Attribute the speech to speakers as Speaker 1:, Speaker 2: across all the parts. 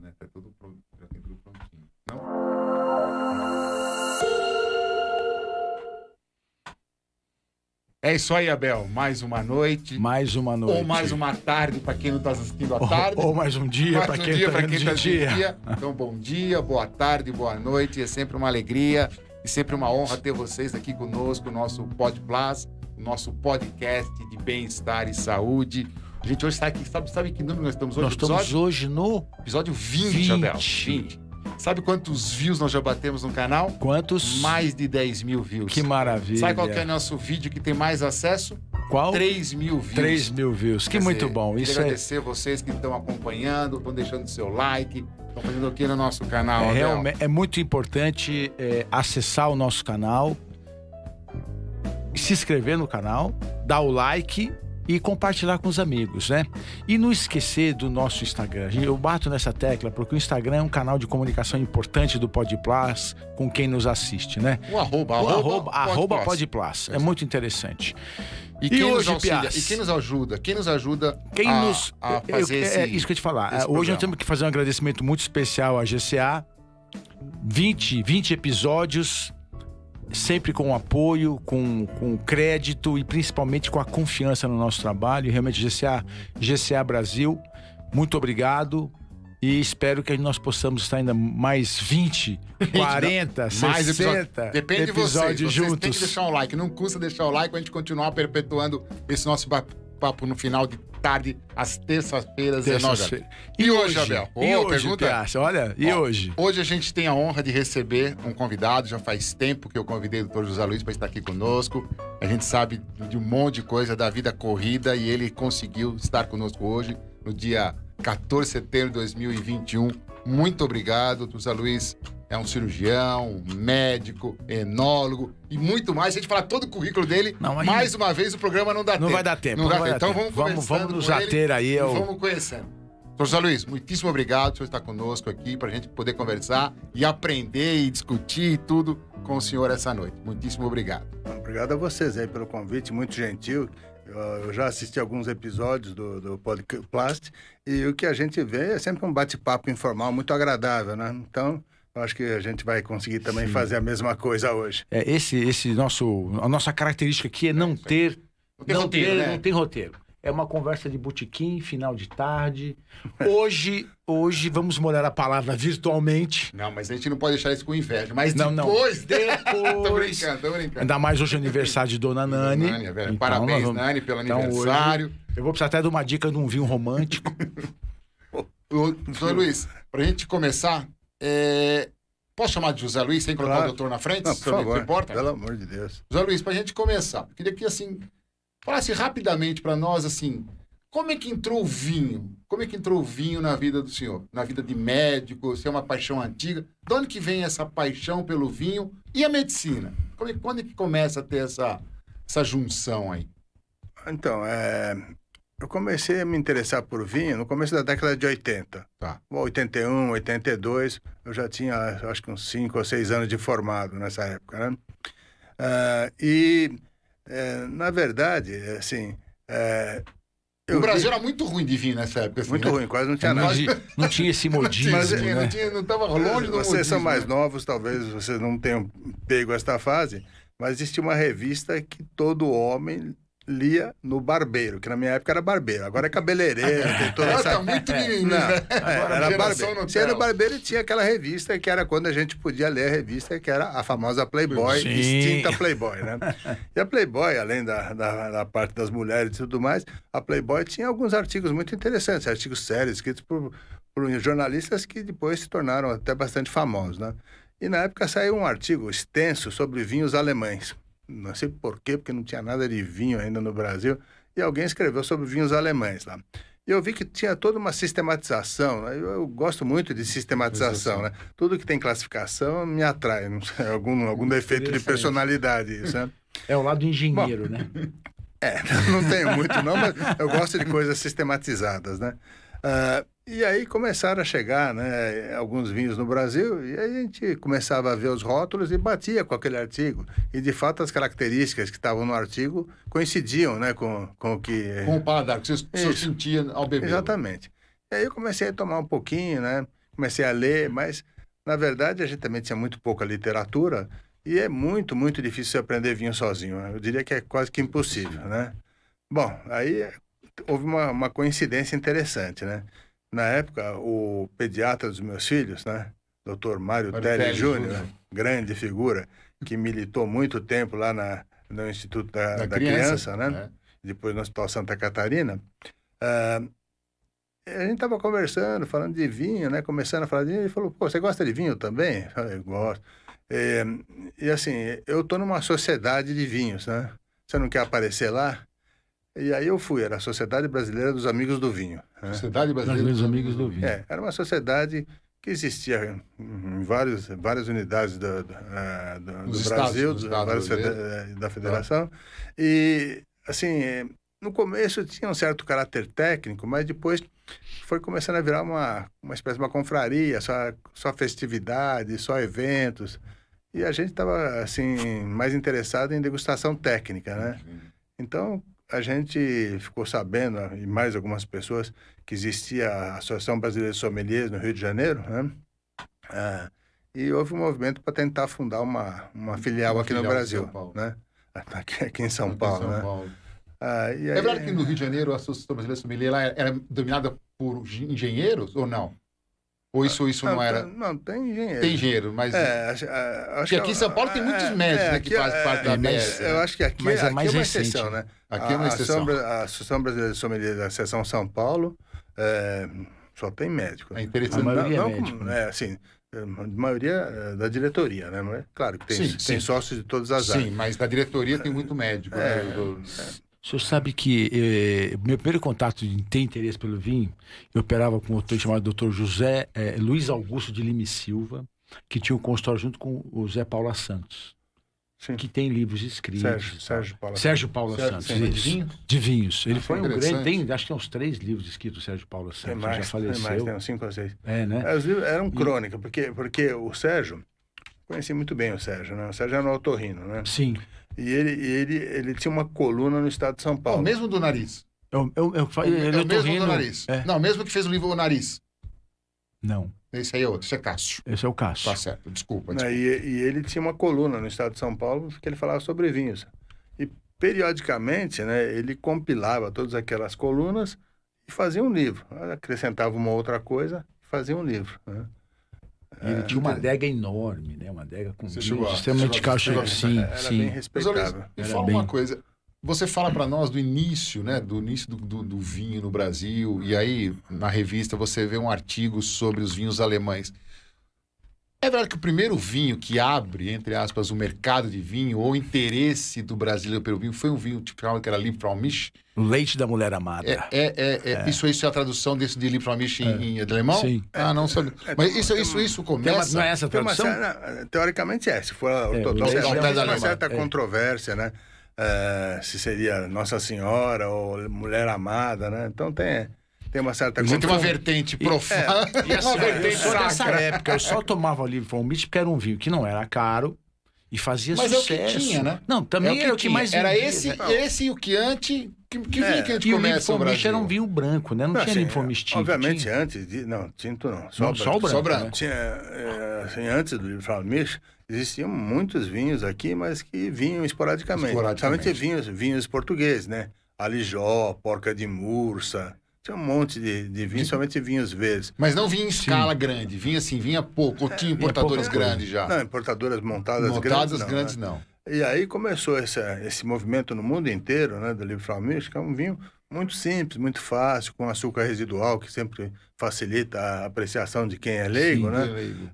Speaker 1: né? Tá tudo pronto, já tem tudo prontinho. Não? É isso aí, Abel. Mais uma noite.
Speaker 2: Mais uma noite.
Speaker 1: Ou mais uma tarde para quem não está assistindo à
Speaker 2: Ou-
Speaker 1: tarde.
Speaker 2: Ou mais um dia
Speaker 1: Mais
Speaker 2: para
Speaker 1: um dia
Speaker 2: quem está
Speaker 1: pra
Speaker 2: indo
Speaker 1: quem
Speaker 2: de
Speaker 1: tá de
Speaker 2: dia.
Speaker 1: dia. Então, bom dia, boa tarde, boa noite. É sempre uma alegria e sempre uma honra ter vocês aqui conosco, o nosso Pod Plus, o nosso podcast de bem-estar e saúde. A gente hoje está aqui, sabe, sabe que número nós estamos hoje?
Speaker 2: Nós estamos
Speaker 1: episódio,
Speaker 2: hoje no...
Speaker 1: episódio 20,
Speaker 2: 20.
Speaker 1: Abel. 20. Sabe quantos views nós já batemos no canal?
Speaker 2: Quantos?
Speaker 1: Mais de 10 mil views.
Speaker 2: Que maravilha.
Speaker 1: Sabe qual que é o nosso vídeo que tem mais acesso?
Speaker 2: Qual?
Speaker 1: 3 mil views.
Speaker 2: 3 mil views. Que
Speaker 1: Quer
Speaker 2: muito
Speaker 1: dizer,
Speaker 2: bom.
Speaker 1: queria
Speaker 2: Isso é,
Speaker 1: agradecer vocês que estão acompanhando, estão deixando seu like, estão fazendo aqui no nosso
Speaker 2: é
Speaker 1: canal. Abel.
Speaker 2: realme- é muito importante é, acessar o nosso canal, se inscrever no canal, dar o like e compartilhar com os amigos, né? E não esquecer do nosso Instagram. Gente, Eu bato nessa tecla porque o Instagram é um canal de comunicação importante do Podplas com quem nos assiste, né?
Speaker 1: O arroba,
Speaker 2: O
Speaker 1: arroba,
Speaker 2: arroba, arroba
Speaker 1: pode.
Speaker 2: Podplas. É muito interessante.
Speaker 1: E,
Speaker 2: E
Speaker 1: quem nos
Speaker 2: hoje,
Speaker 1: auxilia,
Speaker 2: Piaz?
Speaker 1: e quem nos ajuda? Quem nos ajuda
Speaker 2: Quem
Speaker 1: a,
Speaker 2: nos.
Speaker 1: a fazer
Speaker 2: eu-
Speaker 1: esse...
Speaker 2: É isso que eu ia te falar.
Speaker 1: esse
Speaker 2: Hoje
Speaker 1: programa.
Speaker 2: nós temos que fazer um agradecimento muito especial à GCA. 20, 20 episódios, sempre com apoio, com, com crédito e principalmente com a confiança no nosso trabalho. E Realmente, GCA, GCA Brasil, muito obrigado. E espero que nós possamos estar ainda mais 20, 40, 60
Speaker 1: né? mais episódio. Depende de vocês.
Speaker 2: episódios
Speaker 1: Vocês têm que
Speaker 2: juntos.
Speaker 1: deixar um like. Não custa deixar o like pra gente continuar perpetuando esse nosso ba- papo no final de tarde, às terças-feiras, 19 horas.
Speaker 2: Terça-feira.
Speaker 1: E hoje, Abel?
Speaker 2: E
Speaker 1: Ô,
Speaker 2: hoje,
Speaker 1: pergunta-
Speaker 2: Piazza, olha, e
Speaker 1: Ó,
Speaker 2: hoje?
Speaker 1: Hoje a gente tem a honra de receber um convidado. Já faz tempo que eu convidei o Dr. José Luiz para estar aqui conosco. A gente sabe de um monte de coisa da vida corrida e ele conseguiu estar conosco hoje, no dia 14 de setembro de 2021. Muito obrigado, Dr. José Luiz. É um cirurgião, médico, enólogo e muito mais. Se a gente falar todo o currículo dele,
Speaker 2: Não, ainda-
Speaker 1: mais uma vez o programa não dá tempo.
Speaker 2: Não vai dar tempo.
Speaker 1: Não dá
Speaker 2: vai
Speaker 1: tempo.
Speaker 2: dar
Speaker 1: Então vamos
Speaker 2: tempo. vamos,
Speaker 1: conversando
Speaker 2: vamos nos
Speaker 1: com ele.
Speaker 2: ater aí
Speaker 1: E
Speaker 2: ao.
Speaker 1: Vamos conhecendo. Professor Luiz, muitíssimo obrigado por estar conosco aqui, para a gente poder conversar e aprender e discutir e tudo com o senhor essa noite. Muitíssimo obrigado.
Speaker 3: Obrigado a vocês aí pelo convite, muito gentil. Eu, eu já assisti alguns episódios do, do Podcast e o que a gente vê é sempre um bate-papo informal muito agradável, né? Então, eu acho que a gente vai conseguir também fazer a mesma coisa hoje.
Speaker 2: É, esse, esse nosso, a nossa característica aqui é não
Speaker 1: isso aí.
Speaker 2: ter,
Speaker 1: Não tem
Speaker 2: não
Speaker 1: roteiro,
Speaker 2: ter,
Speaker 1: né?
Speaker 2: não tem roteiro. É uma conversa de botequim, final de tarde. Hoje, hoje vamos molhar a palavra virtualmente.
Speaker 1: Não, mas a gente não pode deixar isso com inveja. Mas
Speaker 2: Não, não.
Speaker 1: depois... tô
Speaker 2: Depois.
Speaker 1: brincando, tô brincando.
Speaker 2: Ainda mais hoje é aniversário de Dona Nani.
Speaker 1: Nani, é verdade.
Speaker 2: Então,
Speaker 1: Parabéns,
Speaker 2: nós vamos-
Speaker 1: Nani, pelo
Speaker 2: então, hoje-
Speaker 1: aniversário.
Speaker 2: Eu vou precisar até de uma dica de um vinho romântico.
Speaker 1: Ô, Professor Luiz, para a gente começar, é, posso chamar de José Luiz sem colocar
Speaker 3: Claro.
Speaker 1: o doutor na frente?
Speaker 3: Não,
Speaker 1: Se
Speaker 3: por
Speaker 1: o senhor
Speaker 3: favor,
Speaker 1: importa? né?
Speaker 3: pelo amor de Deus.
Speaker 1: José Luiz, para a gente começar, eu queria que assim falasse rapidamente para nós assim, como é que entrou o vinho? Como é que entrou o vinho na vida do senhor? Na vida de médico, se é uma paixão antiga? De onde que vem essa paixão pelo vinho e a medicina? Como é, quando é que começa a ter essa, essa junção aí?
Speaker 3: Então, é, eu comecei a me interessar por vinho no começo da década de 80.
Speaker 1: Tá.
Speaker 3: Bom, 81, 82, eu já tinha acho que uns 5 ou 6 anos de formado nessa época, né? Ah, e, é, na verdade, assim... é, eu
Speaker 1: o
Speaker 3: vi-
Speaker 1: Brasil era muito ruim de vinho nessa época. assim,
Speaker 3: Muito
Speaker 1: né?
Speaker 3: ruim, eh, quase não tinha
Speaker 2: Não,
Speaker 3: nada.
Speaker 2: tinha- não tinha esse modismo,
Speaker 1: Não tinha, não
Speaker 2: né?
Speaker 1: tinha, não estava longe do
Speaker 3: Vocês são
Speaker 1: modismo,
Speaker 3: mais
Speaker 1: né?
Speaker 3: novos, talvez vocês não tenham pego esta fase, mas existia uma revista que todo homem lia no barbeiro, que na minha época era barbeiro, agora é cabeleireiro, tem toda
Speaker 1: Ela
Speaker 3: essa...
Speaker 1: tá muito menino,
Speaker 3: Não,
Speaker 1: né?
Speaker 3: Era
Speaker 1: Geração
Speaker 3: barbeiro. Você
Speaker 1: Nutella.
Speaker 3: era barbeiro e tinha aquela revista que era quando a gente podia ler a revista, que era a famosa Playboy,
Speaker 2: Sim.
Speaker 3: extinta Playboy, né? E a Playboy, além da, da, da parte das mulheres e tudo mais, a Playboy tinha alguns artigos muito interessantes, artigos sérios, escritos por, por jornalistas que depois se tornaram até bastante famosos, né? E na época saiu um artigo extenso sobre vinhos alemães. Não sei por quê, porque não tinha nada de vinho ainda no Brasil. E alguém escreveu sobre vinhos alemães lá. E eu vi que tinha toda uma sistematização. né? Eu, eu gosto muito de sistematização, né? Tudo que tem classificação me atrai. Não sei, algum, algum defeito de
Speaker 2: Interessante.
Speaker 3: personalidade, isso, né?
Speaker 2: É o lado engenheiro, né?
Speaker 3: não tenho muito, não, mas eu gosto de coisas sistematizadas, né? Ah, e aí começaram a chegar né, alguns vinhos no Brasil, e aí a gente começava a ver os rótulos e batia com aquele artigo. E de fato as características que estavam no artigo coincidiam né, com, com o que.
Speaker 1: Com o paladar, que o senhor- que o senhor
Speaker 3: Isso.
Speaker 1: sentia ao beber.
Speaker 3: Exatamente. E aí eu comecei a tomar um pouquinho, né? comecei a ler, mas na verdade a gente também tinha muito pouca literatura e é muito, muito difícil você aprender vinho sozinho. né? Eu diria que é quase que impossível, né? Bom, aí eh, houve uma, uma coincidência interessante, né? Na época, o pediatra dos meus filhos, né? Dr. Mário
Speaker 1: Mário
Speaker 3: Teles
Speaker 1: Teles
Speaker 3: Júnior,
Speaker 1: Júnior.
Speaker 3: grande figura, que militou muito tempo lá na, no Instituto da, da criança, né? depois no Hospital Santa Catarina, ah, a gente estava conversando, falando de vinho, né? Começando a falar de vinho, ele falou, pô, você gosta de vinho também? Eu falei, gosto. Eh, E, assim, eu tô numa sociedade de vinhos, né? Você não quer aparecer lá? E aí eu fui, era a Sociedade Brasileira dos Amigos do Vinho. né?
Speaker 1: Sociedade Brasileira
Speaker 2: Brasileiros É. Amigos do Vinho.
Speaker 3: É, era uma sociedade que existia em vários, várias unidades do, do, ah, do- do
Speaker 1: Nos estados,
Speaker 3: Brasil,
Speaker 1: nos
Speaker 3: do-
Speaker 1: estados Tá.
Speaker 3: várias fede- é, da federação. E, assim, eh, no começo tinha um certo caráter técnico, mas depois foi começando a virar uma, uma espécie de uma confraria, só, só festividades, só eventos. E a gente estava, assim, mais interessado em degustação técnica, né? Então, a gente ficou sabendo, e mais algumas pessoas, que existia a Associação Brasileira de Sommeliers no Rio de Janeiro, né? Ah, e houve um movimento para tentar fundar uma, uma filial
Speaker 1: Uma
Speaker 3: aqui no
Speaker 1: filial em São
Speaker 3: Brasil,
Speaker 1: Paulo.
Speaker 3: né? Aqui, aqui em São Paulo, né? Ah, e
Speaker 1: É
Speaker 3: aí-
Speaker 1: verdade que no Rio de Janeiro a Associação Brasileira Sommelier ela era dominada por gi- engenheiros ou não? Ou isso, isso não era?
Speaker 3: tem- Ah, tá, Não, tem engenheiro.
Speaker 1: Tem engenheiro, mas
Speaker 3: É, acho, ah, acho
Speaker 1: Porque aqui em São Paulo tem muitos
Speaker 3: é,
Speaker 1: médicos,
Speaker 3: é,
Speaker 1: né, que fazem parte da
Speaker 3: é,
Speaker 1: ABS, né?
Speaker 3: Eu acho que aqui,
Speaker 2: Mas é
Speaker 3: aqui
Speaker 2: mais
Speaker 3: é uma
Speaker 2: recente,
Speaker 3: exceção, né?
Speaker 1: aqui é uma
Speaker 3: A-
Speaker 1: exceção.
Speaker 3: A, Associação Bra- a Associação Brasileira de Sommelier da Seção São Paulo é, só tem médico.
Speaker 1: É
Speaker 3: né?
Speaker 1: interessante.
Speaker 2: A maioria é
Speaker 3: com-
Speaker 2: médico, né?
Speaker 3: é, assim, é, a maioria é da diretoria, né? Não é? Claro que tem,
Speaker 1: Sim,
Speaker 3: tem
Speaker 1: sim.
Speaker 3: sócios de todas as áreas.
Speaker 1: Sim, mas da diretoria tem muito médico.
Speaker 3: É,
Speaker 1: né, do-
Speaker 2: O senhor sabe que eh, meu primeiro contato de ter interesse pelo vinho, eu operava com um doutor chamado Dr. José eh, Luiz Augusto de Lima e Silva, que tinha um consultório junto com o Zé Paula Santos,
Speaker 3: Sim.
Speaker 2: que tem livros escritos.
Speaker 3: Sérgio, Sérgio Paulo.
Speaker 2: Sérgio Paula
Speaker 1: Sérgio,
Speaker 2: Santos,
Speaker 1: sim, mas de
Speaker 2: isso.
Speaker 1: vinho?
Speaker 2: De vinhos. Ele
Speaker 1: Ah,
Speaker 2: foi um grande,
Speaker 1: interessante.
Speaker 2: tem, acho que tem uns três livros escritos do Sérgio Paula
Speaker 3: Tem
Speaker 2: Santos,
Speaker 3: mais,
Speaker 2: já
Speaker 3: tem mais,
Speaker 2: faleceu.
Speaker 3: tem uns cinco ou seis.
Speaker 2: é, né?
Speaker 3: É, os livros eram crônica, porque, porque o Sérgio, conheci muito bem o Sérgio, né? O Sérgio era um autorrino, né?
Speaker 2: Sim.
Speaker 3: E ele, e ele, ele tinha uma coluna no estado de São
Speaker 1: É o
Speaker 3: Paulo.
Speaker 1: mesmo do nariz.
Speaker 2: Eu, eu, eu,
Speaker 1: É o
Speaker 2: fa- eu,
Speaker 1: é o
Speaker 2: tô
Speaker 1: mesmo do
Speaker 2: rindo.
Speaker 1: nariz.
Speaker 2: É.
Speaker 1: Não, o mesmo que fez o livro O Nariz.
Speaker 2: Não,
Speaker 1: Esse aí é outro. Isso é Cássio.
Speaker 2: esse é o caso.
Speaker 1: Tá certo. Desculpa.
Speaker 3: Né?
Speaker 1: desculpa.
Speaker 3: E, e ele tinha uma coluna no estado de São Paulo que ele falava sobre vinhos. E periodicamente, né, ele compilava todas aquelas colunas e fazia um livro. Acrescentava uma outra coisa e fazia um livro. né?
Speaker 2: E ele tinha uma adega enorme, né? Uma adega com
Speaker 1: É, Você
Speaker 2: vinhos
Speaker 1: chegou a-
Speaker 2: extremamente
Speaker 1: chegou a-
Speaker 2: cachorro.
Speaker 1: chegou
Speaker 2: Sim,
Speaker 3: Era
Speaker 2: sim.
Speaker 3: bem
Speaker 1: Mas,
Speaker 3: respeitável.
Speaker 1: olha, me
Speaker 2: Era
Speaker 1: fala
Speaker 2: bem-
Speaker 1: uma coisa. Você fala para nós do início, né? Do início do, do- do vinho no Brasil. E aí, na revista, você vê um artigo sobre os vinhos alemães. É verdade que o primeiro vinho que abre, entre aspas, o mercado de vinho ou o interesse do brasileiro pelo vinho foi um vinho tipo, chamado que era Liebfraumich.
Speaker 2: O leite da mulher amada.
Speaker 1: É, é, é, é- Isso, isso é a tradução desse de Liebfraumich em, em alemão?
Speaker 2: É. Sim.
Speaker 1: Ah, não sabe. Mas isso, isso, isso
Speaker 2: É, Tem uma-
Speaker 1: começa.
Speaker 2: não é essa a
Speaker 3: Tem uma
Speaker 2: tradução?
Speaker 3: certa- teoricamente é, se for ortodoxo,
Speaker 2: o
Speaker 3: é,
Speaker 2: leite
Speaker 1: da
Speaker 3: tem uma
Speaker 1: alemã,
Speaker 3: certa
Speaker 2: é.
Speaker 3: controvérsia, né? Eh, se seria Nossa Senhora ou Mulher Amada, né? Então tem, tem uma
Speaker 2: É
Speaker 3: certa
Speaker 1: Você tem uma
Speaker 3: controvérsia.
Speaker 1: vertente profunda.
Speaker 2: um- E assim,
Speaker 1: uma
Speaker 2: eu
Speaker 1: vertente
Speaker 2: sou dessa
Speaker 1: sacra.
Speaker 2: época, eu só tomava o livro From Beach porque era um vinho que não era caro e fazia
Speaker 1: Mas é o que
Speaker 2: sucesso.
Speaker 1: tinha, né?
Speaker 2: Não,
Speaker 1: É
Speaker 2: também era o que
Speaker 1: tinha.
Speaker 2: mais
Speaker 1: Era
Speaker 2: vendia,
Speaker 1: esse,
Speaker 2: né?
Speaker 1: esse e o Chianti. Que, que
Speaker 3: É,
Speaker 1: vinho que a gente
Speaker 2: E o livro
Speaker 1: começa no
Speaker 2: From Beach
Speaker 1: Brasil? é.
Speaker 2: era um vinho branco, né? Não
Speaker 3: Não,
Speaker 2: tinha
Speaker 3: assim,
Speaker 2: livro From Beach tinto,
Speaker 3: Obviamente,
Speaker 2: tinha.
Speaker 3: antes de. Não, tinto não. Só
Speaker 2: Não,
Speaker 3: branco.
Speaker 2: só o branco.
Speaker 1: Só branco.
Speaker 2: né?
Speaker 3: Tinha, eh, assim, antes do livro Flamengo, existiam muitos vinhos aqui, mas que vinham esporadicamente.
Speaker 1: Esporadicamente.
Speaker 3: Principalmente vinhos, vinhos portugueses, né? Alijó, Porca de Mursa. Tinha um monte de, de vinhos, somente vinhos verdes.
Speaker 1: Mas não vinha em escala grande. Vinha assim, vinha pouco. Ou tinha importadores
Speaker 2: É, pouca coisa.
Speaker 1: grandes já.
Speaker 3: Não, importadoras montadas,
Speaker 1: Tá. Montadas
Speaker 3: não,
Speaker 1: grandes,
Speaker 3: né?
Speaker 1: não.
Speaker 3: E aí começou esse, esse movimento no mundo inteiro, né, do livro Flamengo, que é um vinho muito simples, muito fácil, com açúcar residual, que sempre facilita a apreciação de quem é leigo, né?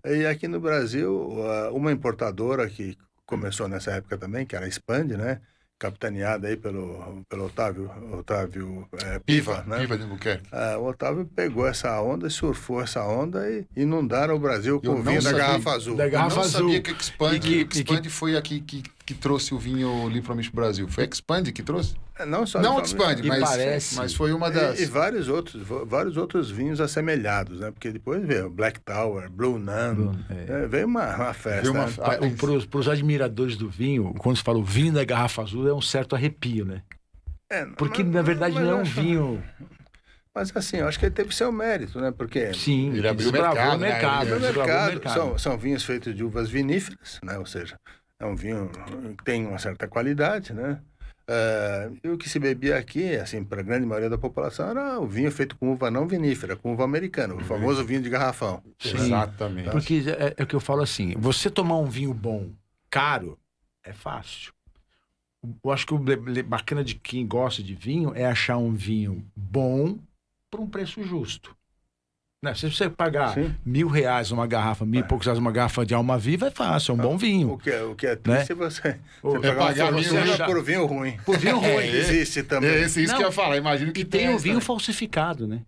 Speaker 3: E aqui no Brasil, ah, uma importadora que começou nessa época também, que era a Expand, né? Capitaneada aí pelo, pelo Otávio, Otávio eh,
Speaker 1: Piva,
Speaker 3: Piva, né?
Speaker 1: Piva de Albuquerque.
Speaker 3: Ah, o Otávio pegou essa onda, surfou essa onda e inundaram o Brasil com
Speaker 1: Eu
Speaker 3: o
Speaker 1: não
Speaker 3: vinho da
Speaker 1: sabia-
Speaker 3: garrafa azul.
Speaker 2: da
Speaker 1: Eu
Speaker 2: garrafa
Speaker 1: não
Speaker 2: azul.
Speaker 1: sabia que a Expand,
Speaker 2: E que-
Speaker 1: que Expand foi aqui que, que trouxe o vinho Lipromish Brasil. Foi a Expand que trouxe?
Speaker 3: É, Não só
Speaker 1: não
Speaker 3: só-
Speaker 1: a Expand,
Speaker 2: E
Speaker 1: mas,
Speaker 2: parece-
Speaker 1: mas foi uma das.
Speaker 3: E, e vários, outros, va- vários outros vinhos assemelhados, né? Porque depois veio Black Tower, Blue Nun,
Speaker 2: é.
Speaker 3: né? veio uma, uma festa.
Speaker 1: Veio uma-
Speaker 3: né?
Speaker 1: Ah, É, isso.
Speaker 2: Para os admiradores do vinho, quando se fala o vinho da garrafa azul, é um certo arrepio, né?
Speaker 3: É,
Speaker 2: Porque,
Speaker 3: mas-
Speaker 2: na verdade,
Speaker 3: mas
Speaker 2: não é
Speaker 3: eu
Speaker 2: um
Speaker 3: acho-
Speaker 2: vinho
Speaker 3: Mas assim, eu acho que ele teve seu mérito, né? Porque
Speaker 2: Sim,
Speaker 1: Ele abriu o mercado,
Speaker 2: desbravou
Speaker 1: né?
Speaker 3: É, no
Speaker 1: Ele
Speaker 2: desbravou o
Speaker 3: mercado,
Speaker 2: mercado.
Speaker 3: São, são vinhos feitos de uvas viníferas, né? Ou seja, é um vinho que tem uma certa qualidade, né? Ah, e o que se bebia aqui, assim, para a grande maioria da população, era o vinho feito com uva não vinífera, com uva americana, o
Speaker 2: Uhum.
Speaker 3: famoso vinho de garrafão.
Speaker 2: Sim.
Speaker 1: Exatamente.
Speaker 2: Porque é, é o que eu falo assim: você tomar um vinho bom, caro, é fácil. Eu acho que o le- le- bacana de quem gosta de vinho é achar um vinho bom por um preço justo. Né? Se você pagar
Speaker 3: Sim.
Speaker 2: mil reais uma garrafa,
Speaker 1: É.
Speaker 2: mil e poucos reais uma garrafa de alma viva, é fácil, é um bom vinho.
Speaker 3: O que, é- o
Speaker 2: Né?
Speaker 3: que é triste é você,
Speaker 2: Ou-
Speaker 3: você pagar uma
Speaker 1: pagar mil
Speaker 3: fortuna
Speaker 2: já-
Speaker 3: por vinho ruim.
Speaker 2: né? Por vinho ruim.
Speaker 1: É,
Speaker 3: Existe também.
Speaker 1: É esse, isso
Speaker 2: Não.
Speaker 1: que eu ia falar. Imagino que é.
Speaker 2: E tem
Speaker 1: tenha
Speaker 2: o vinho
Speaker 1: isso
Speaker 2: falsificado, né?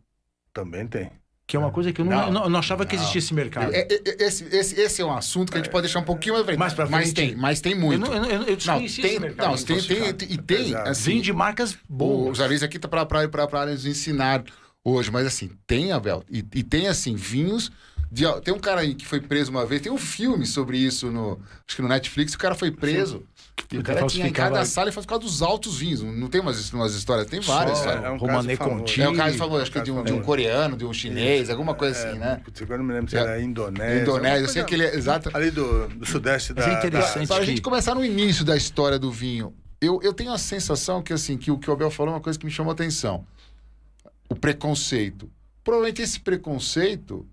Speaker 3: Também tem.
Speaker 2: Que é uma coisa que eu não,
Speaker 1: Não.
Speaker 2: eu não- eu não achava que existia esse
Speaker 1: também.
Speaker 2: mercado.
Speaker 1: É, é, é, Esse, esse, esse é um assunto que a gente pode deixar um pouquinho mais pra frente.
Speaker 2: Mais pra
Speaker 1: Mas
Speaker 2: frente.
Speaker 1: tem, mas tem
Speaker 2: eu,
Speaker 1: muito.
Speaker 2: não, eu, não- eu não- eu
Speaker 1: Não,
Speaker 2: desconhecia
Speaker 1: tem,
Speaker 2: esse mercado.
Speaker 1: não, tem, tem,
Speaker 2: falsificado.
Speaker 1: tem- e tem,
Speaker 3: Exato.
Speaker 1: assim,
Speaker 2: Vinho de marcas
Speaker 1: o-
Speaker 2: boas.
Speaker 1: os avisos aqui tá pra, pra, pra, pra nos ensinar hoje, mas assim, tem, Abel, e, e tem, assim, vinhos de, al- tem um cara aí que foi preso uma vez, tem um filme sobre isso, no, acho que no Netflix, o cara foi preso, e o
Speaker 2: Porque
Speaker 1: cara tinha em
Speaker 2: falsificava-
Speaker 1: cada sala e foi por causa dos altos vinhos, não tem umas, umas histórias, tem
Speaker 2: Olha
Speaker 1: várias,
Speaker 3: Só-
Speaker 1: cara.
Speaker 3: é um
Speaker 2: Romanê
Speaker 3: caso famoso.
Speaker 2: Conti.
Speaker 1: É um caso famoso, acho que de um, de um
Speaker 3: Famoso.
Speaker 1: coreano, de um chinês, alguma coisa
Speaker 2: É,
Speaker 1: assim, né?
Speaker 3: Putz, agora eu não me lembro se era Indonésia.
Speaker 1: Indonésia, eu
Speaker 3: uma
Speaker 1: sei
Speaker 3: coisa
Speaker 1: que ele é exato.
Speaker 3: Ali do, do sudeste da...
Speaker 2: Mas é interessante.
Speaker 1: Para a gente
Speaker 2: que-
Speaker 1: começar no início da história do vinho, eu, eu tenho a sensação que assim que o que o Abel falou é uma coisa que me chamou a atenção. O preconceito. Provavelmente esse preconceito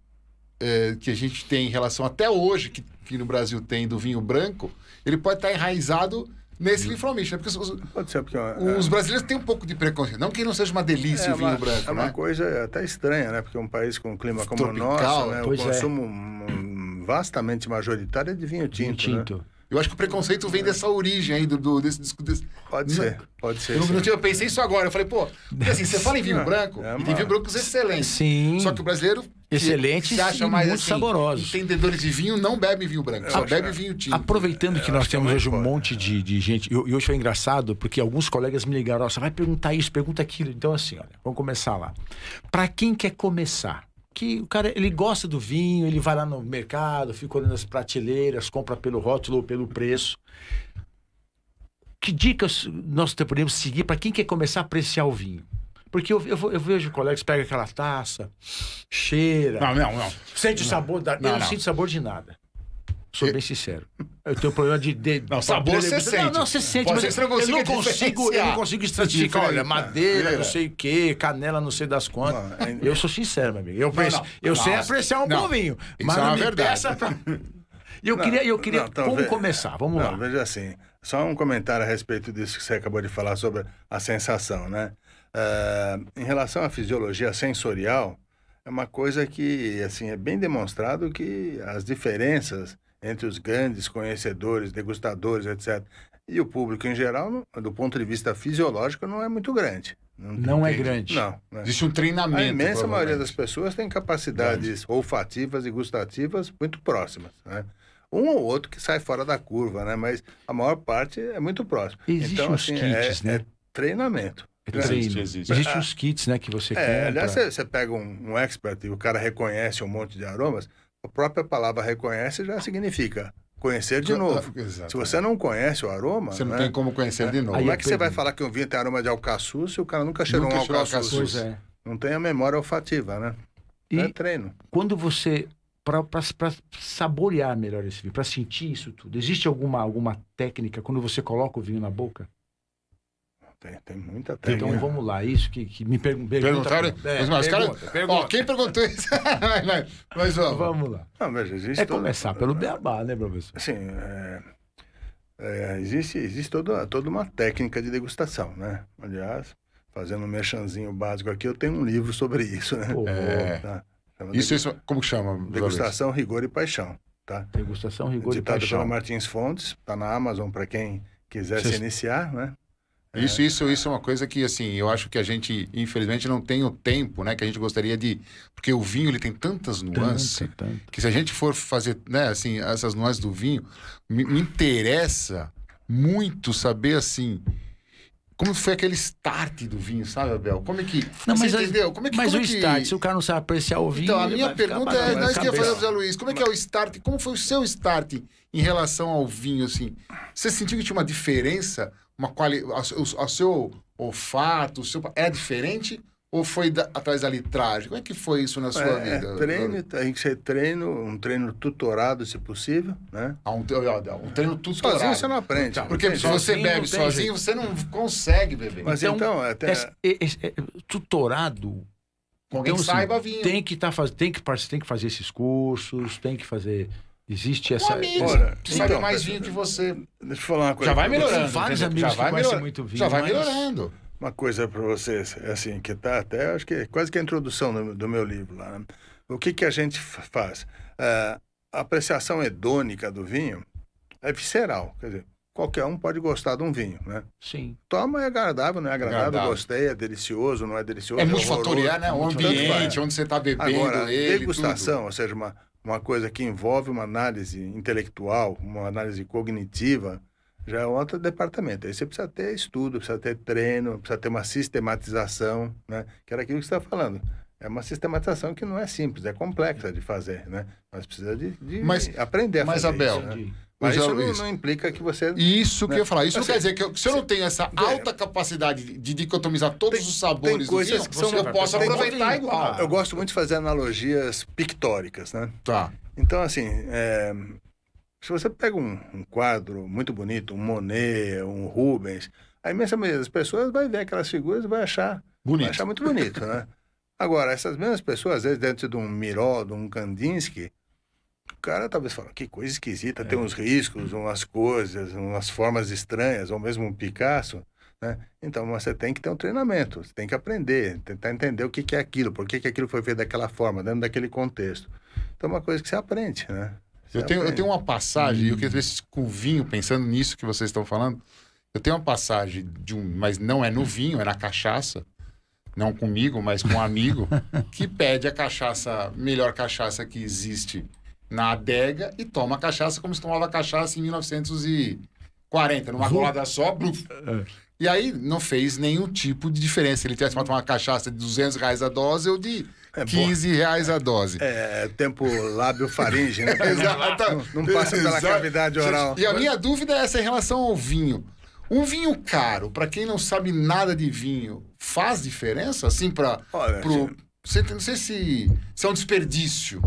Speaker 1: eh, que a gente tem em relação até hoje, que, que no Brasil tem do vinho branco, ele pode estar enraizado nesse linfromish, né? Porque os, os-
Speaker 3: Da... Pode ser, porque... Hum. é-
Speaker 1: os brasileiros têm um pouco de preconceito. Não que não seja uma delícia
Speaker 3: é
Speaker 1: o vinho
Speaker 3: uma,
Speaker 1: branco,
Speaker 3: é uma
Speaker 1: né?
Speaker 3: coisa até estranha, né? Porque um país com um clima como
Speaker 1: Tropical,
Speaker 3: o nosso, né? o
Speaker 2: pois é.
Speaker 3: consumo hum, vastamente majoritário é de vinho tinto,
Speaker 2: Vinho
Speaker 3: né?
Speaker 2: tinto.
Speaker 1: Eu acho que o preconceito vem dessa origem aí, do, do, desse, desse,
Speaker 3: É. Pode
Speaker 1: Não-
Speaker 3: ser, pode ser.
Speaker 1: Eu, não-
Speaker 3: sim.
Speaker 1: não tinha- eu pensei isso agora. Eu falei, pô, porque assim, você fala em vinho
Speaker 3: É,
Speaker 1: branco,
Speaker 3: é,
Speaker 1: e tem
Speaker 3: mano.
Speaker 1: vinho branco excelente.
Speaker 2: Sim.
Speaker 1: Só que o brasileiro. que
Speaker 2: Excelentes
Speaker 1: se acha
Speaker 2: e
Speaker 1: mais
Speaker 2: muito
Speaker 1: assim,
Speaker 2: saborosos.
Speaker 1: Entendedores de vinho não bebem vinho branco, só
Speaker 3: acho que
Speaker 1: bebe
Speaker 3: é.
Speaker 1: vinho tinto.
Speaker 2: Aproveitando que nós
Speaker 3: acho que é
Speaker 2: temos
Speaker 3: muito
Speaker 2: hoje um
Speaker 3: forte,
Speaker 2: monte de, de gente, e, e hoje foi engraçado, porque alguns colegas me ligaram, "Ó, você vai perguntar isso, pergunta aquilo. Então, assim, olha, vamos começar lá. Pra quem quer começar, que o cara, ele gosta do vinho, ele vai lá no mercado, fica olhando as prateleiras, compra pelo rótulo ou pelo preço. Que dicas nós te- podemos seguir pra quem quer começar a apreciar o vinho? Porque eu, eu, vou- eu vejo colegas pegam aquela taça, cheira,
Speaker 1: Não, não, não.
Speaker 2: sente o sabor da.
Speaker 1: Não,
Speaker 2: eu não,
Speaker 1: não.
Speaker 2: sinto sabor de nada. Sou bem sincero. Eu tenho problema de. de
Speaker 1: Não, sabor
Speaker 2: de-
Speaker 1: você
Speaker 2: Não,
Speaker 1: sente.
Speaker 2: não, você sente,
Speaker 1: Pode
Speaker 2: mas
Speaker 1: ser que você
Speaker 2: eu,
Speaker 1: não consiga
Speaker 2: não consigo, eu
Speaker 1: diferenciar. É.
Speaker 2: não consigo estratificar. Olha, madeira, não sei o quê, canela, não sei das quantas.
Speaker 3: Não, é-
Speaker 2: Eu sou sincero, meu amigo. Eu, penso,
Speaker 1: não.
Speaker 2: eu sei
Speaker 1: Nossa,
Speaker 2: apreciar um
Speaker 1: não.
Speaker 2: bom vinho.
Speaker 1: Isso
Speaker 2: Mas
Speaker 1: é
Speaker 2: não
Speaker 1: uma
Speaker 2: me
Speaker 1: verdade.
Speaker 2: peça pra. E eu queria, eu queria
Speaker 3: não,
Speaker 2: como
Speaker 3: talvez-
Speaker 2: começar? Vamos
Speaker 3: Não,
Speaker 2: lá.
Speaker 3: Veja assim, só um comentário a respeito disso que você acabou de falar sobre a sensação, né? Ah, em relação à fisiologia sensorial, é uma coisa que, assim, é bem demonstrado que as diferenças entre os grandes conhecedores, degustadores, etc., e o público em geral, não- do ponto de vista fisiológico, não é muito grande.
Speaker 2: Não é grande.
Speaker 3: Não, né?
Speaker 1: Existe um treinamento.
Speaker 3: A imensa maioria
Speaker 1: provavelmente.
Speaker 3: das pessoas tem capacidades olfativas e gustativas muito próximas, né? Um ou outro que sai fora da curva, né? Mas a maior parte é muito próximo.
Speaker 2: Existem
Speaker 3: então,
Speaker 2: os
Speaker 3: assim,
Speaker 2: kits,
Speaker 3: é,
Speaker 2: né?
Speaker 3: é treinamento.
Speaker 2: É
Speaker 1: Existe,
Speaker 2: treino.
Speaker 1: existe.
Speaker 2: Existem os kits, né, que você
Speaker 3: É,
Speaker 2: compra.
Speaker 3: aliás, você, você pega um, um expert e o cara reconhece um monte de aromas, a própria palavra reconhece já significa conhecer
Speaker 1: Ah,
Speaker 3: de novo.
Speaker 1: Exato.
Speaker 3: Se você não conhece o aroma,
Speaker 1: tá. Você não
Speaker 3: né?
Speaker 1: tem como conhecer de novo.
Speaker 2: Aí
Speaker 3: como
Speaker 2: eu
Speaker 3: é que você vai
Speaker 2: pergunto.
Speaker 3: falar que um vinho tem aroma de alcaçuz se o cara nunca cheirou
Speaker 1: Nunca
Speaker 3: um
Speaker 1: cheirou
Speaker 3: alcaçuz?
Speaker 1: alcaçuz.
Speaker 2: Pois é.
Speaker 3: Não tem a memória olfativa, né?
Speaker 2: E-
Speaker 3: É treino.
Speaker 2: quando você para saborear melhor esse vinho, para sentir isso tudo, existe alguma alguma técnica quando você coloca o vinho na boca?
Speaker 3: Tem, tem muita técnica.
Speaker 2: Então vamos lá, isso que, que me pergun pergunta-
Speaker 1: é. Perguntaram.
Speaker 2: É,
Speaker 1: mas, mas, os caras-
Speaker 2: pergunta, pergunta.
Speaker 1: Ó, quem perguntou isso? Vai, vai. mas, ó,
Speaker 2: Vamos lá.
Speaker 3: Não, veja, existe
Speaker 2: É
Speaker 3: todo-
Speaker 2: começar pelo beabá, né, professor?
Speaker 3: Assim, é, é, existe, existe toda, toda uma técnica de degustação, né? Aliás, fazendo um merchanzinho básico aqui, eu tenho um livro sobre isso, né?
Speaker 2: Pô,
Speaker 1: É.
Speaker 3: Tá? Chama
Speaker 1: isso,
Speaker 3: degu-
Speaker 1: isso, como que chama? Luiz?
Speaker 3: Degustação, Rigor e Paixão, tá?
Speaker 2: Degustação, rigor e
Speaker 3: Ditado pela
Speaker 2: paixão.
Speaker 3: Martins Fontes, tá na Amazon para quem quiser
Speaker 2: Vocês-
Speaker 3: se iniciar, né?
Speaker 1: Isso, isso, isso é uma coisa que, assim, eu acho que a gente, infelizmente, não tem o tempo, né? Que a gente gostaria de... Porque o vinho, ele tem tantas nuances.
Speaker 2: Tanto, tanto.
Speaker 1: que se a gente for fazer, né, assim, essas nuances do vinho, me, me interessa muito saber, assim, como foi aquele start do vinho, sabe, Abel? Como é que...
Speaker 2: Não,
Speaker 1: você
Speaker 2: mas a-
Speaker 1: entendeu? Como é que...
Speaker 2: Mas o
Speaker 1: como é que...
Speaker 2: start, se o cara não sabe apreciar o vinho.
Speaker 1: Então, a
Speaker 2: ele
Speaker 1: minha
Speaker 2: vai ficar
Speaker 1: pergunta
Speaker 2: batendo
Speaker 1: é,
Speaker 2: na
Speaker 1: não, isso que eu ia fazer
Speaker 2: cabeça.
Speaker 1: pro Zé Luiz, como é que é o start, como foi o seu start em relação ao vinho, assim? Você sentiu que tinha uma diferença, uma quali... o, seu olfato, o seu... é diferente Ou foi da- atrás da litragem? Como é que foi isso na sua
Speaker 3: É,
Speaker 1: vida? né?
Speaker 3: treino, tem que ser treino, um treino tutorado, se possível, né?
Speaker 1: Há um, há um treino tudo Então,
Speaker 3: Sozinho você não Então, aprende.
Speaker 1: Porque
Speaker 3: entende?
Speaker 1: se você
Speaker 2: Sozinho
Speaker 1: bebe
Speaker 2: não tem
Speaker 1: sozinho, você não consegue beber.
Speaker 3: Mas
Speaker 2: Então,
Speaker 3: então, até...
Speaker 2: Esse- e- esse- é, tutorado.
Speaker 1: Com alguém que
Speaker 2: assim,
Speaker 1: saiba vinho.
Speaker 2: Tem que, tá, faz- tem, que, par- tem que fazer esses cursos, tem que fazer. Existe
Speaker 1: um
Speaker 2: essa.
Speaker 1: amigo
Speaker 2: essa-
Speaker 3: Olha,
Speaker 1: que sabe
Speaker 3: então,
Speaker 1: mais
Speaker 3: pessoal,
Speaker 1: vinho que você.
Speaker 3: Deixa eu falar uma coisa.
Speaker 1: Já vai
Speaker 3: pra
Speaker 1: melhorando.
Speaker 2: vários
Speaker 1: entendeu?
Speaker 2: amigos
Speaker 1: já
Speaker 2: que
Speaker 1: vai
Speaker 2: conhecem
Speaker 1: melhorando.
Speaker 2: muito vinho,
Speaker 1: Já vai
Speaker 2: mas-
Speaker 1: melhorando.
Speaker 3: Uma coisa para vocês, é assim, que tá até, acho que é quase que a introdução do, do meu livro lá. né? O que, que a gente fa- faz? Ah, a apreciação hedônica do vinho é visceral, quer dizer, qualquer um pode gostar de um vinho, né?
Speaker 2: Sim.
Speaker 3: Toma é agradável, não é agradável,
Speaker 1: Agradável.
Speaker 3: gostei, é delicioso, não é delicioso,
Speaker 1: É
Speaker 3: é
Speaker 1: muito
Speaker 3: horroroso.
Speaker 1: fatorial, né? O
Speaker 3: Tanto faz.
Speaker 1: ambiente, onde você está bebendo,
Speaker 3: Agora,
Speaker 1: ele.
Speaker 3: degustação, ou seja, uma, uma coisa que envolve uma análise intelectual, uma análise cognitiva, já é outro departamento. Aí você precisa ter estudo, precisa ter treino, precisa ter uma sistematização, né? Que era aquilo que você está falando. É uma sistematização que não é simples, é complexa de fazer, né? Mas precisa de, de
Speaker 1: Mas-
Speaker 3: aprender a
Speaker 1: mas,
Speaker 3: fazer
Speaker 1: Abel,
Speaker 3: isso, né?
Speaker 2: Entendi.
Speaker 3: Mas
Speaker 1: José
Speaker 3: isso não,
Speaker 1: Luiz.
Speaker 3: não implica que você...
Speaker 1: Isso que eu ia falar. Isso não
Speaker 3: Assim,
Speaker 1: quer dizer que eu- se eu não tenho essa alta capacidade de dicotomizar todos
Speaker 3: Tem-
Speaker 1: os sabores
Speaker 3: tem
Speaker 1: do
Speaker 3: coisas
Speaker 1: vinho,
Speaker 3: que são-
Speaker 1: eu posso
Speaker 3: tem-
Speaker 1: aproveitar igual.
Speaker 3: Ah, Eu gosto muito de fazer analogias pictóricas, né?
Speaker 1: Tá.
Speaker 3: Então, assim, é, se você pega um, um quadro muito bonito, um Monet, um Rubens, a imensa maioria das pessoas vai ver aquelas figuras e vai achar, vai
Speaker 1: Bonito.
Speaker 3: achar muito bonito, né? Agora, essas mesmas pessoas, às vezes, dentro de um Miró, de um Kandinsky, o cara talvez fala, que coisa esquisita,
Speaker 1: É.
Speaker 3: tem uns riscos, umas coisas, umas formas estranhas, ou mesmo um Picasso, né? Então, você tem que ter um treinamento, você tem que aprender, tentar entender o que que é aquilo, por que que aquilo foi feito daquela forma, dentro daquele contexto. Então é uma coisa que você aprende, né? Você
Speaker 1: Eu tenho, eu
Speaker 3: aprende.
Speaker 1: tenho uma passagem, eu queria ver se com o vinho, pensando nisso que vocês estão falando. Eu tenho uma passagem de um, mas não é no vinho, é na cachaça. Não comigo, mas com um amigo, que pede a cachaça, a melhor cachaça que existe na adega e toma a cachaça como se tomava a cachaça em 1940, numa
Speaker 2: Ru-
Speaker 1: golada só, bluf. E aí não fez nenhum tipo de diferença. Ele tivesse pra tomar uma cachaça de 200 reais a dose ou de
Speaker 3: É,
Speaker 1: 15 reais a dose.
Speaker 3: É, tempo lábio faringe, né?
Speaker 1: Exato.
Speaker 3: Não, não passa pela
Speaker 1: Exato.
Speaker 3: cavidade oral.
Speaker 1: E a minha dúvida é essa em relação ao vinho. Um vinho caro, para quem não sabe nada de vinho, faz diferença? Assim, para.
Speaker 3: Olha,
Speaker 1: Pro... Você tem- Não sei se, se é um desperdício.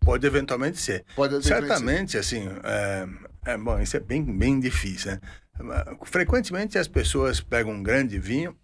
Speaker 3: Pode eventualmente ser.
Speaker 1: Pode ter-
Speaker 3: Certamente, assim, é, é, bom, isso é bem, bem difícil, né? Frequentemente as pessoas pegam um grande vinho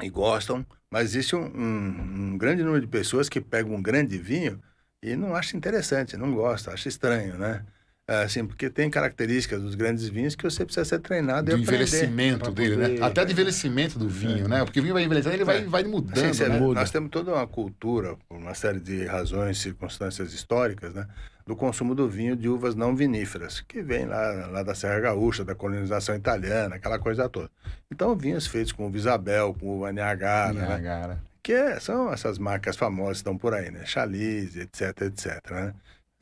Speaker 3: e gostam, mas existe um, um- um grande número de pessoas que pegam um grande vinho e não acha interessante, não gosta, acha estranho, né? É, Assim, porque tem características dos grandes vinhos que você precisa ser treinado
Speaker 1: Do
Speaker 3: e aprender.
Speaker 1: envelhecimento
Speaker 2: pra
Speaker 1: dele,
Speaker 2: poder-
Speaker 1: né? Até do envelhecimento do vinho, né? Porque o vinho vai envelhecendo, ele vai,
Speaker 3: É.
Speaker 1: vai
Speaker 3: Sim,
Speaker 1: mudando.
Speaker 3: você
Speaker 1: né?
Speaker 3: vê,
Speaker 2: muda.
Speaker 3: nós temos toda uma cultura, por uma série de razões, circunstâncias históricas, né, do consumo do vinho de uvas não viníferas, que vem lá, lá da Serra Gaúcha, da colonização italiana, aquela coisa toda. Então, vinhos feitos com uva Isabel, com uva Niagara, né,
Speaker 1: cara.
Speaker 3: que é- são essas marcas famosas que estão por aí, né? Chalice, etc, etc, né?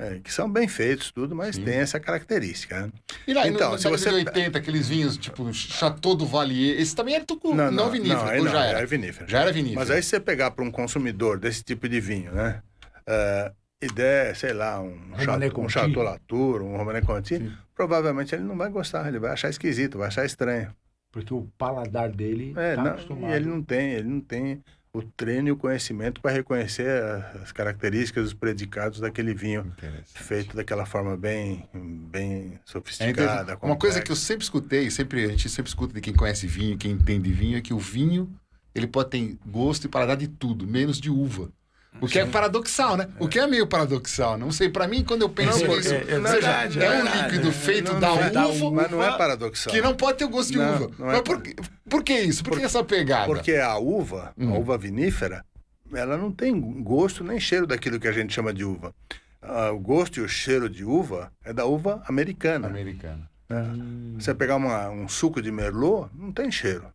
Speaker 3: É, que são bem feitos, tudo, mas
Speaker 1: Sim.
Speaker 3: tem essa característica, né?
Speaker 1: E lá,
Speaker 3: Então,
Speaker 1: então, nos
Speaker 3: se
Speaker 1: anos
Speaker 3: você-
Speaker 1: 80, aqueles vinhos tipo Chateau do Valier, esse também era tucu, não, vinífero,
Speaker 3: aí
Speaker 1: ou já
Speaker 3: é
Speaker 1: era?
Speaker 3: vinífero.
Speaker 1: Já era vinífero.
Speaker 3: Mas aí se você pegar para um consumidor desse tipo de vinho, né? eh, e der, sei lá, um,
Speaker 2: Romané
Speaker 3: chato, um
Speaker 2: Conti.
Speaker 3: Chateau Latour, um Romané Conti,
Speaker 2: Sim.
Speaker 3: provavelmente ele não vai gostar, ele vai achar esquisito, vai achar estranho.
Speaker 2: Porque o paladar dele
Speaker 3: É,
Speaker 2: tá
Speaker 3: não-
Speaker 2: acostumado.
Speaker 3: e ele não tem, ele não tem o treino e o conhecimento para reconhecer a- as características, os predicados daquele vinho
Speaker 1: Interessante.
Speaker 3: feito daquela forma bem, bem
Speaker 1: É interessante.
Speaker 3: sofisticada.
Speaker 1: uma coisa
Speaker 3: complexa.
Speaker 1: que eu sempre escutei, sempre, a gente sempre escuta de quem conhece vinho, quem entende vinho, é que o vinho ele pode ter gosto e paladar de tudo, menos de uva. O que é paradoxal, né? O que é meio paradoxal. Não sei, pra mim, quando eu penso
Speaker 2: Não,
Speaker 1: nisso,
Speaker 2: é- é
Speaker 1: ou seja,
Speaker 2: verdade,
Speaker 1: é,
Speaker 2: é
Speaker 1: um
Speaker 2: verdade.
Speaker 1: líquido feito
Speaker 3: Não,
Speaker 1: da,
Speaker 3: não é
Speaker 1: uva,
Speaker 3: mas não é paradoxal.
Speaker 1: que não pode ter o gosto de
Speaker 3: Não,
Speaker 1: uva.
Speaker 3: não é
Speaker 1: Mas por, que- por que isso? Por, que essa pegada?
Speaker 3: Porque a uva,
Speaker 1: Hum.
Speaker 3: a uva vinífera, ela não tem gosto nem cheiro daquilo que a gente chama de uva. Ah, o gosto e o cheiro de uva é da uva americana.
Speaker 1: Americana.
Speaker 3: né? Você pegar uma- um suco de merlot, não tem cheiro.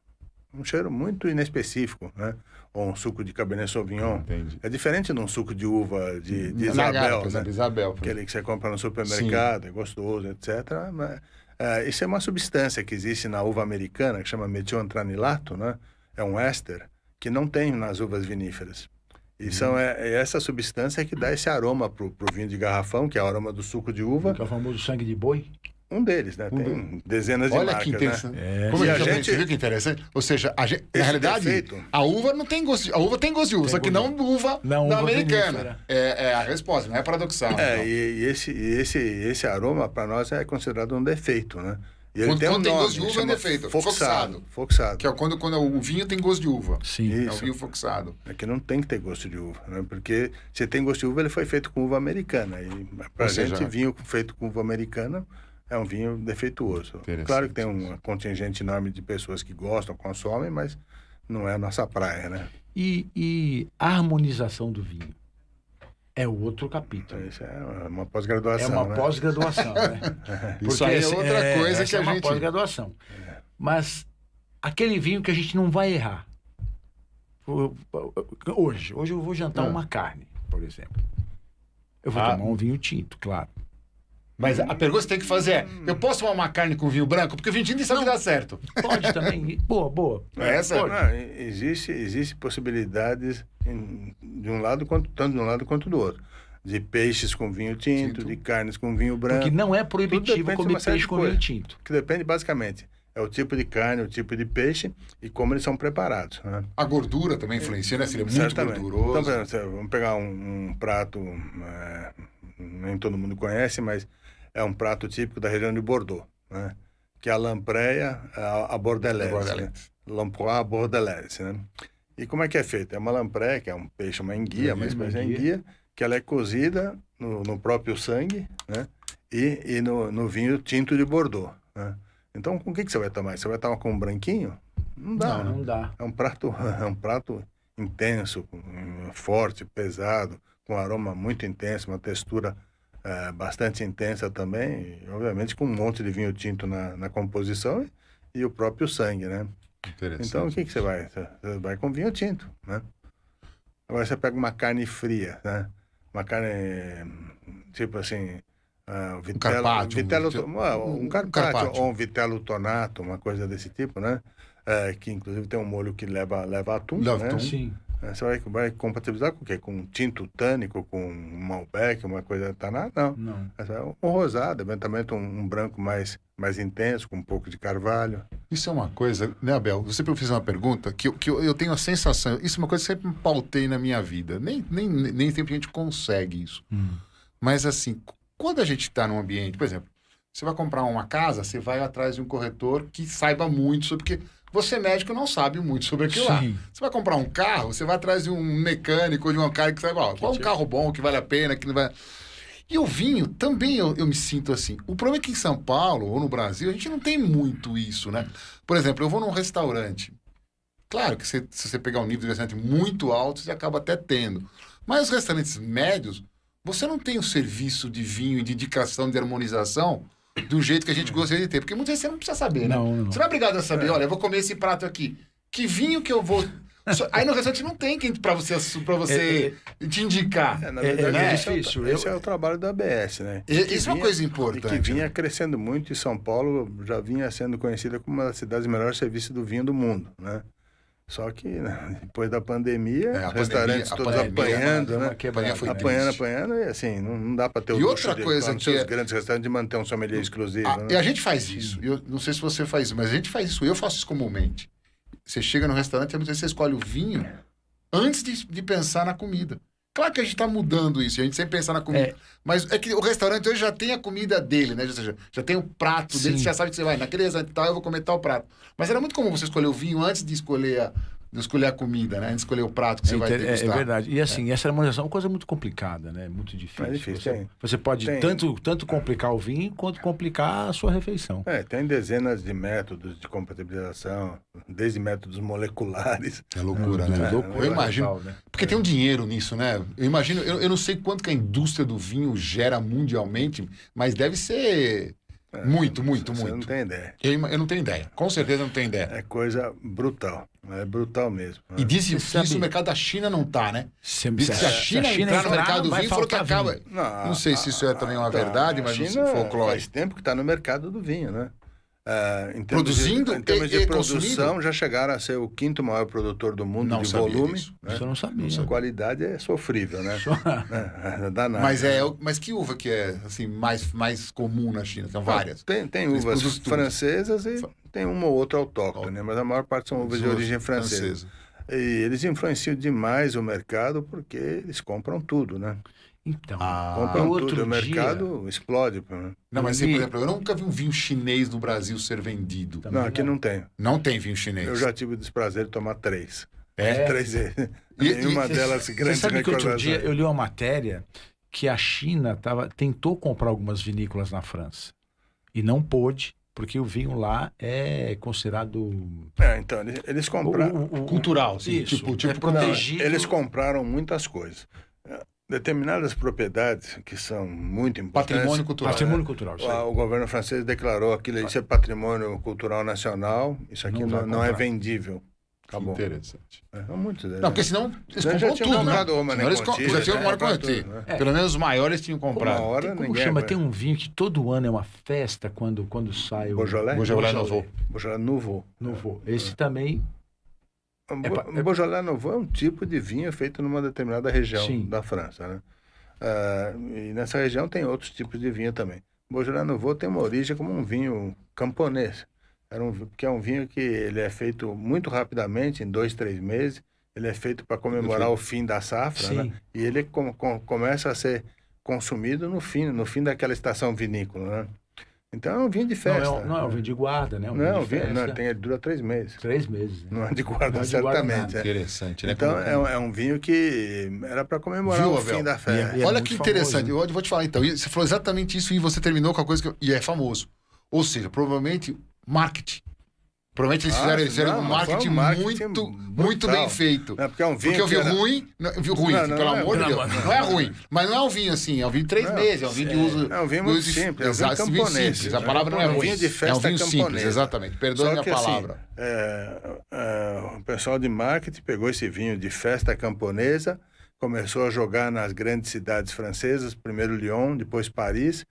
Speaker 3: Um cheiro muito inespecífico, né? Ou um suco de cabernet sauvignon.
Speaker 1: Entendi.
Speaker 3: É diferente de um suco de uva de,
Speaker 1: Lagarto,
Speaker 3: de Isabel,
Speaker 1: Uhum. por
Speaker 3: né?
Speaker 1: exemplo, Isabel. por exemplo.
Speaker 3: aquele que você compra no supermercado, é gostoso, etc. Mas, é, isso é uma substância que existe na uva americana, que chama metiontranilato, né? É um éster que não tem nas uvas viníferas. E
Speaker 1: Uhum.
Speaker 3: são, é, é essa substância que dá esse aroma pro, pro vinho de garrafão, que é o aroma do suco de uva.
Speaker 2: Que é o famoso sangue de boi.
Speaker 3: Um deles, né? Tem dezenas de
Speaker 1: Então, Olha
Speaker 3: marcas,
Speaker 1: que interessante.
Speaker 3: né?
Speaker 2: É.
Speaker 1: Como
Speaker 3: E
Speaker 1: eu
Speaker 3: a
Speaker 1: já
Speaker 3: gente-
Speaker 1: gente... viu que interessante? Ou seja, a gente- na
Speaker 3: Esse
Speaker 1: realidade,
Speaker 3: defeito-
Speaker 1: a uva não tem gosto de, A uva tem gosto de uva, só que não uva
Speaker 2: Não,
Speaker 1: da
Speaker 2: uva
Speaker 1: americana.
Speaker 2: vinífera.
Speaker 1: É, é a resposta, não é paradoxal.
Speaker 3: É,
Speaker 1: não.
Speaker 3: e, e esse, e esse, esse aroma para nós é considerado um defeito, né? E
Speaker 1: Quando- quando tem gosto de
Speaker 3: ele
Speaker 1: uva, é um
Speaker 3: chama
Speaker 1: defeito,
Speaker 3: Foxado.
Speaker 1: foxado.
Speaker 3: Foxado.
Speaker 1: Que é quando, quando o vinho tem gosto de uva.
Speaker 2: Sim.
Speaker 1: É o
Speaker 3: Isso.
Speaker 1: vinho foxado.
Speaker 3: É que não tem que ter gosto de uva, né? Porque se tem gosto de uva, ele foi feito com uva americana. E pra
Speaker 1: Ou
Speaker 3: gente,
Speaker 1: seja,
Speaker 3: vinho feito com uva americana é um vinho defeituoso.
Speaker 1: Interessante
Speaker 3: Claro que tem um contingente enorme de pessoas que gostam, consomem, mas não é a nossa praia, né?
Speaker 2: E, e a harmonização do vinho é outro capítulo.
Speaker 3: Então
Speaker 2: É,
Speaker 3: isso é uma pós-graduação,
Speaker 2: uma
Speaker 3: né?
Speaker 2: pós-graduação, né?
Speaker 1: Isso aí é
Speaker 2: assim,
Speaker 1: outra coisa
Speaker 2: essa
Speaker 1: que
Speaker 2: é
Speaker 1: a
Speaker 2: uma
Speaker 1: gente.
Speaker 2: pós-graduação. É. Mas aquele vinho que a gente não vai errar. O- Hoje, hoje eu vou jantar
Speaker 1: Ah.
Speaker 2: uma carne, por exemplo. Eu vou
Speaker 1: Ah.
Speaker 2: tomar um vinho tinto, claro.
Speaker 1: Mas a pergunta que você tem que fazer é:
Speaker 3: Hum.
Speaker 1: eu posso tomar uma carne com vinho branco? Porque o vinho tinto nem sabe dar certo. É,
Speaker 2: Pode também. Boa, boa.
Speaker 1: Essa
Speaker 2: Pode.
Speaker 3: É, Não, e- existe, existe possibilidades em- de um lado quanto tanto de um lado quanto do outro. De peixes com vinho tinto,
Speaker 1: Tinto.
Speaker 3: de carnes com vinho branco.
Speaker 2: Porque não é
Speaker 3: Tudo depende
Speaker 2: proibitivo
Speaker 3: de
Speaker 2: comer
Speaker 3: uma série
Speaker 2: peixe
Speaker 3: de
Speaker 2: com
Speaker 3: coisas.
Speaker 2: vinho tinto.
Speaker 3: que depende basicamente é o tipo de carne, o tipo de peixe e como eles são preparados. Né?
Speaker 1: A gordura também influencia, né? Seria muito
Speaker 3: Certamente.
Speaker 1: gorduroso.
Speaker 3: Então, por exemplo, se- vamos pegar um, um prato, é, nem todo mundo conhece, mas é um prato típico da região de Bordeaux, né? que é a lampreia, a, a bordelese.
Speaker 1: Agora,
Speaker 3: né? Lamproie bordelese, né? E como é que é feito? É uma lampreia, que é um peixe, uma enguia, uma
Speaker 2: Enguia,
Speaker 3: espécie de
Speaker 2: enguia.
Speaker 3: enguia, que ela é cozida no, no próprio sangue, né? E, e no, no vinho tinto de Bordeaux, né? Então, com o que, que você vai tomar? Você vai tomar com um branquinho? Não dá,
Speaker 2: Não,
Speaker 3: né?
Speaker 2: não dá.
Speaker 3: É um prato, é um prato intenso, com- forte, pesado, com um aroma muito intenso, uma textura eh, bastante intensa também, e, obviamente com um monte de vinho tinto na, na composição e, e o próprio sangue, né?
Speaker 1: Interessante.
Speaker 3: Então o que, que você vai? Você você vai com vinho tinto, né? Agora você pega uma carne fria, né? Uma carne tipo assim, ah, vitelo,
Speaker 1: carpaccio, um
Speaker 3: vitelo,
Speaker 1: vite-
Speaker 3: ah, um,
Speaker 1: um
Speaker 3: carpaccio,
Speaker 1: carpaccio.
Speaker 3: ou um vitelo tonato, uma coisa desse tipo, né? Eh, que inclusive tem um molho que leva leva atum,
Speaker 1: Leva
Speaker 3: né?
Speaker 1: atum.
Speaker 2: Sim.
Speaker 3: Eh, Você vai, vai compatibilizar com o quê? Com um tinto tânico, com um malbec, uma coisa tanada? Não.
Speaker 2: Não.
Speaker 3: Mas é Um rosado, eventualmente um, um branco mais, mais intenso, com um pouco de carvalho.
Speaker 1: Isso é uma coisa, né, Abel? Você sempre fez uma pergunta que, eu- que eu, eu tenho a sensação. Isso é uma coisa que eu sempre pautei na minha vida. Nem, nem, nem sempre a gente consegue isso. Mas, assim, c- quando a gente está num ambiente, por exemplo, você vai comprar uma casa, você vai atrás de um corretor que saiba muito sobre. Porque você, médico, não sabe muito sobre aquilo lá.
Speaker 2: Sim.
Speaker 1: Você vai comprar um carro, você vai atrás de um mecânico, de um cara que sabe, ó, qual é um carro bom, que vale a pena, que não vai. E o vinho, também eu, eu me sinto assim. O problema é que em São Paulo ou no Brasil, a gente não tem muito isso, né? Por exemplo, eu vou num restaurante. Claro que você- se você pegar um nível de restaurante muito alto, você acaba até tendo. Mas os restaurantes médios, você não tem o serviço de vinho e de indicação de harmonização do jeito que a gente gostaria de ter. Porque muitas vezes você não precisa saber, né?
Speaker 2: Não, não.
Speaker 1: Você não é obrigado a saber, olha, eu vou comer esse prato aqui. Que vinho que eu vou. Só- Aí no restaurante não tem quem para você, pra você te indicar.
Speaker 3: É, na
Speaker 2: É,
Speaker 3: verdade,
Speaker 1: é
Speaker 3: esse, é o-
Speaker 2: difícil.
Speaker 3: esse
Speaker 2: Eu-
Speaker 3: é o trabalho da ABS, né?
Speaker 1: E- isso é uma coisa
Speaker 3: E que
Speaker 1: importante.
Speaker 3: vinha
Speaker 1: né?
Speaker 3: crescendo muito e São Paulo já vinha sendo conhecida como uma das cidades de melhor serviço do vinho do mundo, né? Só que né, depois da
Speaker 1: É,
Speaker 3: pandemia,
Speaker 1: a
Speaker 3: restaurantes
Speaker 1: pandemia- a
Speaker 3: todos
Speaker 1: pandemia,
Speaker 3: apanhando,
Speaker 2: uma- uma
Speaker 3: né?
Speaker 2: quebrada,
Speaker 1: Foi
Speaker 3: apanhando,
Speaker 1: triste.
Speaker 3: apanhando, e assim, não, não dá para ter o
Speaker 1: E
Speaker 3: luxo
Speaker 1: outra
Speaker 3: de,
Speaker 1: coisa
Speaker 3: lá nos
Speaker 1: que
Speaker 3: seus
Speaker 1: é-
Speaker 3: grandes restaurantes de manter um sommelier exclusivo,
Speaker 1: Ah,
Speaker 3: né?
Speaker 1: e a gente faz isso. Eu não sei se você faz isso, mas a gente faz isso. Eu faço isso comumente. Você chega no restaurante, muitas vezes você escolhe o vinho antes de, de pensar na comida. Claro que a gente está mudando isso, a gente sempre pensa na comida.
Speaker 2: É.
Speaker 1: Mas é que o restaurante hoje já tem a comida dele, né? Ou seja, já tem o prato dele,
Speaker 2: Sim.
Speaker 1: você já sabe que você vai naquele restaurante tal, eu vou comer tal prato. Mas era muito comum você escolher o vinho antes de escolher a, de escolher a comida, né? Antes de escolher o prato que você
Speaker 2: É,
Speaker 1: vai
Speaker 2: inter- é- é
Speaker 1: degustar.
Speaker 2: verdade. E assim, essa harmonização é uma coisa muito complicada, né? Muito difícil.
Speaker 3: É difícil,
Speaker 2: você,
Speaker 3: tem.
Speaker 2: você pode
Speaker 3: Tem.
Speaker 2: tanto, tanto complicar o vinho quanto complicar a sua refeição.
Speaker 3: É, tem dezenas de métodos de compatibilização, desde métodos moleculares,
Speaker 1: É loucura, né? eu
Speaker 2: É,
Speaker 1: imagino.
Speaker 2: total, né?
Speaker 1: Porque tem um dinheiro nisso, né? Eu imagino, eu, eu não sei quanto que a indústria do vinho gera mundialmente, mas deve ser muito, muito,
Speaker 3: você não
Speaker 1: muito.
Speaker 3: tem ideia.
Speaker 1: Eu, ima- eu não tenho ideia. Com certeza eu não tenho ideia.
Speaker 3: É coisa brutal, é brutal mesmo. né?
Speaker 1: E disse
Speaker 2: Você
Speaker 1: isso,
Speaker 2: sabe-
Speaker 1: o mercado da China não tá, né?
Speaker 2: Se,
Speaker 1: Diz que se a China, entrar no mercado do
Speaker 2: vai
Speaker 1: vinho, falou que
Speaker 2: faltar
Speaker 1: acaba.
Speaker 2: vinho.
Speaker 1: Não sei se isso é também uma
Speaker 3: então,
Speaker 1: verdade,
Speaker 3: a
Speaker 1: mas não
Speaker 3: China
Speaker 1: sei, folclore.
Speaker 3: tá Faz tempo que está no mercado do vinho, né? ah, em termos
Speaker 1: Produzindo
Speaker 3: de, em termos
Speaker 1: e-
Speaker 3: de
Speaker 1: e
Speaker 3: produção,
Speaker 1: consumido?
Speaker 3: já chegaram a ser o quinto maior produtor do mundo
Speaker 1: Não
Speaker 3: de
Speaker 1: sabia
Speaker 3: volume.
Speaker 1: disso.
Speaker 3: né?
Speaker 2: Isso eu não sabia.
Speaker 3: A qualidade é sofrível, né? É, é danado.
Speaker 1: Mas, é, o- mas que uva que é assim, mais, mais comum na China? São várias.
Speaker 3: Tem, tem
Speaker 1: Eles
Speaker 3: uvas
Speaker 1: produzem tudo.
Speaker 3: francesas e tem uma ou outra autóctone, mas a maior parte são uvas de
Speaker 1: São
Speaker 3: origem francesa. E eles influenciam demais o mercado porque eles compram tudo, né?
Speaker 2: Então,
Speaker 1: Ah,
Speaker 3: Compram
Speaker 2: outro
Speaker 3: tudo, o
Speaker 2: dia-
Speaker 3: mercado explode. Né?
Speaker 1: não, mas assim,
Speaker 2: Li-
Speaker 1: por exemplo, eu nunca vi um vinho chinês no Brasil ser vendido.
Speaker 2: Também.
Speaker 3: Não, aqui não tem.
Speaker 1: Não tem vinho chinês.
Speaker 3: Eu já tive o desprazer de tomar três.
Speaker 1: É?
Speaker 3: Três vezes.
Speaker 1: E- e-
Speaker 3: Nenhuma delas
Speaker 2: Você
Speaker 3: grande
Speaker 2: sabe que outro dia
Speaker 3: recordação.
Speaker 2: eu li uma matéria que a China tava, tentou comprar algumas vinícolas na França e não pôde, porque o vinho lá é considerado
Speaker 3: É, então, eles, eles compraram.
Speaker 2: O- o- o-
Speaker 1: Cultural, assim,
Speaker 2: Isso,
Speaker 1: tipo- tipo-
Speaker 2: é protegido.
Speaker 3: Eles compraram muitas coisas. É, Determinadas propriedades que são muito importantes. Ah,
Speaker 1: Patrimônio cultural.
Speaker 2: Patrimônio cultural. né? isso aí.
Speaker 3: O, o governo francês declarou aquilo isso é patrimônio cultural nacional, isso aqui
Speaker 2: Não
Speaker 3: não,
Speaker 2: vai
Speaker 3: não é
Speaker 2: comprar.
Speaker 3: vendível. Acabou.
Speaker 1: Interessante.
Speaker 3: É, são muitos, né?
Speaker 1: Tá Não, porque senão eles
Speaker 3: Não, já
Speaker 1: compram
Speaker 3: tinham
Speaker 1: tudo, né?
Speaker 3: comprado uma, né,
Speaker 1: Senão eles
Speaker 3: com
Speaker 1: com-
Speaker 3: tira,
Speaker 1: já tinham
Speaker 3: né,
Speaker 1: uma com
Speaker 3: pra
Speaker 1: a tira.
Speaker 3: tudo, né?
Speaker 1: Pelo menos os maiores tinham
Speaker 3: uma
Speaker 1: comprado.
Speaker 3: hora
Speaker 2: Tem- como
Speaker 3: ninguém
Speaker 2: chama?
Speaker 3: vai-
Speaker 2: Tem um vinho que todo ano é uma festa quando, quando sai o.
Speaker 3: Beaujolais?
Speaker 1: Beaujolais Nouveau.
Speaker 3: Beaujolais Nouveau.
Speaker 2: Nouveau. Esse também.
Speaker 3: Um
Speaker 2: É
Speaker 3: bo-
Speaker 2: pa-
Speaker 3: um Beaujolais Nouveau é um tipo de vinho feito numa determinada região
Speaker 2: Sim.
Speaker 3: da França, né? Ah, e nessa região tem outros tipos de vinho também. O Beaujolais Nouveau tem uma origem como um vinho camponês. Era um, vi- porque é um vinho que ele é feito muito rapidamente, em dois, três meses. Ele é feito para comemorar o fim da safra, né?
Speaker 2: Sim. é um,
Speaker 3: E ele com- com- começa a ser consumido no fim, no fim daquela estação vinícola, né? Então é um vinho de
Speaker 2: Não,
Speaker 3: festa.
Speaker 2: é, um- não é um vinho de guarda, né? É um
Speaker 3: Não,
Speaker 2: vinho de
Speaker 3: vinho- não,
Speaker 2: festa.
Speaker 3: tem, ele dura três meses.
Speaker 2: Três meses. né?
Speaker 3: Não é de guarda,
Speaker 2: Não é de guarda
Speaker 3: certamente. é.
Speaker 1: Interessante, né?
Speaker 3: Então
Speaker 1: Como-
Speaker 3: é, um- é um vinho que era para comemorar
Speaker 1: Viu,
Speaker 3: o
Speaker 1: Abel?
Speaker 3: fim da festa.
Speaker 2: E é
Speaker 1: Olha
Speaker 2: muito
Speaker 1: que
Speaker 2: famoso,
Speaker 1: interessante.
Speaker 2: né?
Speaker 1: Eu vou te falar então. E Você falou exatamente isso e você terminou com a coisa que. eu- E é famoso. Ou seja, provavelmente marketing. Provavelmente eles
Speaker 3: Ah,
Speaker 1: fizeram, eles fizeram
Speaker 3: não,
Speaker 1: um,
Speaker 3: mas foi
Speaker 1: marketing
Speaker 3: um marketing
Speaker 1: muito,
Speaker 3: brutal.
Speaker 1: muito bem feito.
Speaker 3: É, porque é um vinho
Speaker 1: Porque eu
Speaker 3: que
Speaker 1: vi
Speaker 3: era-
Speaker 1: ruim, não, eu vi ruim,
Speaker 3: Não,
Speaker 1: assim,
Speaker 3: não,
Speaker 1: pelo
Speaker 3: não é-
Speaker 1: amor de
Speaker 3: não,
Speaker 1: Deus. Não é ruim, mas não é um vinho assim, é um vinho de três
Speaker 3: Não,
Speaker 1: meses, é um vinho de uso.
Speaker 3: é um vinho muito
Speaker 1: uso de-
Speaker 3: simples, é um vinho
Speaker 1: exato, esse
Speaker 3: camponês,
Speaker 1: simples,
Speaker 3: né?
Speaker 1: A palavra não é
Speaker 3: É um
Speaker 1: ruim.
Speaker 3: vinho de
Speaker 1: é um
Speaker 3: festa
Speaker 1: vinho simples,
Speaker 3: camponesa.
Speaker 1: exatamente. Perdoe
Speaker 3: Só
Speaker 1: minha
Speaker 3: que,
Speaker 1: palavra.
Speaker 3: assim, é, é, o pessoal de marketing pegou esse vinho de festa camponesa, começou a jogar nas grandes cidades francesas, primeiro Lyon, depois Paris.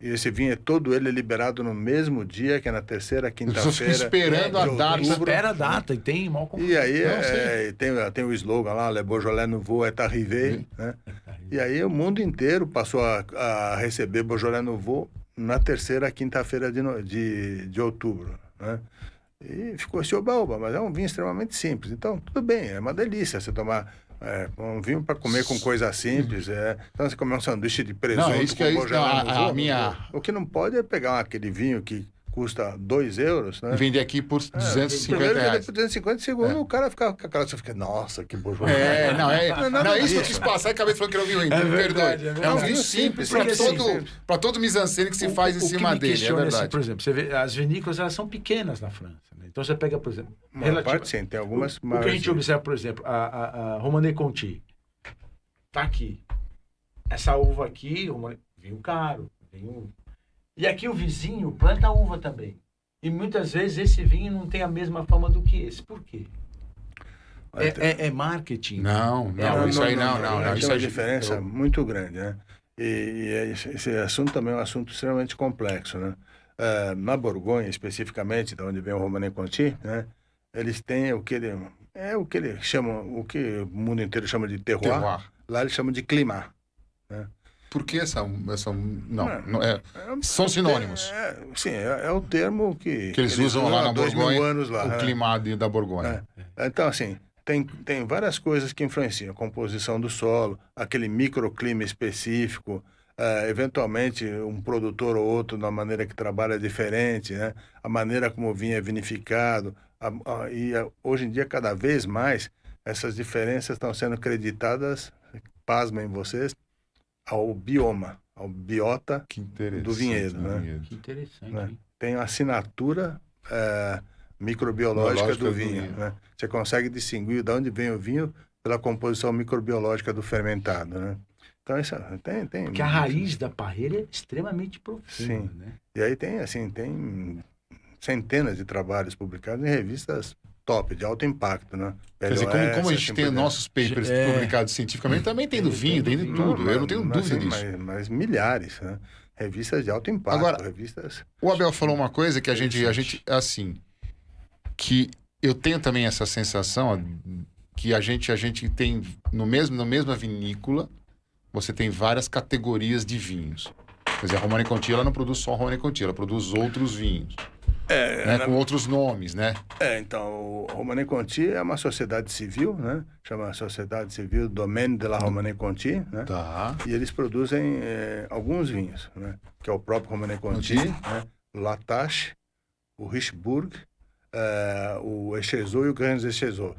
Speaker 3: E esse vinho é todo ele liberado no mesmo dia, que é na terceira
Speaker 1: As pessoas ficam
Speaker 3: quinta-feira.
Speaker 1: esperando
Speaker 3: né, de
Speaker 1: a
Speaker 3: outubro.
Speaker 1: data.
Speaker 2: Espera a data e tem mal com.
Speaker 3: E aí
Speaker 1: Não,
Speaker 3: é, tem, tem o slogan lá, Le Beaujolais Nouveau est arrivé, né?
Speaker 1: Tá
Speaker 3: E aí o mundo inteiro passou a, a receber Beaujolais Nouveau na terceira quinta-feira de, no- de, de outubro, né? E ficou esse oba-oba, mas é um vinho extremamente simples. Então, tudo bem, é uma delícia você tomar é, um vinho para comer com coisa simples. É. Então, você comer um sanduíche de presunto
Speaker 1: isso que
Speaker 3: com
Speaker 1: é isso,
Speaker 3: Beaujolais
Speaker 1: não, a- a
Speaker 3: Nouveau,
Speaker 1: minha-
Speaker 3: O que não pode é pegar aquele vinho que custa 2 euros, né?
Speaker 1: E vender aqui por
Speaker 3: Primeiro
Speaker 1: 250
Speaker 3: que ele
Speaker 1: reais.
Speaker 3: por 250 segundos, o cara fica com aquela. Você fica, nossa, que bojo.
Speaker 1: É, não, é.
Speaker 3: Não é
Speaker 1: Não,
Speaker 3: nada
Speaker 1: é isso que eu quis
Speaker 3: disso.
Speaker 1: passar e acabei falando que era um vinho ruim.
Speaker 2: É
Speaker 1: Me
Speaker 2: verdade, é
Speaker 1: perdoe. É um
Speaker 2: verdade.
Speaker 1: vinho simples pra
Speaker 3: é
Speaker 2: Porque assim,
Speaker 1: todo, pra todo misancene que se faz em
Speaker 2: o que
Speaker 1: cima
Speaker 2: me
Speaker 1: dele, é
Speaker 2: questiona, assim,
Speaker 1: verdade.
Speaker 2: por exemplo, você vê, as vinícolas elas são pequenas na França. né? Então você pega, por exemplo.
Speaker 3: Uma
Speaker 2: relativa-
Speaker 3: parte sim, tem
Speaker 2: o,
Speaker 3: algumas
Speaker 2: o que a
Speaker 3: maiores,
Speaker 2: gente
Speaker 3: sim.
Speaker 2: observa, por exemplo, a, a, a Romanée Conti. Tá aqui. Essa uva aqui, Romanée, vinho caro. Vinho... E aqui o vizinho planta uva também. E muitas vezes esse vinho não tem a mesma fama do que esse. Por quê? É, é- é marketing.
Speaker 1: Não, não,
Speaker 3: Ah, É,
Speaker 2: Não,
Speaker 1: isso aí não, não, não.
Speaker 3: Tem
Speaker 1: Isso
Speaker 3: uma
Speaker 1: aí
Speaker 3: diferença
Speaker 1: eu-
Speaker 3: muito grande, né? E, e é esse- esse assunto também é um assunto extremamente complexo, né? Ah, na Borgonha, especificamente, de onde vem o Romanée Conti, né? Eles têm o que ele, é o que ele chama, o que o mundo inteiro chama de terroir.
Speaker 1: Terroir.
Speaker 3: Lá eles chamam de climat.
Speaker 1: Por que essa. essa não,
Speaker 3: É.
Speaker 1: não é, são sinônimos
Speaker 3: É, sim, é, é o termo que,
Speaker 1: que eles usam lá
Speaker 3: há
Speaker 1: na
Speaker 3: dois mil
Speaker 1: Borgonha.
Speaker 3: anos lá,
Speaker 1: O
Speaker 3: né?
Speaker 1: clima de- da Borgonha.
Speaker 3: É. Então, assim, tem, tem várias coisas que influenciam. A composição do solo, aquele microclima específico, eh, eventualmente um produtor ou outro, na maneira que trabalha é diferente, né? a maneira como o vinho é vinificado. a- a- e a- hoje em dia, cada vez mais, essas diferenças estão sendo creditadas, pasmem vocês, ao bioma, ao biota
Speaker 1: Que interessante.
Speaker 3: Do vinhedo, né?
Speaker 2: Que interessante.
Speaker 3: É.
Speaker 2: hein?
Speaker 3: tem a assinatura eh, microbiológica
Speaker 1: Biológica
Speaker 3: do
Speaker 1: do
Speaker 3: vinho.
Speaker 1: vinho.
Speaker 3: né? Você consegue distinguir de onde vem o vinho pela composição microbiológica do fermentado, né? Então, isso tem... tem
Speaker 2: Porque a raiz da parreira é extremamente profunda,
Speaker 3: Sim.
Speaker 2: né?
Speaker 3: E aí tem, assim, tem centenas de trabalhos publicados em revistas top, de alto impacto, né?
Speaker 1: Quer dizer, como,
Speaker 3: PLOS,
Speaker 1: como a
Speaker 3: assim
Speaker 1: gente tem
Speaker 3: por diante.
Speaker 1: nossos papers
Speaker 2: É.
Speaker 1: publicados cientificamente, também tem do vinho, tem de
Speaker 2: Não,
Speaker 1: tudo. Eu não tenho
Speaker 3: né? mas,
Speaker 1: dúvida
Speaker 3: assim,
Speaker 1: disso.
Speaker 3: Mas, mas milhares, né? revistas de alto impacto.
Speaker 1: Agora-
Speaker 3: revistas.
Speaker 1: O Abel falou uma coisa que a gente, a gente, assim, que eu tenho também essa sensação ó, que a gente, a gente tem no mesmo, na mesma vinícola, você tem várias categorias de vinhos. Quer dizer, a Romane Conti, ela não produz só Romane Conti, ela produz outros vinhos,
Speaker 3: É,
Speaker 1: né,
Speaker 3: na-
Speaker 1: com outros nomes, né?
Speaker 3: é, então, o Romane Conti é uma sociedade civil, né? Chama Sociedade Civil Domaine de la Romane Conti, né?
Speaker 1: Tá.
Speaker 3: E eles produzem eh, alguns vinhos, né? Que é o próprio Romane Conti,
Speaker 1: Conti.
Speaker 3: né? o Latache, o Richburg, eh, o Echezou e o Grandes Echezou.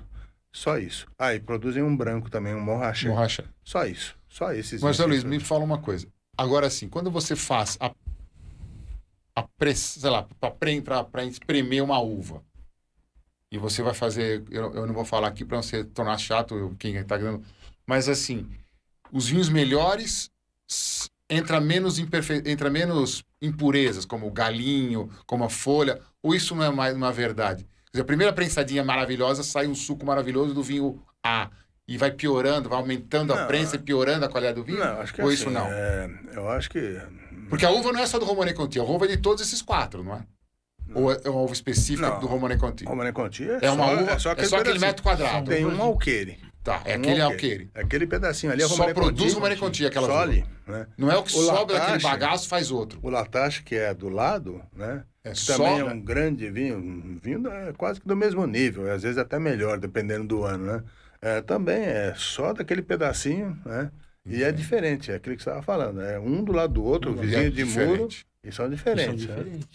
Speaker 3: Só isso. Ah, e produzem um branco também, um Morrache.
Speaker 1: Borracha.
Speaker 3: Só isso. Só esses.
Speaker 1: Marcelo Luiz,
Speaker 3: vinhos que
Speaker 1: me
Speaker 3: produzem.
Speaker 1: fala uma coisa. Agora sim, quando você faz a, a press, sei lá, para espremer uma uva, e você vai fazer, eu, eu não vou falar aqui para não se tornar chato eu- quem está ganhando, mas assim, os vinhos melhores s- entra menos imperfe, entra menos impurezas, como o galinho, como a folha, ou isso não é mais uma verdade? Quer dizer, a primeira prensadinha maravilhosa sai um suco maravilhoso do vinho A. E vai piorando, vai aumentando a
Speaker 3: Não,
Speaker 1: prensa e piorando a qualidade do vinho?
Speaker 3: Não, acho que é
Speaker 1: Ou
Speaker 3: assim,
Speaker 1: isso não?
Speaker 3: é, eu acho que.
Speaker 1: Porque a uva não é só do Romane Conti, a uva é de todos esses quatro, não é? Ou é é uma uva específica
Speaker 3: Não.
Speaker 1: do Romane Conti?
Speaker 3: Romane Conti é,
Speaker 1: É uma
Speaker 3: só,
Speaker 1: uva,
Speaker 3: é só aquele, pedacinho.
Speaker 1: metro quadrado.
Speaker 3: Tem um alqueire.
Speaker 1: Tá, é
Speaker 3: um
Speaker 1: aquele alqueire.
Speaker 3: Aquele pedacinho ali é
Speaker 1: Só
Speaker 3: Romane Conti.
Speaker 1: produz Romane Conti, aquela
Speaker 3: Só
Speaker 1: uva.
Speaker 3: ali, né?
Speaker 1: Não é o que
Speaker 3: O
Speaker 1: sobra daquele
Speaker 3: Latache-
Speaker 1: bagaço, faz outro.
Speaker 3: O Latache, que é do lado, né?
Speaker 1: É
Speaker 3: que
Speaker 1: só-
Speaker 3: também é um grande vinho, um vinho da- quase que do mesmo nível, e às vezes até melhor, dependendo do ano, né? É, também é só daquele pedacinho, né? E
Speaker 1: Uhum.
Speaker 3: é diferente, é aquilo que você estava falando. É um do lado do outro, vizinho de muro,
Speaker 1: diferente.
Speaker 3: e são
Speaker 2: Eles são
Speaker 3: diferentes. né?
Speaker 2: diferentes.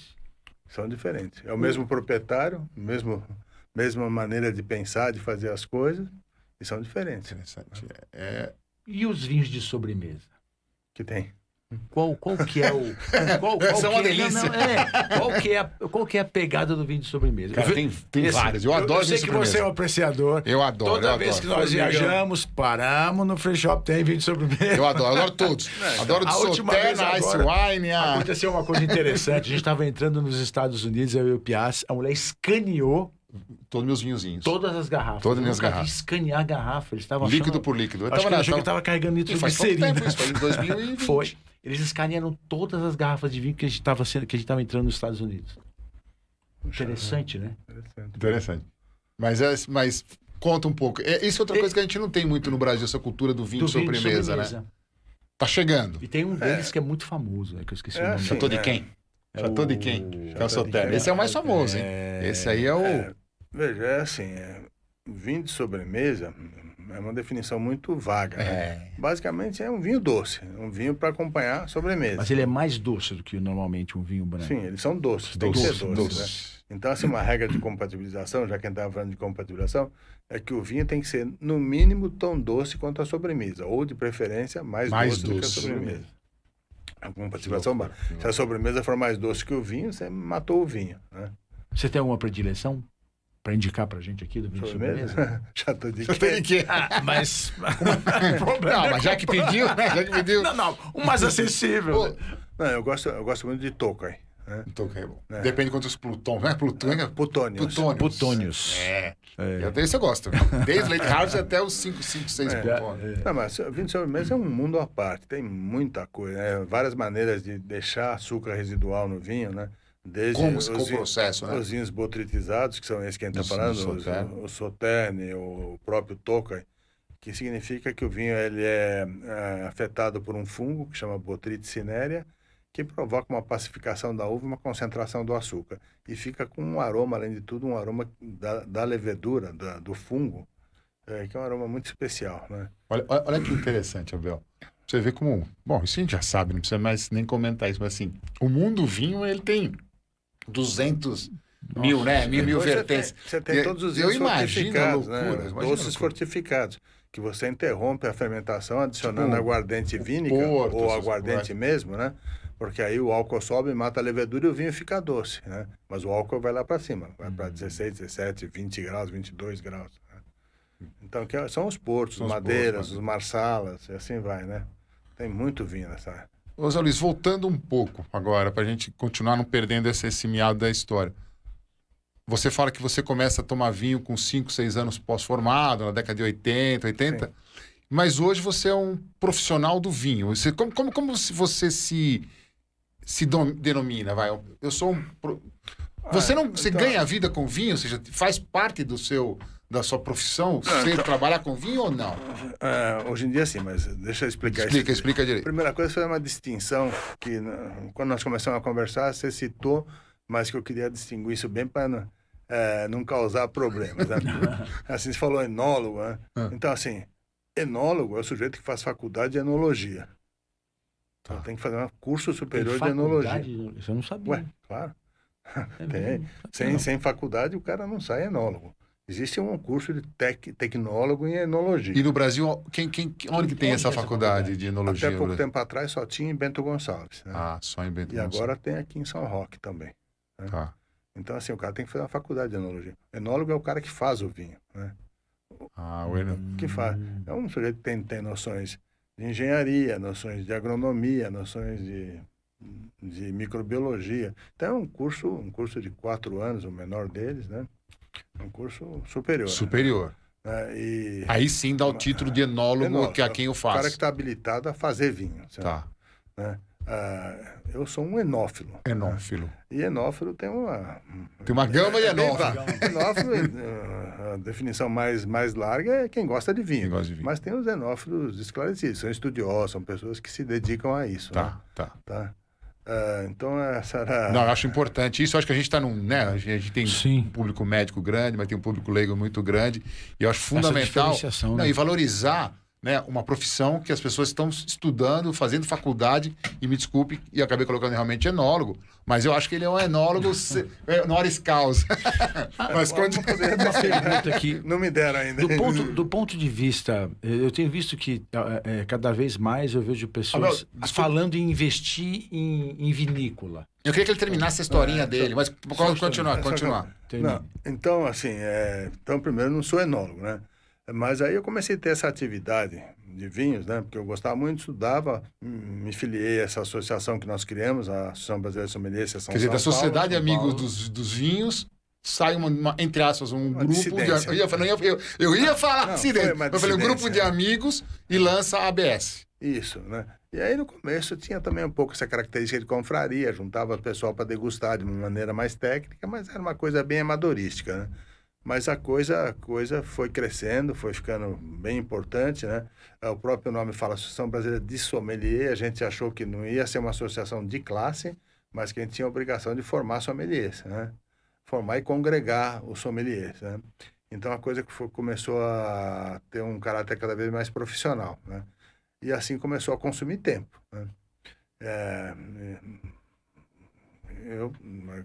Speaker 3: São diferentes. É o
Speaker 1: Uhum.
Speaker 3: mesmo proprietário, mesmo, mesma maneira de pensar, de fazer as coisas, e são diferentes. né?
Speaker 1: Interessante. É,
Speaker 2: E os vinhos de sobremesa?
Speaker 3: Que tem.
Speaker 2: Qual, qual que é o. Qual, qual
Speaker 1: Essa é uma
Speaker 2: que não,
Speaker 1: delícia.
Speaker 2: não, é. qual, que é a, qual que é a pegada do vinho de sobremesa?
Speaker 1: Cara,
Speaker 2: Eu-
Speaker 1: tem tem
Speaker 2: esse-
Speaker 1: vários. Eu adoro
Speaker 2: Eu sei
Speaker 1: isso
Speaker 2: que você é um apreciador.
Speaker 1: Eu adoro,
Speaker 2: Toda
Speaker 1: eu
Speaker 2: vez que
Speaker 1: adoro.
Speaker 2: nós
Speaker 3: Ô, Miguel.
Speaker 2: viajamos, paramos no free shop, tem vinho de sobremesa.
Speaker 1: Eu adoro, eu adoro todos. adoro de
Speaker 2: a última vez
Speaker 1: Sotena, Ice
Speaker 2: agora-
Speaker 1: Wine, a...
Speaker 2: Aconteceu uma coisa interessante. A gente estava entrando nos Estados Unidos, eu e o Piazza, a mulher escaneou
Speaker 1: todos meus vinhozinhos.
Speaker 2: todas as garrafas.
Speaker 1: Todas
Speaker 2: Eu
Speaker 1: minhas
Speaker 2: nunca vi
Speaker 1: garrafas.
Speaker 2: escanear a garrafa. Eles estavam
Speaker 1: líquido
Speaker 2: achando-
Speaker 1: por líquido. Eu
Speaker 2: Acho que ele
Speaker 1: na-
Speaker 2: achou que tava carregando
Speaker 1: E
Speaker 2: litros de
Speaker 1: faz pouco
Speaker 2: glicerina.
Speaker 1: tempo isso, foi em 2020.
Speaker 2: Foi. Eles escanearam todas as garrafas de vinho que a gente estava sendo, que a gente tava entrando nos Estados Unidos. Interessante, né?
Speaker 3: Interessante.
Speaker 1: Interessante. Mas, é- mas conta um pouco. É, isso é outra
Speaker 2: E-
Speaker 1: coisa que a gente não tem muito no Brasil, essa cultura do vinho,
Speaker 2: Do
Speaker 1: de,
Speaker 2: vinho de
Speaker 1: sobremesa, né? Tá chegando.
Speaker 2: E tem um deles que é muito famoso, né? Que eu esqueci
Speaker 3: É,
Speaker 2: o nome.
Speaker 3: sim.
Speaker 1: Chateau de
Speaker 3: é.
Speaker 1: quem?
Speaker 2: É
Speaker 1: Chateau de
Speaker 2: o-
Speaker 1: quem? É
Speaker 3: Chateau
Speaker 1: o
Speaker 3: de
Speaker 1: Sotero.
Speaker 3: quem?
Speaker 1: Esse é o mais famoso, hein?
Speaker 2: É,
Speaker 1: Esse aí é o...
Speaker 3: É, veja, é assim, é, vinho de sobremesa é uma definição muito vaga. né?
Speaker 1: É.
Speaker 3: Basicamente é um vinho doce, um vinho para acompanhar a sobremesa.
Speaker 2: Mas ele é mais doce do que normalmente um vinho branco.
Speaker 3: Sim, eles são né? doces, tem que ser doce. Né? Então, assim, uma regra de compatibilização, já que a gente estava falando de compatibilização, é que o vinho tem que ser, no mínimo, tão doce quanto a sobremesa, ou, de preferência, mais,
Speaker 1: Mais
Speaker 3: doce, do que a
Speaker 1: doce.
Speaker 3: sobremesa. A compatibilização, se a sobremesa for mais doce que o vinho, você matou o vinho, né?
Speaker 2: Você tem alguma predileção para indicar pra gente aqui do vinho de sobremesa?
Speaker 3: Sobremesa? Já tô de
Speaker 1: Chateau de quem?
Speaker 2: Ah, mas.
Speaker 1: Não, mas já que pediu, né? Já que pediu...
Speaker 2: Não, não. O mais acessível. né?
Speaker 3: Não, eu gosto, eu gosto muito de Tokay. Né?
Speaker 1: Então, que é bom.
Speaker 3: É.
Speaker 1: Depende de quantos Plutão, né? Plutão é
Speaker 3: Plutônio. assim.
Speaker 1: Plutônios.
Speaker 2: Plutônios.
Speaker 1: É.
Speaker 2: É.
Speaker 1: Eu tenho, você gosta. Desde Late Harvest até os 5, 5, 6
Speaker 3: É.
Speaker 1: Plutônios.
Speaker 3: Não, mas o vinho de sobremesa é um mundo à parte. Tem muita coisa, né? várias maneiras de deixar açúcar residual no vinho, né? Desde
Speaker 1: Como
Speaker 3: os
Speaker 1: ficou o
Speaker 3: vinhos-
Speaker 1: processo, né?
Speaker 3: Os vinhos botritizados, que são esses que a gente
Speaker 1: Isso,
Speaker 3: está falando,
Speaker 1: do
Speaker 3: os-
Speaker 1: Sauternes.
Speaker 3: o Soterne, o próprio Tokay, que significa que o vinho ele é, é, afetado por um fungo que chama Botrytis cinerea, que provoca uma pacificação da uva e uma concentração do açúcar. E fica com um aroma, além de tudo, um aroma da, da levedura, da- do fungo, é, que é um aroma muito especial, né?
Speaker 1: Olha, olha- olha que interessante, Abel. Você vê como. Bom, isso a gente já sabe, não precisa mais nem comentar isso, mas assim, o mundo vinho, ele tem 200 mil, né? Mil, mil
Speaker 3: Depois você tem-
Speaker 1: vertentes.
Speaker 3: Você tem
Speaker 1: E- é,
Speaker 3: todos os
Speaker 1: eu
Speaker 3: vinhos
Speaker 1: imagino a
Speaker 3: fortificados,
Speaker 1: loucura,
Speaker 3: né? Os
Speaker 1: imagina a
Speaker 3: doces
Speaker 1: loucura.
Speaker 3: fortificados, que você interrompe a fermentação adicionando
Speaker 1: Tipo,
Speaker 3: aguardente vínica
Speaker 1: Porto,
Speaker 3: ou
Speaker 1: essas
Speaker 3: aguardente mesmo, né? Porque aí o álcool sobe, mata a levedura e o vinho fica doce, né? Mas o álcool vai lá para cima, vai
Speaker 1: Hum.
Speaker 3: para 16, 17, 20 graus, 22 graus. né? Então, que são os portos,
Speaker 1: Hum. São os
Speaker 3: madeiras,
Speaker 1: portos,
Speaker 3: os marsalas, e assim vai, né? Tem muito vinho nessa.
Speaker 1: Ô, Zé Luiz, voltando um pouco agora, para a gente continuar não perdendo esse, esse miado da história. Você fala que você começa a tomar vinho com 5, 6 anos pós-formado, na década de 80, 80. Mas hoje você é um profissional do vinho. Você, como, como, como se você se se dom- denomina, vai? Eu sou um. pro- Você não, você
Speaker 3: então-
Speaker 1: ganha a vida com vinho, ou seja, faz parte do seu, da sua profissão, sempre trabalhar com vinho ou não?
Speaker 3: É, hoje em dia sim, mas deixa eu explicar
Speaker 1: Explica,
Speaker 3: isso.
Speaker 1: explica
Speaker 3: A
Speaker 1: direito.
Speaker 3: primeira coisa foi uma distinção que né, quando nós começamos a conversar, você citou, mas que eu queria distinguir isso bem para não causar problemas. Né? assim, você falou enólogo, né?
Speaker 1: Ah.
Speaker 3: Então, assim, enólogo é o sujeito que faz faculdade de enologia.
Speaker 1: Tá.
Speaker 3: Então, tem que fazer um curso superior de enologia.
Speaker 2: enologia. Isso eu não sabia.
Speaker 3: Ué, claro.
Speaker 2: É
Speaker 3: tem.
Speaker 2: mesmo?
Speaker 3: Sem, sem faculdade, o cara não sai enólogo. Existe um curso de tec, tecnólogo em enologia.
Speaker 1: E no Brasil, quem, quem, onde que tem essa faculdade de enologia?
Speaker 3: é Até pouco
Speaker 1: Brasil?
Speaker 3: tempo atrás só tinha em Bento Gonçalves. Né?
Speaker 1: né? Ah, só em Bento
Speaker 3: e
Speaker 1: Gonçalves.
Speaker 3: agora tem aqui em São Roque também.
Speaker 1: Tá.
Speaker 3: Então, assim, o cara tem que fazer uma faculdade de enologia. Enólogo é o cara que faz o vinho, né?
Speaker 1: Ah, o Eno-
Speaker 3: Que faz. É um sujeito que tem, tem noções de engenharia, noções de agronomia, noções de, de microbiologia. Então, é um curso, um curso de quatro anos, o menor deles, né? Um curso superior.
Speaker 1: superior.
Speaker 3: né? E
Speaker 1: Aí sim dá o título de enólogo
Speaker 3: Enólogo, é
Speaker 1: que a quem o
Speaker 3: o cara que
Speaker 1: faz.
Speaker 3: está habilitado a fazer vinho. sabe?
Speaker 1: Tá.
Speaker 3: Ah, eu sou um enófilo.
Speaker 1: Enófilo.
Speaker 3: E enófilo tem uma,
Speaker 1: Tem uma gama de
Speaker 3: É bem
Speaker 1: enófilo.
Speaker 3: vago. Enófilo, eh, a definição mais, mais larga é quem gosta de vinho.
Speaker 1: Quem gosta de vinho.
Speaker 3: Mas tem os enófilos esclarecidos, são estudiosos, são pessoas que se dedicam a isso. né?
Speaker 1: Tá, tá.
Speaker 3: Tá? Ah, então, essa era...
Speaker 1: Não, eu acho importante isso. Eu acho que a gente está num. Né, a gente tem um
Speaker 2: Sim.
Speaker 1: público médico grande, mas tem um público leigo muito grande. E eu acho
Speaker 2: Essa
Speaker 1: fundamental.
Speaker 3: Então,
Speaker 2: diferenciação,
Speaker 1: Não,
Speaker 2: né?
Speaker 1: e valorizar né, uma profissão que as pessoas estão estudando, fazendo faculdade, e me desculpe, e eu acabei colocando realmente enólogo, mas eu acho que ele é um enólogo se- é, honoris causa. mas
Speaker 3: Ah, Bom,
Speaker 1: quando...
Speaker 3: não poderia ter sido.
Speaker 2: Pergunta aqui.
Speaker 3: Não me deram ainda.
Speaker 2: é Do ponto, do ponto de vista, eh, eu tenho visto que eh, eh, cada vez mais eu vejo pessoas
Speaker 1: Ah, desculpa.
Speaker 2: falando em investir em, em vinícola.
Speaker 1: Eu queria que ele terminasse a historinha
Speaker 3: então,
Speaker 1: dele, mas pode continuar,
Speaker 3: É só que-
Speaker 1: continuar.
Speaker 2: Termine.
Speaker 3: Não, então, assim, é, então, primeiro, eu não sou enólogo, né? Mas aí eu comecei a ter essa atividade de vinhos, né? Porque eu gostava muito, estudava, hum, me filiei a essa associação que nós criamos, a Associação Brasileira de Sommelier, Sessão
Speaker 1: Quer dizer, da
Speaker 3: São Paulo.
Speaker 1: Sociedade
Speaker 2: São
Speaker 1: Amigos
Speaker 2: Paulo.
Speaker 1: dos, dos Vinhos, sai uma, uma- entre aspas, um grupo de.
Speaker 3: dissidência.
Speaker 1: Eu ia, falar- eu, eu, eu ia falar
Speaker 3: Não,
Speaker 1: dissidente,
Speaker 3: foi uma
Speaker 1: eu falei um grupo
Speaker 3: dissidência,
Speaker 1: de
Speaker 3: né?
Speaker 1: amigos e lança a ABS.
Speaker 3: Isso, né? E aí no começo tinha também um pouco essa característica de confraria, juntava o pessoal para degustar de uma maneira mais técnica, mas era uma coisa bem amadorística, né? Mas a coisa, a coisa foi crescendo, foi ficando bem importante, né? Eh, O próprio nome fala Associação Brasileira de Sommelier, a gente achou que não ia ser uma associação de classe, mas que a gente tinha a obrigação de formar sommeliers, né? Formar e congregar os sommeliers, né? Então a coisa que foi- começou a ter um caráter cada vez mais profissional, né? e assim começou a consumir tempo. né? É, eu,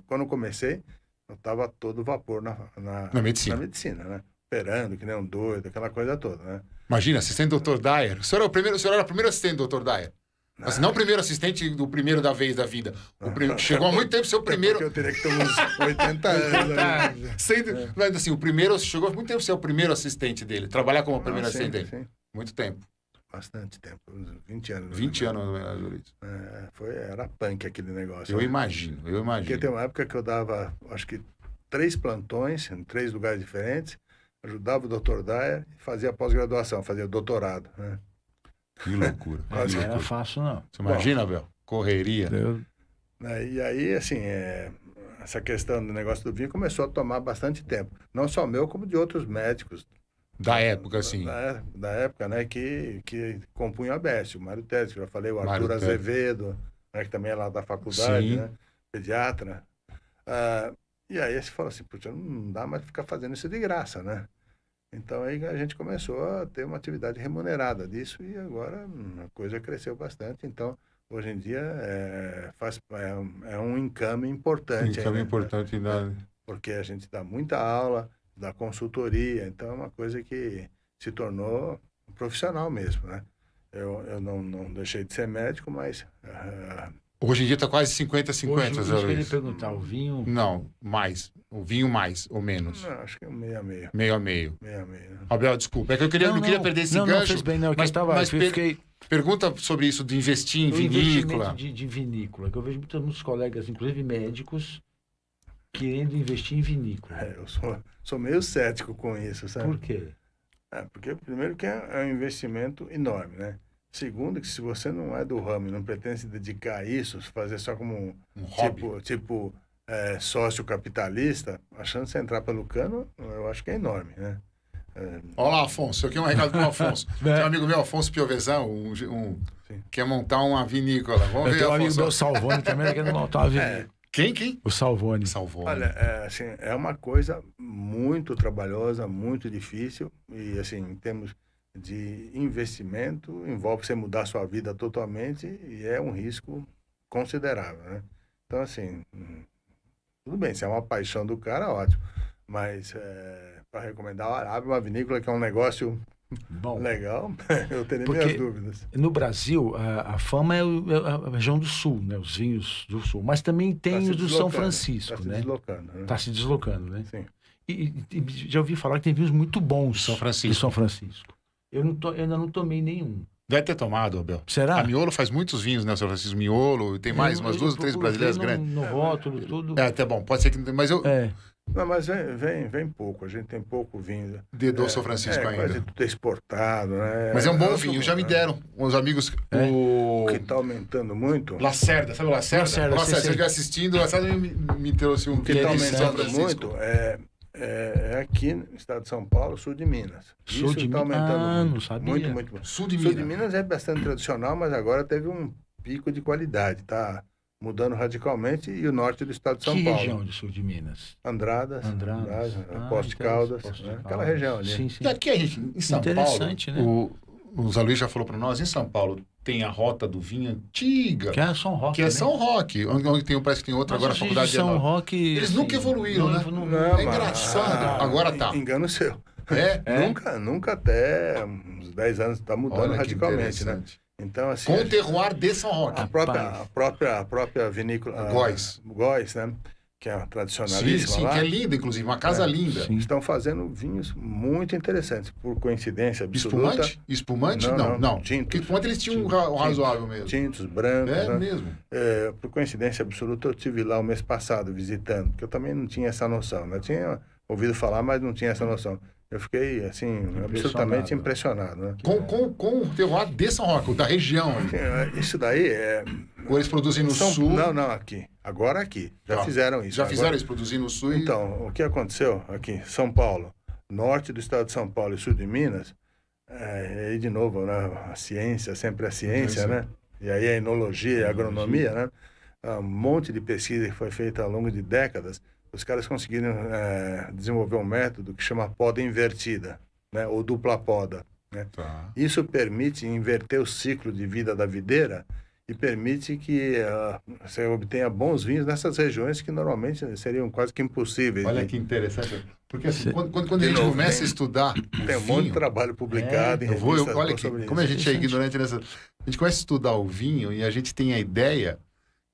Speaker 3: quando eu comecei, eu estava todo vapor na, na,
Speaker 1: Na medicina.
Speaker 3: na medicina, né? Operando, que nem um doido, aquela coisa toda, né?
Speaker 1: Imagina, assistente do Dr. Dyer. O senhor, é o primeiro, o senhor era o primeiro assistente do Dr. Dyer. Mas não o primeiro assistente do primeiro da vez da vida. O primeiro- chegou há muito tempo ser o
Speaker 3: Até
Speaker 1: primeiro.
Speaker 3: É porque Eu teria que ter uns 80 anos. né?
Speaker 1: Sendo, mas, assim, o primeiro chegou há muito tempo ser o primeiro assistente dele. Trabalhar como o primeiro
Speaker 3: Ah, sim,
Speaker 1: assistente dele.
Speaker 3: sim.
Speaker 1: Muito tempo.
Speaker 3: Bastante tempo, uns 20 anos.
Speaker 1: 20
Speaker 3: né?
Speaker 1: anos, na verdade, Luiz.
Speaker 3: É, foi, era punk aquele negócio.
Speaker 1: Eu
Speaker 3: né?
Speaker 1: imagino, eu
Speaker 3: Porque
Speaker 1: imagino.
Speaker 3: tem uma época que eu dava, acho que, três plantões em três lugares diferentes, ajudava o Dr. Dyer e fazia pós-graduação, fazia doutorado. Né?
Speaker 1: Que loucura. que
Speaker 3: Quase.
Speaker 2: Não era
Speaker 1: loucura.
Speaker 2: fácil, não.
Speaker 1: Você imagina, Abel? Correria.
Speaker 3: Né, E aí, assim, é, essa questão do negócio do vinho começou a tomar bastante tempo. Não só meu, como de outros médicos
Speaker 1: Da época, assim.
Speaker 3: da, é- da época, né, que, que compunham a BES. O Mário Tedes, que eu já falei, o
Speaker 1: Mário
Speaker 3: Arthur
Speaker 1: Tedes.
Speaker 3: Azevedo, né, que também é lá da faculdade,
Speaker 1: Sim.
Speaker 3: né, pediatra. Ah, e aí você falou assim, putz, não dá mais ficar fazendo isso de graça, né? Então aí a gente começou a ter uma atividade remunerada disso e agora hum, a coisa cresceu bastante. Então, hoje em dia é, faz, é, um- é um encame importante.
Speaker 1: Isso é
Speaker 3: ainda, né?
Speaker 1: importante. né?
Speaker 3: porque a gente dá muita aula, dá consultoria, então é uma coisa que se tornou profissional mesmo, né? Eu, eu não, não deixei de ser médico, mas ah,
Speaker 1: Hoje em dia está quase 50,
Speaker 2: Hoje,
Speaker 1: 50,
Speaker 2: eu
Speaker 1: Zé
Speaker 2: queria
Speaker 3: tá-
Speaker 1: Luiz.
Speaker 2: perguntar, o vinho...
Speaker 1: Não, mais. O vinho mais ou menos.
Speaker 3: não, acho que é um meio a meio,
Speaker 1: Meio a meio.
Speaker 3: meio a meio. né?
Speaker 1: Abel, desculpa. É que eu queria, não, queria perder esse
Speaker 2: não, Não,
Speaker 1: gancho.
Speaker 2: fez bem, não. é que
Speaker 1: mas-
Speaker 2: eu tava,
Speaker 1: mas
Speaker 2: eu
Speaker 1: per-
Speaker 2: fiquei...
Speaker 1: Pergunta sobre isso de investir em
Speaker 2: o investimento
Speaker 1: vinícola.
Speaker 2: de, de vinícola, que eu vejo muitos, muitos colegas, inclusive médicos, querendo investir em vinícola.
Speaker 3: É, eu sou, sou meio cético com isso, sabe?
Speaker 2: Por quê?
Speaker 3: É, porque primeiro que é, é um investimento é enorme, né? Segundo, que se você não é do ramo e não pretende se dedicar a isso, fazer só como um
Speaker 1: Um hobby.
Speaker 3: tipo, tipo é, sócio capitalista, a chance de você entrar pelo cano, eu acho que é enorme, né?
Speaker 1: Olha lá, Afonso, aqui é um recado pro Afonso.
Speaker 2: Né?
Speaker 1: Tem um amigo meu, Afonso Piovesan, um, ge- um-
Speaker 3: Sim.
Speaker 1: quer montar uma vinícola. Vamos
Speaker 2: Eu
Speaker 1: ver,
Speaker 2: tenho um amigo
Speaker 1: Afonso. É.
Speaker 2: meu, Salvone, também, tá querendo montar uma avenida.
Speaker 1: Quem, quem?
Speaker 2: O Salvone.
Speaker 1: Salvou.
Speaker 3: Olha, é, assim, é uma coisa muito trabalhosa, muito difícil e assim, em termos de investimento, envolve você mudar sua vida totalmente e é um risco considerável, né? Então, assim, hum, tudo bem, se é uma paixão do cara, ótimo, mas para recomendar o Arábia, uma vinícola que é um negócio
Speaker 2: Bom,
Speaker 3: legal, eu teria
Speaker 2: Porque-
Speaker 3: minhas dúvidas. Tá
Speaker 2: no Brasil, a, a fama é, o- é a região do sul, né? Os vinhos do sul. Mas também tem
Speaker 3: Tá se
Speaker 2: os do São
Speaker 3: deslocando,
Speaker 2: Francisco,
Speaker 3: tá se
Speaker 2: né?
Speaker 3: deslocando, né?
Speaker 2: Tá se deslocando, né?
Speaker 3: Sim.
Speaker 2: E, e- e já ouvi falar que tem vinhos muito bons
Speaker 1: São
Speaker 2: do
Speaker 1: Francisco.
Speaker 2: São Francisco. Eu, não to- eu ainda não tomei nenhum.
Speaker 1: Deve ter tomado, Abel.
Speaker 2: Será?
Speaker 1: A Miolo faz muitos vinhos, né, São Francisco? Miolo, e tem mais
Speaker 2: Ah. Eu-
Speaker 1: umas
Speaker 2: eu
Speaker 1: duas, três
Speaker 2: procurei
Speaker 1: brasileiras
Speaker 2: no,
Speaker 1: grandes.
Speaker 2: No rótulo, tudo.
Speaker 1: É, até bom, pode ser que não tenha, mas eu
Speaker 2: É.
Speaker 3: Não, mas vem, vem, vem pouco, a gente tem pouco vinho.
Speaker 1: dedou São Francisco
Speaker 3: é,
Speaker 1: ainda.
Speaker 3: quase tudo exportado, né?
Speaker 1: Mas é um bom
Speaker 3: Eu
Speaker 1: vinho,
Speaker 3: sou-
Speaker 1: já me deram. um. Os amigos.
Speaker 2: É?
Speaker 1: O.
Speaker 3: O que está aumentando muito,
Speaker 1: Lacerda, sabe o Lacerda?
Speaker 2: Lacerda,
Speaker 1: O Lacerda,
Speaker 2: sei,
Speaker 1: se eu
Speaker 2: sei.
Speaker 1: estiver assistindo, o Lacerda me, me trouxe um
Speaker 3: o que
Speaker 2: ele
Speaker 3: está
Speaker 1: vinho de
Speaker 2: eles
Speaker 1: São
Speaker 3: aumentando
Speaker 1: Francisco.
Speaker 3: é muito é, é, é aqui no estado de São Paulo, sul de Minas.
Speaker 2: Sul
Speaker 3: Isso
Speaker 2: de
Speaker 3: está
Speaker 2: Mi-
Speaker 3: aumentando
Speaker 2: Ah,
Speaker 3: muito,
Speaker 2: não sabia.
Speaker 3: muito, muito, muito.
Speaker 1: Sul de
Speaker 3: Sul de
Speaker 1: Minas.
Speaker 3: Minas é bastante tradicional, mas agora teve um pico de qualidade, tá mudando radicalmente, e o norte do estado de São
Speaker 2: que
Speaker 3: Paulo.
Speaker 2: região do sul de Minas?
Speaker 3: Andradas,
Speaker 2: Andradas.
Speaker 1: né?
Speaker 2: Ah,
Speaker 3: Posto de
Speaker 1: então,
Speaker 3: Caldas,
Speaker 2: Poços de
Speaker 3: né? aquela
Speaker 2: Caldas.
Speaker 3: região ali.
Speaker 2: Sim, sim.
Speaker 1: Daqui a gente, em São
Speaker 2: Interessante,
Speaker 1: Paulo, o, o Zé Luiz já falou para nós, em São Paulo tem a rota do vinho antiga,
Speaker 2: Que é São Roque.
Speaker 1: que é
Speaker 2: né?
Speaker 1: São Roque, onde onde tem, um, parece que tem outra
Speaker 2: Mas
Speaker 1: agora, a
Speaker 2: os
Speaker 1: faculdade
Speaker 2: de São
Speaker 1: é nova.
Speaker 2: Roque.
Speaker 1: Eles nunca evoluíram, né?
Speaker 2: evolu-
Speaker 1: É
Speaker 3: mas- ah,
Speaker 1: engraçado. Agora tá.
Speaker 3: Engano seu.
Speaker 1: É?
Speaker 3: Nunca, nunca até uns 10 anos está mudando
Speaker 1: Olha que
Speaker 3: radicalmente, né? Ah,
Speaker 1: interessante.
Speaker 3: Então, assim.
Speaker 1: Com
Speaker 3: a
Speaker 1: o terroir de São Roque.
Speaker 3: a própria,
Speaker 2: Rapaz.
Speaker 3: a própria, a própria vinícola.
Speaker 1: Góis.
Speaker 3: Góis, né? Que é a
Speaker 1: sim,
Speaker 3: tradicionalíssima
Speaker 1: sim,
Speaker 3: lá.
Speaker 1: que é linda, inclusive, uma casa
Speaker 3: É,
Speaker 1: linda.
Speaker 2: sim.
Speaker 3: Estão fazendo vinhos muito interessantes, por coincidência absoluta.
Speaker 1: Espumante? Espumante? Não,
Speaker 3: Não,
Speaker 1: não.
Speaker 3: não. Tinto.
Speaker 1: Porque espumante eles tinham um
Speaker 3: Tinto.
Speaker 1: ra- um razoável mesmo.
Speaker 3: Tintos, brancos.
Speaker 1: É
Speaker 3: né?
Speaker 1: mesmo.
Speaker 3: É, por coincidência absoluta, eu estive lá o mês passado visitando, porque eu também não tinha essa noção. Né? Eu tinha ouvido falar, mas não tinha essa noção. Eu fiquei, assim, absolutamente impressionado. Né?
Speaker 1: Com, com, com o terroir de São Roque, da região. ali.
Speaker 3: É, Isso daí é.
Speaker 1: Ou eles produzem no
Speaker 3: São-
Speaker 1: sul.
Speaker 3: Não, não, aqui. Agora aqui. Já
Speaker 1: Tá.
Speaker 3: fizeram isso.
Speaker 1: Já
Speaker 3: Agora-
Speaker 1: fizeram eles produzir no sul e-
Speaker 3: Então, o que aconteceu aqui, São Paulo, norte do estado de São Paulo e sul de Minas, é, e aí de novo, né, a ciência, sempre a ciência,
Speaker 1: Ciência.
Speaker 3: né? E aí a enologia, a agronomia, né? Um monte de pesquisa que foi feita ao longo de décadas, os caras conseguiram é, desenvolver um método que chama poda invertida, né? Ou dupla poda.
Speaker 1: Tá.
Speaker 3: Isso permite inverter o ciclo de vida da videira e permite que ah, você obtenha bons vinhos nessas regiões que normalmente seriam quase que impossíveis. né?
Speaker 1: Olha
Speaker 3: de-
Speaker 1: que interessante. Porque assim,
Speaker 2: Cê-
Speaker 1: quando, quando, quando a
Speaker 3: De
Speaker 1: gente
Speaker 3: novo,
Speaker 1: começa
Speaker 3: tem-
Speaker 1: a estudar. o
Speaker 3: Tem um monte de
Speaker 1: vinho,
Speaker 3: trabalho publicado em
Speaker 1: É, Eu vou, eu,
Speaker 3: revistas
Speaker 1: olha que,
Speaker 3: sobre
Speaker 1: como a
Speaker 3: isso.
Speaker 1: gente é ignorante nessa. A gente começa a estudar o vinho e a gente tem a ideia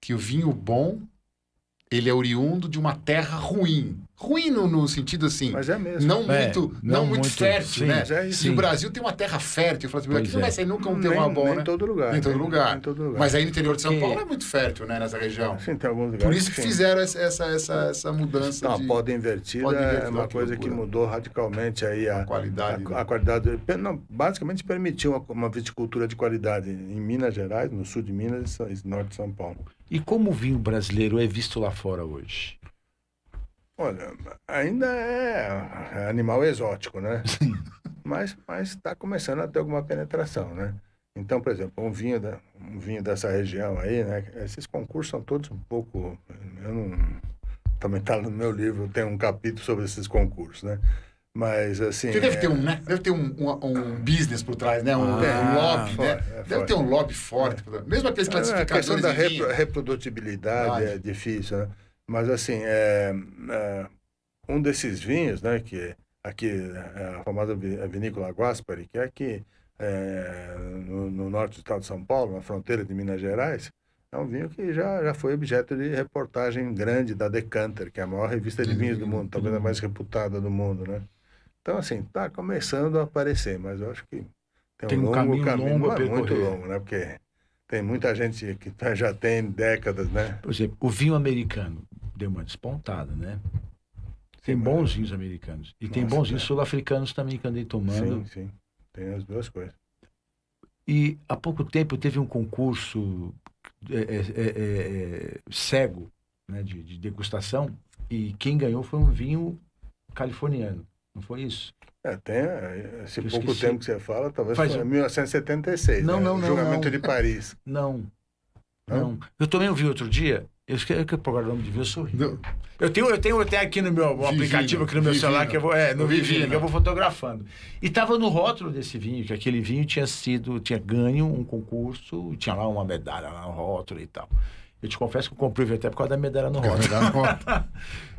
Speaker 1: que o vinho bom ele é oriundo de uma terra ruim. Ruim no, no sentido assim.
Speaker 3: Mas é mesmo.
Speaker 1: Não
Speaker 2: É,
Speaker 1: muito, não,
Speaker 2: não
Speaker 1: muito,
Speaker 2: muito,
Speaker 1: fértil,
Speaker 2: sim,
Speaker 1: né?
Speaker 3: mas é isso.
Speaker 1: Se o
Speaker 2: Sim.
Speaker 1: Brasil tem uma terra fértil, eu falo assim,
Speaker 2: Pois
Speaker 1: aqui não
Speaker 2: é.
Speaker 1: vai sair nunca um
Speaker 3: nem,
Speaker 1: terroir bom,
Speaker 3: nem
Speaker 1: né?
Speaker 3: todo lugar.
Speaker 1: Em todo
Speaker 3: nem-
Speaker 1: lugar.
Speaker 3: nem todo lugar.
Speaker 1: Mas aí no interior de São
Speaker 2: Porque-
Speaker 1: Paulo é muito fértil, né? Nessa região.
Speaker 3: Sim, tem alguns lugares tá,
Speaker 1: Por isso que
Speaker 3: É, sim.
Speaker 1: fizeram essa, essa, essa, essa mudança
Speaker 3: Não, a
Speaker 1: de
Speaker 3: poda invertida
Speaker 1: poda invertida,
Speaker 3: é uma
Speaker 1: que
Speaker 3: coisa que
Speaker 1: loucura.
Speaker 3: mudou radicalmente aí a,
Speaker 1: qualidade. né?
Speaker 3: A, a qualidade, pe- não, basicamente permitiu uma, uma viticultura de qualidade em Minas Gerais, no sul de Minas e Sa- e norte de São Paulo.
Speaker 2: E como o vinho brasileiro é visto lá fora hoje?
Speaker 3: Olha, ainda é animal exótico, né? mas mas está começando a ter alguma penetração, né? Então, por exemplo, um vinho da, um vinho dessa região aí, né? Esses concursos são todos um pouco, eu não, também está no meu livro, tem um capítulo sobre esses concursos, né? Mas assim,
Speaker 1: Porque deve
Speaker 3: é-
Speaker 1: ter um, né? Deve ter um, um, um business por trás, né? Um,
Speaker 2: Ah,
Speaker 1: um lobby,
Speaker 3: fora,
Speaker 1: né?
Speaker 3: é,
Speaker 1: deve
Speaker 3: fora.
Speaker 1: ter um lobby forte. por trás. Mesmo aqueles
Speaker 3: É, A questão
Speaker 1: classificadores
Speaker 3: da
Speaker 1: de vinho.
Speaker 3: repro- reprodutibilidade
Speaker 1: Verdade.
Speaker 3: é difícil, né? Mas, assim, é, é, um desses vinhos, né, que aqui, é a famosa vi- a vinícola Guaspari, que é aqui é, no, no norte do estado de São Paulo, na fronteira de Minas Gerais, é um vinho que já, já foi objeto de reportagem grande da Decanter, que é a maior revista de vinhos do mundo, talvez a mais reputada do mundo, né? Então, assim, tá começando a aparecer, mas eu acho que tem um,
Speaker 2: Tem um
Speaker 3: longo
Speaker 2: caminho
Speaker 3: caminho,
Speaker 2: longo a
Speaker 3: não é muito
Speaker 2: percorrer.
Speaker 3: longo, né? Porque tem muita gente que tá- já tem décadas, né?
Speaker 2: Por exemplo, o vinho americano deu uma despontada, né? Tem
Speaker 3: Sim,
Speaker 2: bons vinhos americanos. E tem
Speaker 3: Nossa,
Speaker 2: bons vinhos
Speaker 3: é.
Speaker 2: sul-africanos também que andei
Speaker 3: mas-
Speaker 2: tomando.
Speaker 3: Sim, sim. Tem as duas coisas.
Speaker 2: E há pouco tempo teve um concurso é, é, é, cego né, de, de degustação e quem ganhou foi um vinho californiano. Não foi isso?
Speaker 3: É, tem, é, esse
Speaker 2: Eu
Speaker 3: pouco
Speaker 2: esqueci.
Speaker 3: tempo que você fala, talvez
Speaker 2: Faz
Speaker 3: foi
Speaker 2: um-
Speaker 3: 1976.
Speaker 2: Não,
Speaker 3: né?
Speaker 2: não,
Speaker 3: O
Speaker 2: não,
Speaker 3: Julgamento
Speaker 2: não.
Speaker 3: de Paris.
Speaker 2: Não.
Speaker 3: Não?
Speaker 2: Não. Eu tomei um vinho outro dia. Eu esqueci que o nome de vinho, eu sorri.
Speaker 1: Do-
Speaker 2: Eu tenho, eu tenho até aqui no meu
Speaker 1: Vivino,
Speaker 2: aplicativo, aqui no meu
Speaker 1: Vivino.
Speaker 2: celular, que eu vou, é, no
Speaker 1: Vivino.
Speaker 2: Vivino, que eu vou fotografando. E tava no rótulo desse vinho, que aquele vinho tinha sido, tinha ganho um concurso, tinha lá uma medalha lá no rótulo e tal. Eu te confesso que eu comprei o vinho até por causa da medalha no rótulo.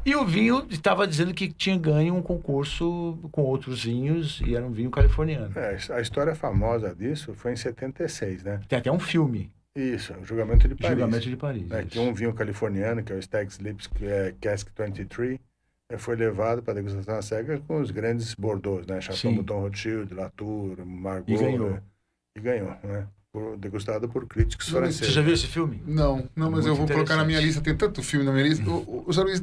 Speaker 2: E o vinho estava dizendo que tinha ganho um concurso com outros vinhos e era um vinho californiano.
Speaker 3: É, a história famosa disso foi em 76, né?
Speaker 2: Tem até um filme,
Speaker 3: Isso, o Julgamento de Paris.
Speaker 2: Julgamento de Paris.
Speaker 1: É,
Speaker 3: né,
Speaker 2: isso.
Speaker 3: que um vinho californiano, que é o Stag Slips é, Cask 23, eh, foi levado para degustação à cega com os grandes Bordeaux, né? Chateau
Speaker 2: Sim.
Speaker 3: Mouton Rothschild, Latour, Margot.
Speaker 2: E ganhou.
Speaker 3: né, E ganhou, né? por- degustado por críticos
Speaker 1: Não,
Speaker 2: Você
Speaker 3: franceses.
Speaker 2: já viu esse filme?
Speaker 1: Não, não, mas
Speaker 2: Muito
Speaker 1: eu vou colocar na minha
Speaker 2: interessante.
Speaker 1: lista. Tem tanto filme na minha lista. O, o, o Zé Luiz,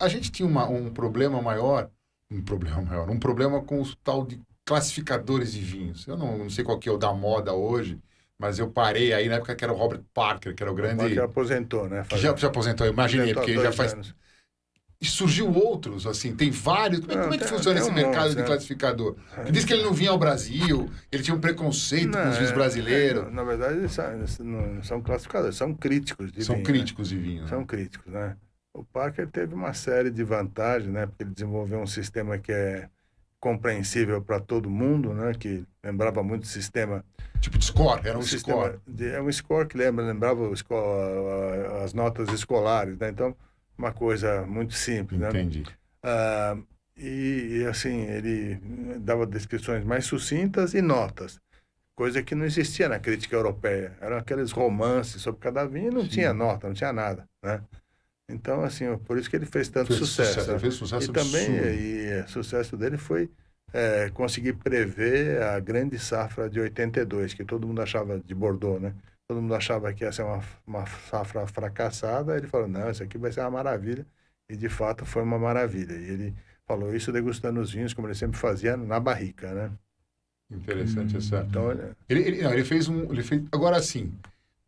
Speaker 1: a gente tinha uma- um problema maior, um problema maior, um problema com os tal de classificadores de vinhos. Eu não, não sei qual que é o da moda hoje, mas eu parei aí na época que era o Robert Parker, que era o grande...
Speaker 3: Que aposentou, né?
Speaker 1: Que já, já aposentou, eu imaginei,
Speaker 3: Aposentou há
Speaker 1: porque ele já
Speaker 3: dois né?
Speaker 1: faz...
Speaker 3: anos.
Speaker 1: E surgiu outros, assim, tem vários. Como é,
Speaker 3: Não,
Speaker 1: como é que
Speaker 3: tem-
Speaker 1: funciona
Speaker 3: tem
Speaker 1: esse
Speaker 3: um
Speaker 1: mercado
Speaker 3: monte,
Speaker 1: de
Speaker 3: né?
Speaker 1: classificador? Que diz que ele não vinha ao Brasil, ele tinha um preconceito com os vinhos
Speaker 3: é,
Speaker 1: brasileiros.
Speaker 3: Na verdade, eles são, eles não são classificadores, são críticos de
Speaker 1: São
Speaker 3: vinho, né?
Speaker 1: críticos de vinho. né?
Speaker 3: São críticos, né? O Parker teve uma série de vantagens, né? Porque ele desenvolveu um sistema que é compreensível para todo mundo, né? Que lembrava muito o sistema...
Speaker 1: Tipo de score, era um,
Speaker 3: o sistema
Speaker 1: score.
Speaker 3: de- é um score que lembra, lembrava o esco- a- a- as notas escolares, né? Então, uma coisa muito simples, né?
Speaker 1: Entendi.
Speaker 3: Ah, e, e, assim, ele dava descrições mais sucintas e notas, coisa que não existia na crítica europeia. Eram aqueles romances sobre cada vinho e não tinha nota, não tinha nada, né? Então, assim, por isso que ele fez tanto
Speaker 1: Fez
Speaker 3: sucesso. né?
Speaker 1: fez sucesso
Speaker 3: E também, é
Speaker 1: absurdo.
Speaker 3: e, o sucesso dele foi eh, conseguir prever a grande safra de 82, que todo mundo achava de Bordeaux, né? Todo mundo achava que ia ser uma, uma safra fracassada. Ele falou, não, isso aqui vai ser uma maravilha. E, de fato, foi uma maravilha. E ele falou isso degustando os vinhos, como ele sempre fazia, na barrica, né?
Speaker 1: Interessante essa.
Speaker 3: Então, olha,
Speaker 1: Ele, ele- não, ele fez um. Ele fez, agora sim,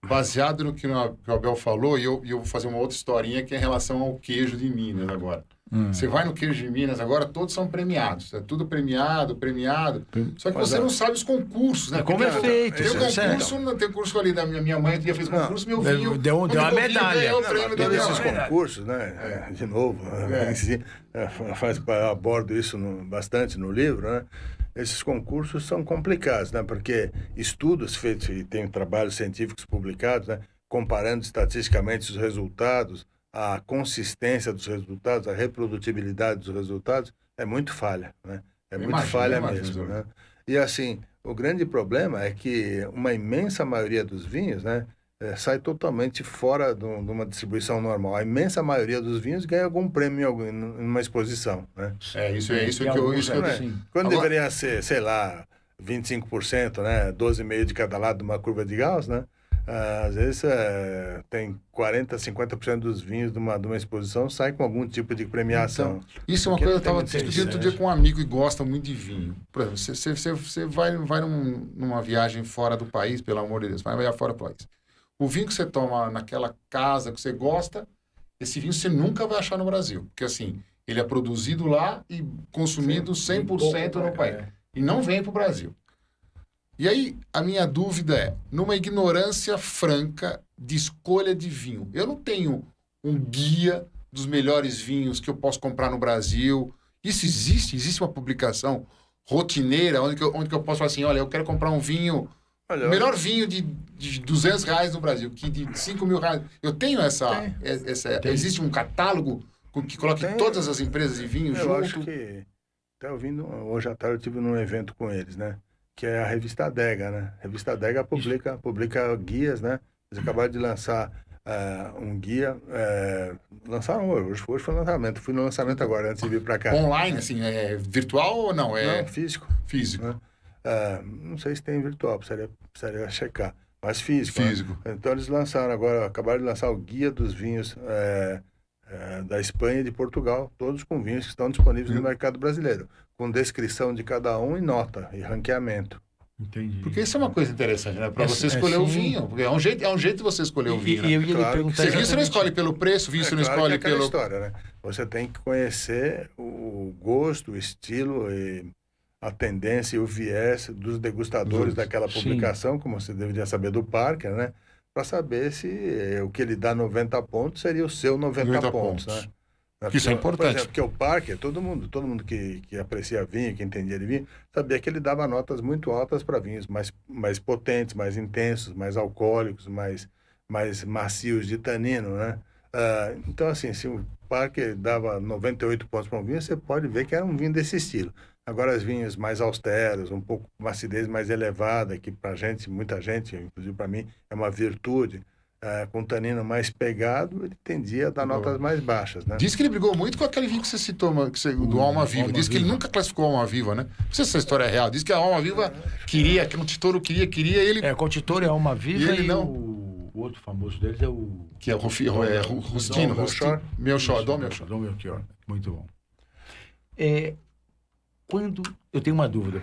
Speaker 1: baseado no que o que o Abel falou, e eu, e eu vou fazer uma outra historinha que é em relação ao queijo de Minas agora.
Speaker 3: É.
Speaker 1: Você vai no queijo de Minas agora, todos são premiados. É tudo premiado, premiado. Só que
Speaker 3: Mas, é-
Speaker 1: você
Speaker 3: ó,
Speaker 1: não sabe os concursos, né?
Speaker 2: É como
Speaker 1: Porque,
Speaker 2: é
Speaker 1: cara,
Speaker 2: feito,
Speaker 1: Tem
Speaker 2: isso
Speaker 1: um
Speaker 2: é
Speaker 1: concurso,
Speaker 2: certo.
Speaker 1: não tem concurso ali da minha, minha mãe, que já fez concurso, meu
Speaker 2: Deu-
Speaker 3: um,
Speaker 1: vinho.
Speaker 2: deu-
Speaker 1: quando
Speaker 2: deu uma
Speaker 1: meu vinho
Speaker 2: medalha.
Speaker 1: ganhou o
Speaker 2: Não,
Speaker 1: prêmio É
Speaker 2: mas
Speaker 1: da
Speaker 3: todos
Speaker 1: minha
Speaker 3: esses
Speaker 1: mãe.
Speaker 2: verdade.
Speaker 3: concursos, né? De novo, né? É, faz eu abordo isso no- bastante no livro, né? Esses concursos são complicados, né? Porque estudos feitos e tem trabalhos científicos publicados, né? Comparando estatisticamente os resultados, a consistência dos resultados, a reprodutibilidade dos resultados é muito falha, né? É
Speaker 1: Eu
Speaker 3: muito
Speaker 1: imagino,
Speaker 3: falha
Speaker 1: eu imagino,
Speaker 3: mesmo,
Speaker 1: Zé.
Speaker 3: né? E assim, o grande problema é que uma imensa maioria dos vinhos, né? eh, sai totalmente fora de um- de uma distribuição normal. A imensa maioria dos vinhos ganha algum prêmio em algum- em uma exposição, né?
Speaker 1: É isso, é isso
Speaker 2: Tem
Speaker 1: que eu.
Speaker 2: alguns,
Speaker 1: Isso que eu
Speaker 2: né?
Speaker 3: É.
Speaker 2: Sim.
Speaker 3: Quando
Speaker 1: Agora-
Speaker 3: deveria ser, sei lá, 25%, né? 12,5% de cada lado de uma curva de Gauss, né? Ah, Às vezes eh, tem 40%, 50% dos vinhos de uma, de uma exposição sai com algum tipo de premiação.
Speaker 1: Isso é uma
Speaker 3: Porque
Speaker 1: coisa que eu
Speaker 3: tem
Speaker 1: estava
Speaker 3: né? muita
Speaker 1: discutindo outro
Speaker 2: gente.
Speaker 1: dia com um amigo que gosta muito de vinho. Por exemplo, você, você, você, você vai, vai num- numa viagem fora do país, pelo amor de Deus, vai viajar fora do país. O vinho que você toma naquela casa que você gosta, esse vinho você nunca vai achar no Brasil. Porque assim, ele é produzido lá e consumido 100%
Speaker 2: é,
Speaker 1: no país. E não vem para o Brasil. E aí, a minha dúvida é, numa ignorância franca de escolha de vinho, eu não tenho um guia dos melhores vinhos que eu posso comprar no Brasil. Isso existe? Existe uma publicação rotineira onde que eu, onde que eu posso falar assim, olha, eu quero comprar um vinho,
Speaker 3: Olha,
Speaker 1: o melhor vinho de, de 200 reais no Brasil, que de 5 mil reais. Eu tenho essa... e- essa Existe um catálogo com que coloque
Speaker 3: Tem.
Speaker 1: todas as empresas de vinho
Speaker 3: Eu
Speaker 1: junto?
Speaker 3: acho que até ouvindo hoje à tarde eu tive num evento com eles, né? Que é a revista Adega, né? A revista Adega publica publica guias, né? Eles acabaram de lançar ah, um guia, eh, lançaram hoje, hoje foi o lançamento, fui no lançamento agora antes de vir para cá.
Speaker 1: Online, assim, é virtual ou não? É
Speaker 3: Não, físico.
Speaker 1: físico?
Speaker 3: Ah, não sei se tem virtual, precisaria, precisaria checar, mas físico. né?
Speaker 1: Físico.
Speaker 3: Então eles lançaram agora, acabaram de lançar o Guia dos Vinhos eh, eh, da Espanha e de Portugal, todos com vinhos que estão disponíveis no mercado brasileiro, com descrição de cada um e nota e ranqueamento.
Speaker 2: Entendi.
Speaker 1: Porque isso é uma coisa interessante, né? Para
Speaker 2: É,
Speaker 1: você
Speaker 2: é,
Speaker 1: escolher o
Speaker 2: sim.
Speaker 1: vinho. Porque é um jeito, é um jeito de você escolher o
Speaker 2: E,
Speaker 1: vinho.
Speaker 2: e
Speaker 1: né?
Speaker 2: eu ia
Speaker 3: Claro. é
Speaker 2: lhe perguntar.
Speaker 1: Você vinho você não
Speaker 2: exatamente-
Speaker 1: escolhe pelo preço, vinho você não
Speaker 3: claro
Speaker 1: escolhe
Speaker 3: que é aquela
Speaker 1: pelo.
Speaker 3: história, né? Você tem que conhecer o gosto, o estilo e a tendência e o viés dos degustadores
Speaker 1: Dos-
Speaker 3: daquela
Speaker 2: sim.
Speaker 3: publicação, como você deveria saber do Parker, né? Para saber se eh, o que ele dá 90 pontos seria o seu 90,
Speaker 1: 90
Speaker 3: pontos,
Speaker 1: pontos.
Speaker 3: né? Né?
Speaker 1: Que isso é
Speaker 3: Porque,
Speaker 1: importante.
Speaker 3: Por exemplo, porque o Parker, todo mundo, todo mundo que, que aprecia vinho, que entendia de vinho, sabia que ele dava notas muito altas para vinhos mais, mais potentes, mais intensos, mais alcoólicos, mais, mais macios de tanino, né? Ah, então, assim, se o Parker dava 98 pontos para um vinho, você pode ver que era um vinho desse estilo. Agora, os vinhos mais austeros, um pouco com uma acidez mais elevada, que para gente, muita gente, inclusive para mim, é uma virtude, ah, com tanino mais pegado, ele tendia a dar
Speaker 1: Boa.
Speaker 3: notas mais baixas, né?
Speaker 1: Diz que ele brigou muito com aquele vinho que você citou, mano, que você- do Alma Viva.
Speaker 2: Uhum, Alma
Speaker 1: Diz que ele
Speaker 2: Viva.
Speaker 1: nunca classificou Alma Viva, né? Não sei se essa história é real. Diz que a Alma Viva queria, que um titouro queria, queria, e ele.
Speaker 2: É, Contitor é uma viva
Speaker 1: E ele
Speaker 2: e
Speaker 1: não.
Speaker 2: o o outro famoso deles é o.
Speaker 1: Que é, Rufi, é Ru- Rustino,
Speaker 3: Dom
Speaker 1: Rustino.
Speaker 3: Melchior.
Speaker 1: Meu xodó, meu xodó.
Speaker 2: Dom Melchior. Muito bom. É, quando. Eu tenho uma dúvida.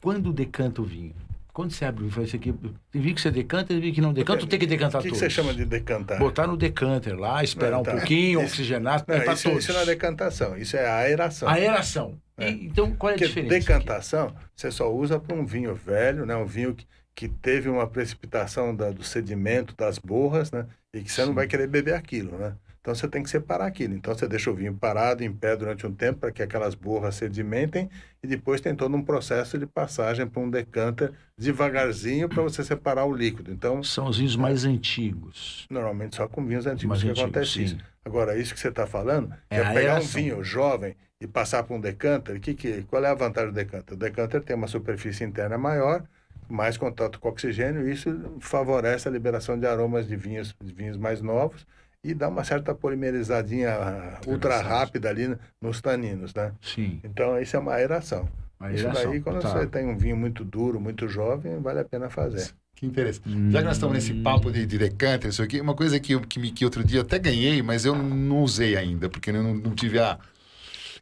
Speaker 2: Quando decanta o vinho? Quando você abre o vinho, fala, esse aqui. Tem vinho que você decanta, tem vinho que não decanta, ou tem que decantar
Speaker 3: O que, que
Speaker 2: Tá todos?
Speaker 3: você chama de decantar?
Speaker 2: Botar no decanter lá, esperar
Speaker 3: Não,
Speaker 2: um
Speaker 3: tá.
Speaker 2: pouquinho,
Speaker 3: Isso-
Speaker 2: oxigenar,
Speaker 3: Não,
Speaker 2: é pra
Speaker 3: isso,
Speaker 2: todos.
Speaker 3: isso não é decantação, isso é aeração.
Speaker 2: Aeração. E,
Speaker 3: É.
Speaker 2: então, qual é a
Speaker 3: Porque
Speaker 2: diferença?
Speaker 3: decantação você só usa para um vinho velho, né? Um vinho que, que teve uma precipitação da- do sedimento, das borras, né? E que você não vai querer beber aquilo, né? Então você tem que separar aquilo. Então você deixa o vinho parado em pé durante um tempo para que aquelas borras sedimentem e depois tem todo um processo de passagem para um decanter devagarzinho para você separar o líquido. Então,
Speaker 2: São os vinhos mais antigos.
Speaker 3: normalmente só com vinhos
Speaker 2: mais
Speaker 3: antigos que
Speaker 2: antigos,
Speaker 3: acontece isso.
Speaker 2: sim.
Speaker 3: Agora, isso que você está falando,
Speaker 2: É
Speaker 3: é,
Speaker 2: a
Speaker 3: pegar um
Speaker 2: aeração.
Speaker 3: vinho jovem e passar para um decanter, que, que, qual é a vantagem do decanter? O decanter tem uma superfície interna maior, mais contato com o oxigênio, e isso favorece a liberação de aromas de vinhos, de vinhos mais novos e dá uma certa polimerizadinha ah, ultra
Speaker 1: Interessante.
Speaker 3: rápida ali no- nos taninos, né?
Speaker 2: Sim.
Speaker 3: Então, isso é uma aeração. Isso daí, quando
Speaker 2: Tá.
Speaker 3: você tem um vinho muito duro, muito jovem, vale a pena fazer.
Speaker 1: Que interessante. Já que nós estamos nesse papo de, de decanter, isso aqui, uma coisa que, eu- que, me, que outro dia eu até ganhei, mas eu não usei ainda, porque eu não, não tive a.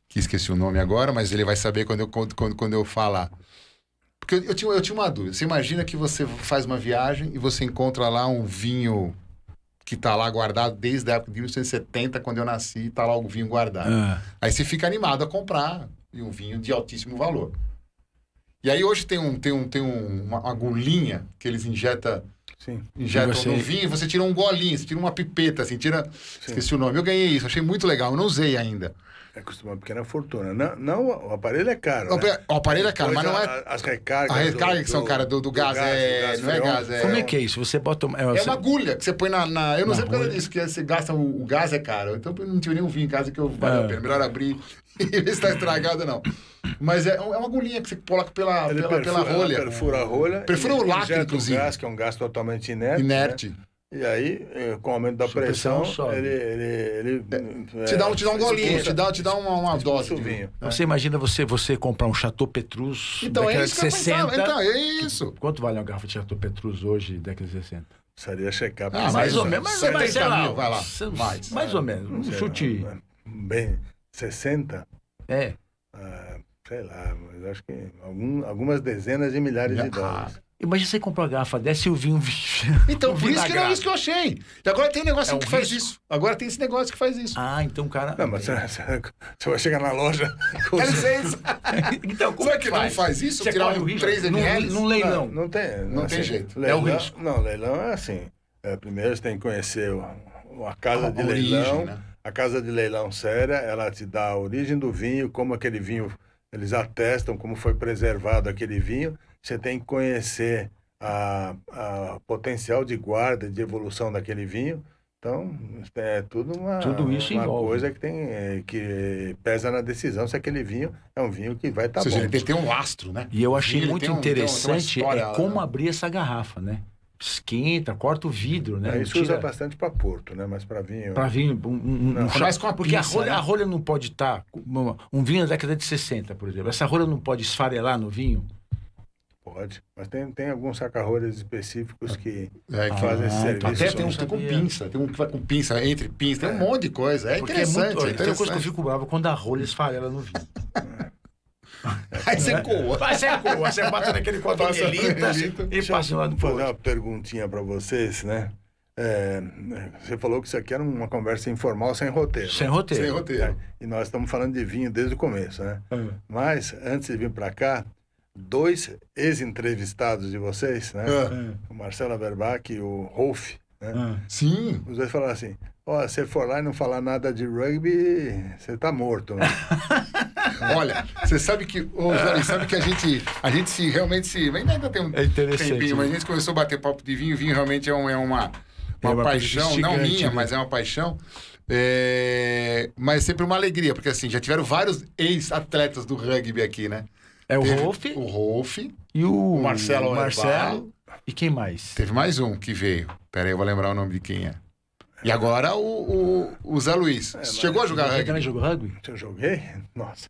Speaker 1: Que esqueci o nome agora, mas ele vai saber quando eu, quando, quando, quando eu falar. Porque eu, eu, tinha, eu tinha uma dúvida. Você imagina que você faz uma viagem e você encontra lá um vinho que está lá guardado desde a época de 1970, quando eu nasci, está lá o vinho guardado.
Speaker 2: Ah,
Speaker 1: Aí você fica animado a comprar e um vinho de altíssimo valor. E aí hoje tem, um, tem, um, tem um- uma agulhinha que eles injeta,
Speaker 3: Sim.
Speaker 1: injetam
Speaker 2: E você-
Speaker 1: no vinho e você tira um golinho, você tira uma pipeta, assim, tira... Esqueci o nome. Eu ganhei isso, achei muito legal, eu não usei ainda.
Speaker 3: É costuma uma pequena fortuna. Não, não, o aparelho é caro. né?
Speaker 1: O aparelho é caro, mas
Speaker 3: Depois
Speaker 1: não
Speaker 3: a-
Speaker 1: é...
Speaker 3: a- As recargas.
Speaker 1: A recarga que são, cara, do- do gás, é- não é
Speaker 3: freon.
Speaker 1: gás, é-
Speaker 2: Como é que é isso? Você bota. uma-
Speaker 1: É
Speaker 2: você-
Speaker 1: uma agulha que você põe na... na- eu não
Speaker 2: Na
Speaker 1: sei por causa
Speaker 2: rolha.
Speaker 1: disso, que você gasta... O, o gás é caro. Então eu não tinha nenhum vinho em casa que eu valeu
Speaker 2: Ah.
Speaker 1: a
Speaker 3: É.
Speaker 1: pena. Melhor abrir e ver se tá estragado ou não. Mas é, é uma agulhinha que você coloca pela,
Speaker 3: Ele
Speaker 1: pela, pela
Speaker 3: perfura-
Speaker 1: rolha.
Speaker 3: Perfura a rolha.
Speaker 1: Perfura
Speaker 3: e
Speaker 1: o lacre,
Speaker 3: injeta
Speaker 1: inclusive.
Speaker 3: O gás, que é um gás totalmente inerte.
Speaker 1: Inerte.
Speaker 3: né? E aí, eh, com o aumento da
Speaker 2: Sua
Speaker 3: pressão,
Speaker 2: pressão sobe.
Speaker 3: ele, ele, ele, eh, um
Speaker 1: Te dá um, te dá um golinho,
Speaker 3: expulsa-
Speaker 1: te dá, te dá uma, uma
Speaker 3: expulsa
Speaker 1: dose.
Speaker 3: o
Speaker 1: de-
Speaker 3: vinho.
Speaker 2: Você imagina você, você comprar um Chateau Petrus
Speaker 1: Então
Speaker 2: daquela
Speaker 1: é
Speaker 2: de
Speaker 1: isso que eu
Speaker 2: 60.
Speaker 1: pensava. Então, é isso.
Speaker 2: Quanto vale uma garrafa de Chateau Petrus hoje, década de 60?
Speaker 3: Precisaria checar.
Speaker 1: Ah,
Speaker 3: porque
Speaker 1: mais
Speaker 3: isso-
Speaker 1: ou menos,
Speaker 2: mas-
Speaker 1: 70
Speaker 2: mas sei lá,
Speaker 1: mil, vai lá,
Speaker 2: se-
Speaker 1: mais. é.
Speaker 2: mais ou menos.
Speaker 3: não
Speaker 2: Um
Speaker 3: sei,
Speaker 2: chute.
Speaker 3: né? Bem, 60,
Speaker 2: É.
Speaker 3: ah, sei lá, mas acho que algum, algumas dezenas de milhares de
Speaker 1: Ah,
Speaker 3: dólares.
Speaker 2: Imagina você comprar uma garrafa dessa e o vinho.
Speaker 1: Então, por isso que não é
Speaker 2: Vinagre.
Speaker 1: isso que eu achei. E agora tem negócio assim
Speaker 2: É um
Speaker 1: que faz
Speaker 2: risco.
Speaker 1: isso. Agora tem esse negócio que faz isso.
Speaker 2: Ah, então o cara.
Speaker 3: Não, mas você, você- você vai chegar na loja com
Speaker 1: Dá
Speaker 3: os-
Speaker 1: licença.
Speaker 2: então, como
Speaker 1: Será
Speaker 2: é
Speaker 1: que não faz isso?
Speaker 2: Você
Speaker 1: Tirar
Speaker 2: corre o
Speaker 1: um
Speaker 2: risco?
Speaker 1: 3
Speaker 2: Num-
Speaker 1: ml?
Speaker 2: Num leilão.
Speaker 3: Não, tem, assim,
Speaker 1: Não tem jeito.
Speaker 2: É o
Speaker 3: leilão-
Speaker 2: risco.
Speaker 3: Não, leilão é assim. É, primeiro você tem que conhecer o- o- a casa
Speaker 1: A
Speaker 3: de
Speaker 1: origem,
Speaker 3: leilão.
Speaker 1: né?
Speaker 3: A casa de leilão séria, ela te dá a origem do vinho, como aquele vinho, eles atestam como foi preservado aquele vinho. Você tem que conhecer a, a potencial de guarda, de evolução daquele vinho. Então, é tudo uma,
Speaker 2: Tudo isso
Speaker 3: uma
Speaker 2: envolve.
Speaker 3: coisa que tem é, que pesa na decisão se aquele vinho é um vinho que vai estar
Speaker 1: Ou
Speaker 3: bom.
Speaker 1: seja, ele tem, tem um lastro, né?
Speaker 2: E eu achei
Speaker 1: Ele
Speaker 2: muito
Speaker 1: tem um- tem um- tem uma
Speaker 2: interessante
Speaker 1: história
Speaker 2: é
Speaker 1: lá,
Speaker 2: como
Speaker 1: né?
Speaker 2: abrir essa garrafa, né? Esquenta, corta o vidro, né?
Speaker 3: É,
Speaker 2: Não
Speaker 3: isso
Speaker 2: tira-
Speaker 3: usa bastante para Porto, né? Mas para vinho.
Speaker 2: Pra vir um, um, um
Speaker 3: Não,
Speaker 2: chá-
Speaker 1: mas com a
Speaker 2: Porque a
Speaker 1: pinça,
Speaker 2: rolha,
Speaker 1: né?
Speaker 2: a rolha não pode estar. um vinho da década de 60, por exemplo. Essa rolha não pode esfarelar no vinho.
Speaker 3: Pode. Mas tem, tem alguns sacarrolhas específicos
Speaker 2: Tá.
Speaker 3: que
Speaker 1: É, que-
Speaker 3: fazem esse
Speaker 2: então
Speaker 3: serviço.
Speaker 1: Até tem
Speaker 2: eu
Speaker 1: uns que tem
Speaker 2: não
Speaker 1: com
Speaker 2: sabia.
Speaker 1: pinça, tem um que vai com pinça, entre pinça, tem um
Speaker 3: É.
Speaker 1: monte de coisa. É
Speaker 2: Porque
Speaker 1: interessante, é
Speaker 2: Tem uma coisa que eu
Speaker 1: interessante.
Speaker 2: fico bravo quando a rolha esfarela no vinho.
Speaker 1: Aí você coa.
Speaker 2: Vai, você coa, você bate naquele cordão
Speaker 1: Passa
Speaker 2: elita
Speaker 1: elita.
Speaker 2: e passa lá no
Speaker 3: Vou fazer
Speaker 2: posto.
Speaker 3: uma perguntinha pra vocês, né? É, você falou que isso aqui era uma conversa informal sem roteiro. Né?
Speaker 2: Sem roteiro.
Speaker 1: Sem roteiro.
Speaker 3: E nós estamos falando de vinho desde o começo, né?
Speaker 2: Ah.
Speaker 3: Mas, antes de vir pra cá, dois ex-entrevistados de vocês, né?
Speaker 1: Ah,
Speaker 3: O Marcelo Verbac e o Rolf, né?
Speaker 2: Ah.
Speaker 1: É. sim.
Speaker 3: Os dois falaram assim: Ó, se você for lá e não falar nada de rugby, você tá morto. Né?
Speaker 1: Olha, você sabe que, ô, Zé, sabe que a gente, a gente se realmente se. Mas ainda tem um
Speaker 2: É interessante,
Speaker 1: tempinho,
Speaker 2: né?
Speaker 1: mas a gente começou a bater papo de vinho. Vinho realmente é, um- é uma, uma,
Speaker 2: É uma
Speaker 1: paixão,
Speaker 2: coisa
Speaker 1: não
Speaker 2: instigante,
Speaker 1: minha,
Speaker 2: né?
Speaker 1: mas é uma paixão. É, Mas sempre uma alegria, porque assim, já tiveram vários ex-atletas do rugby aqui, né?
Speaker 2: É o
Speaker 1: Teve
Speaker 2: Rolf
Speaker 1: O Rolf.
Speaker 2: e o,
Speaker 1: o Marcelo
Speaker 2: o Marcelo.
Speaker 1: Herbal.
Speaker 2: E quem mais?
Speaker 1: Teve mais um que veio. Pera aí, eu vou lembrar o nome de quem é. E agora o, o, o Zé Luiz. Você Chegou a jogar
Speaker 2: Você também
Speaker 1: rugby?
Speaker 2: jogou rugby?
Speaker 3: Eu joguei? Nossa.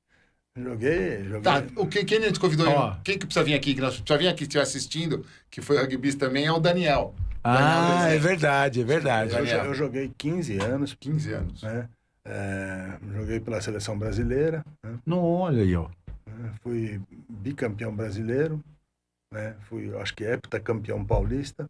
Speaker 3: Joguei, joguei.
Speaker 1: Tá, o que, quem a gente convidou?
Speaker 2: Ó.
Speaker 1: Quem que precisa vir aqui, que nós precisa vir aqui, que estiver assistindo, que foi rugbyista também, é o Daniel. Daniel
Speaker 2: Ah, é
Speaker 1: Rezende.
Speaker 2: verdade, é verdade.
Speaker 3: Eu,
Speaker 1: Daniel.
Speaker 3: eu joguei 15 anos.
Speaker 1: 15 anos.
Speaker 3: Né? É, joguei pela seleção brasileira, né?
Speaker 2: Não, olha aí, ó.
Speaker 3: Né? fui bicampeão brasileiro, né? fui, acho que heptacampeão paulista.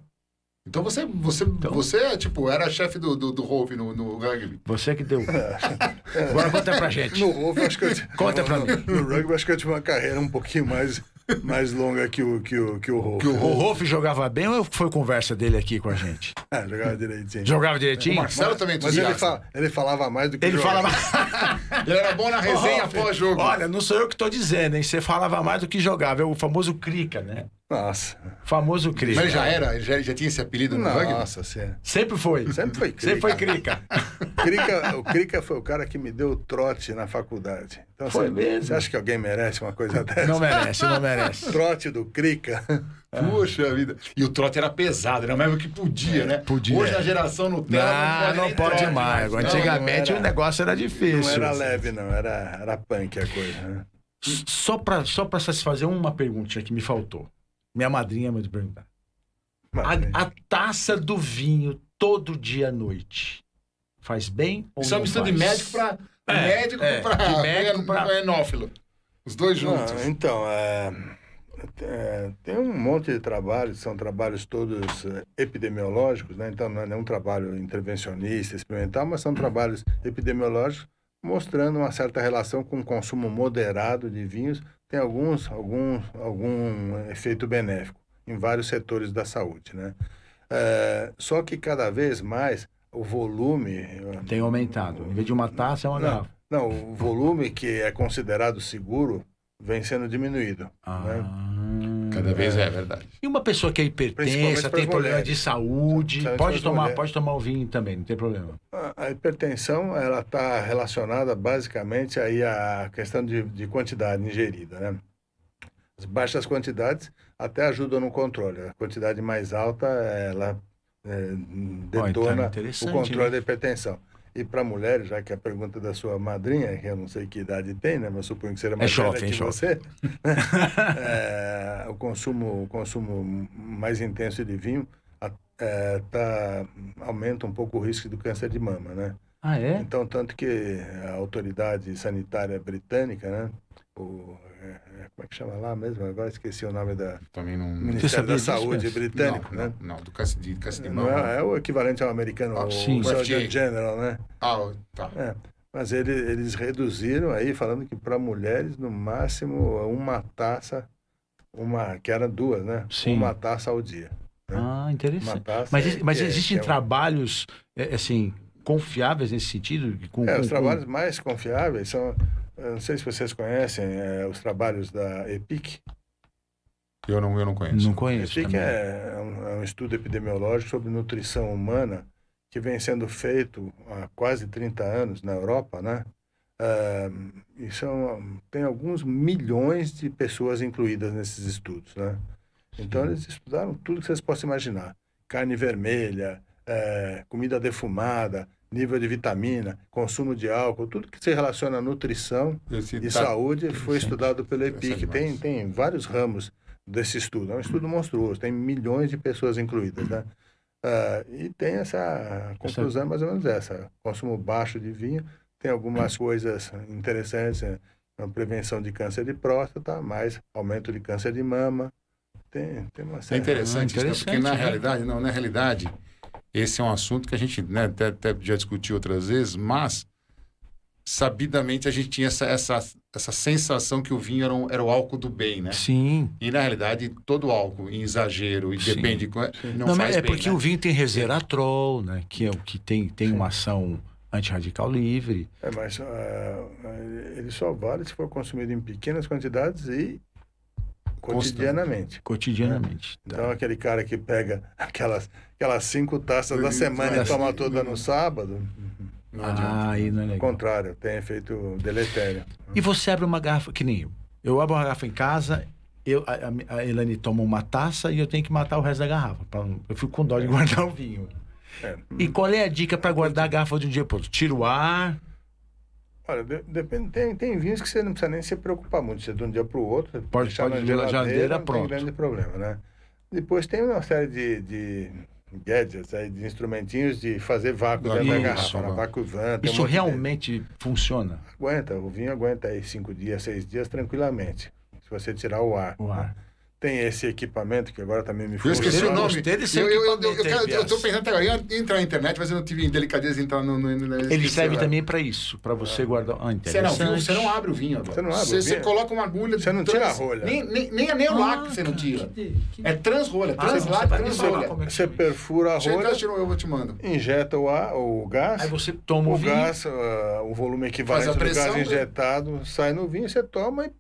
Speaker 1: Então você, você, você tipo, era chefe do, do, do Rolf no, no rugby.
Speaker 2: Você que deu.
Speaker 1: É.
Speaker 2: Agora conta pra gente.
Speaker 3: No rugby, acho que eu,
Speaker 2: Conta pra
Speaker 3: no,
Speaker 2: mim.
Speaker 3: No rugby, acho que eu tive uma carreira um pouquinho mais, mais longa que o, que o, que o Rolf.
Speaker 1: Que o
Speaker 2: O Rolf jogava bem ou foi conversa dele aqui com a gente?
Speaker 3: Ah, jogava direitinho.
Speaker 2: Jogava direitinho?
Speaker 1: Marcelo também é
Speaker 3: Mas ele,
Speaker 1: entusiasta.
Speaker 3: fala- ele falava mais do que
Speaker 2: Ele
Speaker 3: jogava.
Speaker 2: falava.
Speaker 1: Ele era bom na resenha
Speaker 2: Rolf,
Speaker 1: após jogo.
Speaker 2: Olha, não sou eu que tô dizendo, hein? Você falava mais do que jogava. É o famoso crica, né?
Speaker 3: Nossa.
Speaker 2: Famoso crica.
Speaker 1: Mas ele já é. era, ele já, ele já tinha esse apelido no rugby?
Speaker 3: Nossa, você
Speaker 2: Sempre foi.
Speaker 3: Sempre foi
Speaker 2: Sempre foi crica.
Speaker 3: Crica, o Crica foi o cara que me deu o trote na faculdade. Então,
Speaker 2: Foi
Speaker 3: você,
Speaker 2: mesmo?
Speaker 3: Você acha que alguém merece uma coisa dessa?
Speaker 2: Não merece, não merece.
Speaker 3: Trote do Crica.
Speaker 2: É.
Speaker 1: Puxa vida. E o trote era pesado, era mais o que podia, né?
Speaker 2: É, podia.
Speaker 1: Hoje a geração Nutella
Speaker 2: Não, não
Speaker 1: nem
Speaker 2: pode
Speaker 1: trote né?
Speaker 2: mais.
Speaker 1: Não,
Speaker 2: Antigamente
Speaker 3: não era.
Speaker 2: o negócio era difícil.
Speaker 3: Não era leve, não. Era, era punk a coisa. Né?
Speaker 2: S- Só pra, só pra satisfazer uma perguntinha que me faltou. Minha madrinha me perguntar.
Speaker 3: Mas,
Speaker 2: A, a taça do vinho todo dia à noite faz bem ou
Speaker 1: Isso é uma
Speaker 2: não
Speaker 1: mistura de
Speaker 2: faz?
Speaker 1: médico pra.
Speaker 2: É,
Speaker 1: médico
Speaker 2: é,
Speaker 1: pra.
Speaker 2: de médico pra-
Speaker 1: enófilo. Os dois juntos.
Speaker 3: Não, então, é, é, tem um monte de trabalhos, são trabalhos todos é, epidemiológicos, né? então não é nenhum trabalho intervencionista, experimental, mas são trabalhos epidemiológicos mostrando uma certa relação com o consumo moderado de vinhos, tem alguns, algum, algum efeito benéfico em vários setores da saúde. Né? É, só que cada vez mais o volume...
Speaker 2: Tem aumentado. Em vez de uma taça, é uma
Speaker 3: Não.
Speaker 2: garrafa.
Speaker 3: Não, o volume que é considerado seguro vem sendo diminuído. né?
Speaker 2: Ah.
Speaker 1: Cada vez é, verdade.
Speaker 2: E uma pessoa que é
Speaker 3: Principalmente
Speaker 2: hipertensa,
Speaker 3: pras
Speaker 2: tem problema
Speaker 3: mulheres.
Speaker 2: de saúde,
Speaker 3: Principalmente
Speaker 2: pode
Speaker 3: pras
Speaker 2: tomar,
Speaker 3: mulheres.
Speaker 2: pode tomar o vinho também, não tem problema.
Speaker 3: A a hipertensão, ela está relacionada basicamente aí à questão de, de quantidade ingerida, né? As baixas quantidades até ajudam no controle. A quantidade mais alta, ela é,
Speaker 2: Ó, então é
Speaker 3: detona o
Speaker 2: interessante,
Speaker 3: controle
Speaker 2: né?
Speaker 3: da hipertensão. E para mulher, já que a pergunta da sua madrinha, que eu não sei que idade tem, né? Mas suponho que será mais velha
Speaker 2: É jovem,
Speaker 3: que
Speaker 2: jovem.
Speaker 3: você. né, É, o consumo, o consumo mais intenso de vinho a- é, tá, aumenta um pouco o risco do câncer de mama, né?
Speaker 2: Ah, é?
Speaker 3: Então, tanto que a autoridade sanitária britânica, né? O, é, é, como é que chama lá mesmo? Agora esqueci o nome da
Speaker 1: Também não.
Speaker 3: o
Speaker 1: Não,
Speaker 3: Ministério
Speaker 2: sabia
Speaker 3: da
Speaker 2: disso,
Speaker 3: Saúde
Speaker 2: Pedro?
Speaker 3: britânico, né?
Speaker 1: não, não, do câncer de, câncer de
Speaker 3: Não
Speaker 1: mama.
Speaker 3: é, é o equivalente ao americano,
Speaker 1: Ah,
Speaker 3: o
Speaker 2: sim.
Speaker 1: FDA.
Speaker 3: Surgeon General, né?
Speaker 1: Ah, tá.
Speaker 3: É, mas ele- eles reduziram aí, falando que para mulheres, no máximo, uma taça, uma, que era duas, né?
Speaker 2: Sim.
Speaker 3: Uma taça ao dia.
Speaker 2: Ah,
Speaker 3: Uma
Speaker 2: interessante.
Speaker 3: taça.
Speaker 2: Mas,
Speaker 3: é-
Speaker 2: mas
Speaker 3: que é-
Speaker 2: existem
Speaker 3: que é um-
Speaker 2: trabalhos, é, assim, confiáveis nesse sentido? Com,
Speaker 3: É,
Speaker 2: com-
Speaker 3: os
Speaker 2: com-
Speaker 3: trabalhos mais confiáveis são, eu não sei se vocês conhecem, é, os trabalhos da EPIC.
Speaker 1: Eu não, eu não conheço.
Speaker 2: Não conheço.
Speaker 3: EPIC
Speaker 2: também.
Speaker 3: é um, é um estudo epidemiológico sobre nutrição humana que vem sendo feito há quase 30 anos na Europa, né? Ah, e são, tem alguns milhões de pessoas incluídas nesses estudos, né? Então eles estudaram tudo que vocês possam imaginar. Carne vermelha, eh, comida defumada, nível de vitamina, consumo de álcool, tudo que se relaciona à nutrição
Speaker 1: Esse
Speaker 3: de
Speaker 1: tá-
Speaker 3: saúde foi
Speaker 1: Sim.
Speaker 3: estudado pelo
Speaker 1: Interessante
Speaker 3: EPIC. Tem,
Speaker 1: demais.
Speaker 3: tem vários ramos desse estudo. É um estudo monstruoso, tem milhões de pessoas incluídas. Né? Ah, e tem essa conclusão, é
Speaker 1: Hum.
Speaker 3: mais ou menos essa: consumo baixo de vinho. Tem algumas coisas interessantes, eh, Então, prevenção de câncer de próstata, mais aumento de câncer de mama. Tem, tem uma
Speaker 1: É
Speaker 3: série.
Speaker 1: interessante,
Speaker 2: Ah,
Speaker 1: isso, né?
Speaker 2: interessante,
Speaker 1: porque na
Speaker 2: né?
Speaker 1: realidade, não, na realidade, esse é um assunto que a gente né, até, até já discutiu outras vezes, mas sabidamente a gente tinha essa, essa, essa sensação que o vinho era, um- era o álcool do bem,
Speaker 3: é.
Speaker 1: né?
Speaker 2: Sim.
Speaker 1: E na realidade, todo álcool em exagero e
Speaker 2: Sim.
Speaker 1: depende de qual- não,
Speaker 2: Não, mas
Speaker 1: faz
Speaker 2: é
Speaker 1: bem,
Speaker 2: porque
Speaker 1: né?
Speaker 2: o vinho tem resveratrol, né? Que é o que tem, tem uma ação antirradical livre.
Speaker 3: É, mas ah, ele só vale se for consumido em pequenas quantidades e cotidianamente.
Speaker 2: Cotidianamente.
Speaker 1: É.
Speaker 2: tá?
Speaker 3: Então, aquele cara que pega aquelas, aquelas cinco taças da
Speaker 1: Sim,
Speaker 3: semana e
Speaker 1: sim.
Speaker 3: toma toda no sábado,
Speaker 1: Não adianta. né?
Speaker 2: Ah, aí não é
Speaker 3: ao
Speaker 2: legal.
Speaker 3: contrário, tem efeito deletério.
Speaker 2: E você abre uma garrafa, que nem eu. Eu abro uma garrafa em casa, eu, a, a- a Elane toma uma taça e eu tenho que matar o resto da garrafa. pra não- eu fico com dó de guardar o vinho.
Speaker 3: É.
Speaker 2: E qual é a dica para guardar a garrafa de um dia pro outro? Tira o ar.
Speaker 3: Olha, de- depende, tem, tem vinhos que você não precisa nem se preocupar muito. Você de um dia para o outro,
Speaker 2: Pode-
Speaker 3: deixar
Speaker 2: pode
Speaker 3: na
Speaker 2: ir na
Speaker 3: geladeira,
Speaker 2: geladeira,
Speaker 3: não
Speaker 2: pronto.
Speaker 3: tem grande problema, né? Depois tem uma série de, de gadgets, aí, de instrumentinhos de fazer vácuo dentro da
Speaker 2: Isso,
Speaker 3: garrafa, na
Speaker 1: agora.
Speaker 3: vácuo van. tem um
Speaker 2: Isso
Speaker 3: monte de-
Speaker 2: realmente funciona.
Speaker 3: Aguenta, o vinho aguenta aí cinco dias, seis dias tranquilamente, se você tirar o ar.
Speaker 1: É.
Speaker 3: né?
Speaker 2: O ar.
Speaker 3: Tem esse equipamento que agora também me
Speaker 1: Eu esqueci
Speaker 2: Gostei-
Speaker 1: o nome.
Speaker 2: gostei desse
Speaker 1: eu, eu, eu, eu,
Speaker 2: equipamento, hein,
Speaker 1: quero- eu tô
Speaker 2: Bias?
Speaker 1: pensando até agora, eu ia entrar na internet, mas eu não tive indelicadeza de entrar no. no, no
Speaker 2: Ele
Speaker 1: esqueci
Speaker 2: serve
Speaker 1: agora.
Speaker 2: também para isso, para você guardar.
Speaker 1: É.
Speaker 2: Ah,
Speaker 1: Você não,
Speaker 2: interessante.
Speaker 1: viu? você não abre o vinho agora.
Speaker 3: Você não abre o vinho.
Speaker 1: coloca uma agulha.
Speaker 3: Você não
Speaker 1: trans-
Speaker 3: tira a rolha.
Speaker 1: Nem, nem, nem, é nem o lacre você não tira. É transrolha,
Speaker 2: Ah, você
Speaker 1: translacre,
Speaker 2: vai- você vai
Speaker 1: transolha.
Speaker 2: comer.
Speaker 3: né? Você perfura a
Speaker 1: Você
Speaker 3: rolha,
Speaker 1: já tirou, eu vou te mando.
Speaker 3: injeta o ar, o gás,
Speaker 2: Aí você toma o,
Speaker 3: o
Speaker 2: vinho.
Speaker 3: gás, ah, o volume equivalente
Speaker 1: Faz a
Speaker 3: do
Speaker 1: pressão,
Speaker 3: gás
Speaker 1: né?
Speaker 3: injetado, sai no vinho, você toma e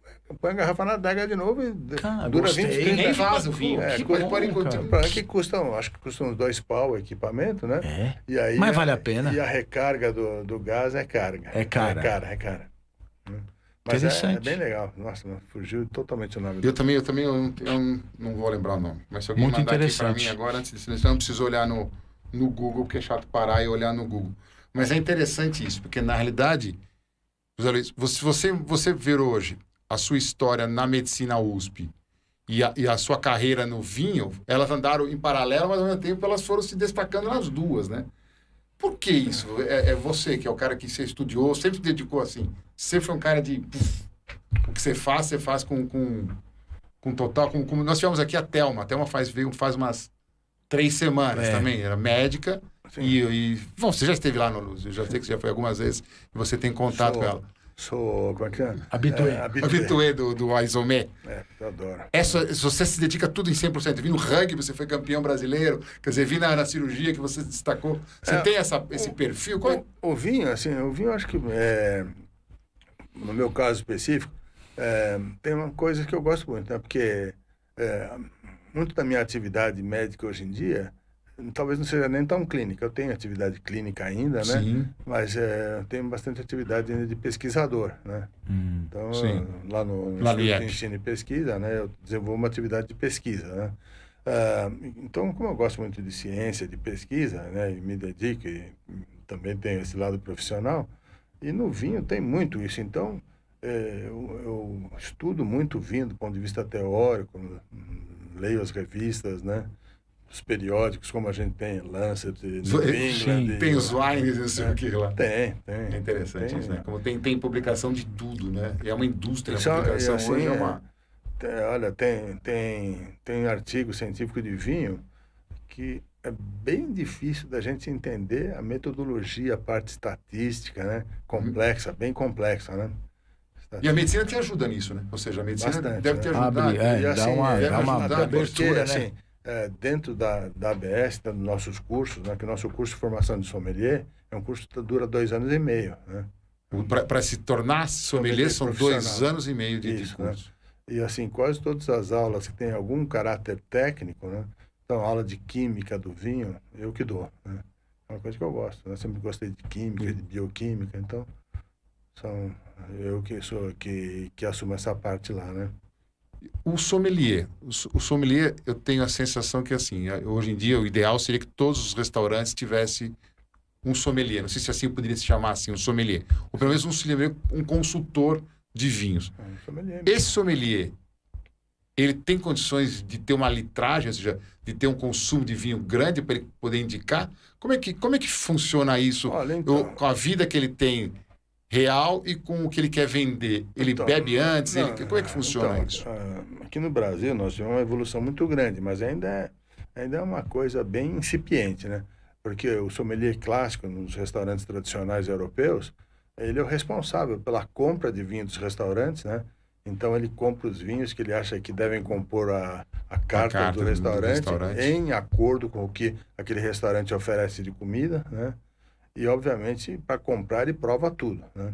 Speaker 3: põe a garrafa na adega de novo e d-
Speaker 2: Cara,
Speaker 3: dura
Speaker 2: gostei.
Speaker 3: 20,
Speaker 1: Nem
Speaker 3: 30
Speaker 1: vaza o vinho.
Speaker 3: É,
Speaker 1: Que
Speaker 3: coisa-
Speaker 1: bom, cara.
Speaker 2: cara.
Speaker 3: Pra que custam, acho que custam uns dois pau o equipamento, né?
Speaker 2: É.
Speaker 3: E aí,
Speaker 2: Mas vale a pena.
Speaker 3: E a recarga do, do gás é carga.
Speaker 2: É cara.
Speaker 3: É cara, é cara. Hum. Mas é- é,
Speaker 2: Interessante.
Speaker 3: bem legal. Nossa, não, fugiu totalmente o nome
Speaker 1: Eu
Speaker 3: do...
Speaker 1: também, eu também eu não, eu não- não vou lembrar o nome. Mas se alguém
Speaker 2: Muito
Speaker 1: mandar aqui pra
Speaker 2: interessante.
Speaker 1: mim agora, antes disso, eu não preciso olhar no, no Google, porque é chato parar e olhar no Google. Mas é interessante isso, porque na realidade, José Luiz, você, você, você ver hoje a sua história na medicina USP e a, e a sua carreira no vinho, elas andaram em paralelo, mas ao mesmo tempo elas foram se destacando nas duas, né? Por que isso? É, é você que é o cara que você estudou, sempre se dedicou assim. Você foi um cara de. puf, o que você faz, você faz com, com, com total. Com, com- nós tivemos aqui a Thelma. A Thelma faz, veio faz umas três semanas
Speaker 2: É.
Speaker 1: também. Era médica.
Speaker 3: Sim.
Speaker 1: E, e. Bom, você já esteve lá no Luz. Eu já sei que você já foi algumas vezes e você tem contato
Speaker 3: Sou-
Speaker 1: com ela.
Speaker 3: Sou, como é que é?
Speaker 2: Habitué.
Speaker 3: É, habitué.
Speaker 1: Habituê do, do Aizomé.
Speaker 3: É, eu adoro.
Speaker 1: Essa, se você se dedica tudo em 100%. Vi no rugby, você foi campeão brasileiro. Quer dizer, vi na, na cirurgia que você se destacou. Você
Speaker 3: É.
Speaker 1: tem essa, esse perfil? Qual é?
Speaker 3: O, o vinho, assim, o vinho eu acho que, é, no meu caso específico, é, tem uma coisa que eu gosto muito, né? Porque é, muito da minha atividade médica hoje em dia, talvez não seja nem tão clínica. Eu tenho atividade clínica ainda, né? Mas é, eu tenho bastante atividade ainda de pesquisador, né?
Speaker 1: Hum.
Speaker 3: Então,
Speaker 1: Sim.
Speaker 3: lá no
Speaker 1: Lá no
Speaker 3: Instituto
Speaker 1: IEP.
Speaker 3: de Ensino e Pesquisa, né, eu desenvolvo uma atividade de pesquisa, né? Ah, então, como eu gosto muito de ciência, de pesquisa, né, e me dedico e hum, também tenho esse lado profissional, e no vinho tem muito isso. Então, eh, eu, eu estudo muito o vinho do ponto de vista teórico, hum, leio as revistas, né? Os periódicos, como a gente tem, Lancet, New
Speaker 1: eh, Sim.
Speaker 3: England, é.
Speaker 1: Tem os wines, não sei o que lá.
Speaker 3: Tem, tem.
Speaker 1: É interessante
Speaker 3: tem,
Speaker 1: isso, né? Como tem, tem publicação de tudo, né? É uma indústria,
Speaker 3: Isso é-
Speaker 1: a publicação
Speaker 3: assim,
Speaker 1: hoje é
Speaker 3: é-
Speaker 1: uma...
Speaker 3: Tem- olha, tem, tem, tem artigo científico de vinho que é bem difícil da gente entender a metodologia, a parte estatística, né? Complexa, bem complexa, né?
Speaker 1: E a medicina te ajuda nisso, né? Ou seja, a medicina
Speaker 3: Bastante,
Speaker 1: deve te
Speaker 3: né?
Speaker 1: ajudar.
Speaker 2: Abre, é.
Speaker 3: E,
Speaker 2: dá uma-
Speaker 3: deve
Speaker 1: dá uma-
Speaker 3: ajudar,
Speaker 1: dá
Speaker 2: abertura,
Speaker 3: porque,
Speaker 2: né?
Speaker 3: assim, é, dentro da, da ABS, tá, dos nossos cursos, né? Que o nosso curso de formação de sommelier é um curso que dura dois anos e meio, né?
Speaker 1: Para se tornar sommelier,
Speaker 3: Sommelier
Speaker 1: são dois
Speaker 3: profissional.
Speaker 1: anos e meio de, de
Speaker 3: Isso, né?
Speaker 1: curso.
Speaker 3: E assim, quase todas as aulas que têm algum caráter técnico, né? Então, aula de química do vinho, eu que dou, né? É uma coisa que eu gosto, né? Sempre gostei de química, de bioquímica, então são eu que sou que que assumo essa parte lá, né?
Speaker 1: O sommelier. O so- o sommelier, eu tenho a sensação que, assim, a- hoje em dia o ideal seria que todos os restaurantes tivessem um sommelier. Não sei se assim poderia se chamar assim, um sommelier. Ou pelo menos um sommelier, um consultor de vinhos.
Speaker 3: É um sommelier.
Speaker 1: Esse sommelier, ele tem condições de ter uma litragem, ou seja, de ter um consumo de vinho grande para ele poder indicar? Como é que, como é que funciona isso?
Speaker 3: Olha,
Speaker 1: Eu-
Speaker 3: então,
Speaker 1: com a vida que ele tem real e com o que ele quer vender? Ele
Speaker 3: Então,
Speaker 1: bebe antes?
Speaker 3: não,
Speaker 1: ele- Como é que funciona
Speaker 3: então,
Speaker 1: isso?
Speaker 3: ah, Aqui no Brasil nós tivemos uma evolução muito grande, mas ainda é, ainda é uma coisa bem incipiente, né? Porque o sommelier clássico nos restaurantes tradicionais europeus, ele é o responsável pela compra de vinho dos restaurantes, né? Então ele compra os vinhos que ele acha que devem compor a, a carta,
Speaker 1: carta
Speaker 3: do,
Speaker 1: do
Speaker 3: restaurante,
Speaker 1: restaurante.
Speaker 3: em acordo com o que aquele restaurante oferece de comida, né? E obviamente para comprar ele prova tudo, né?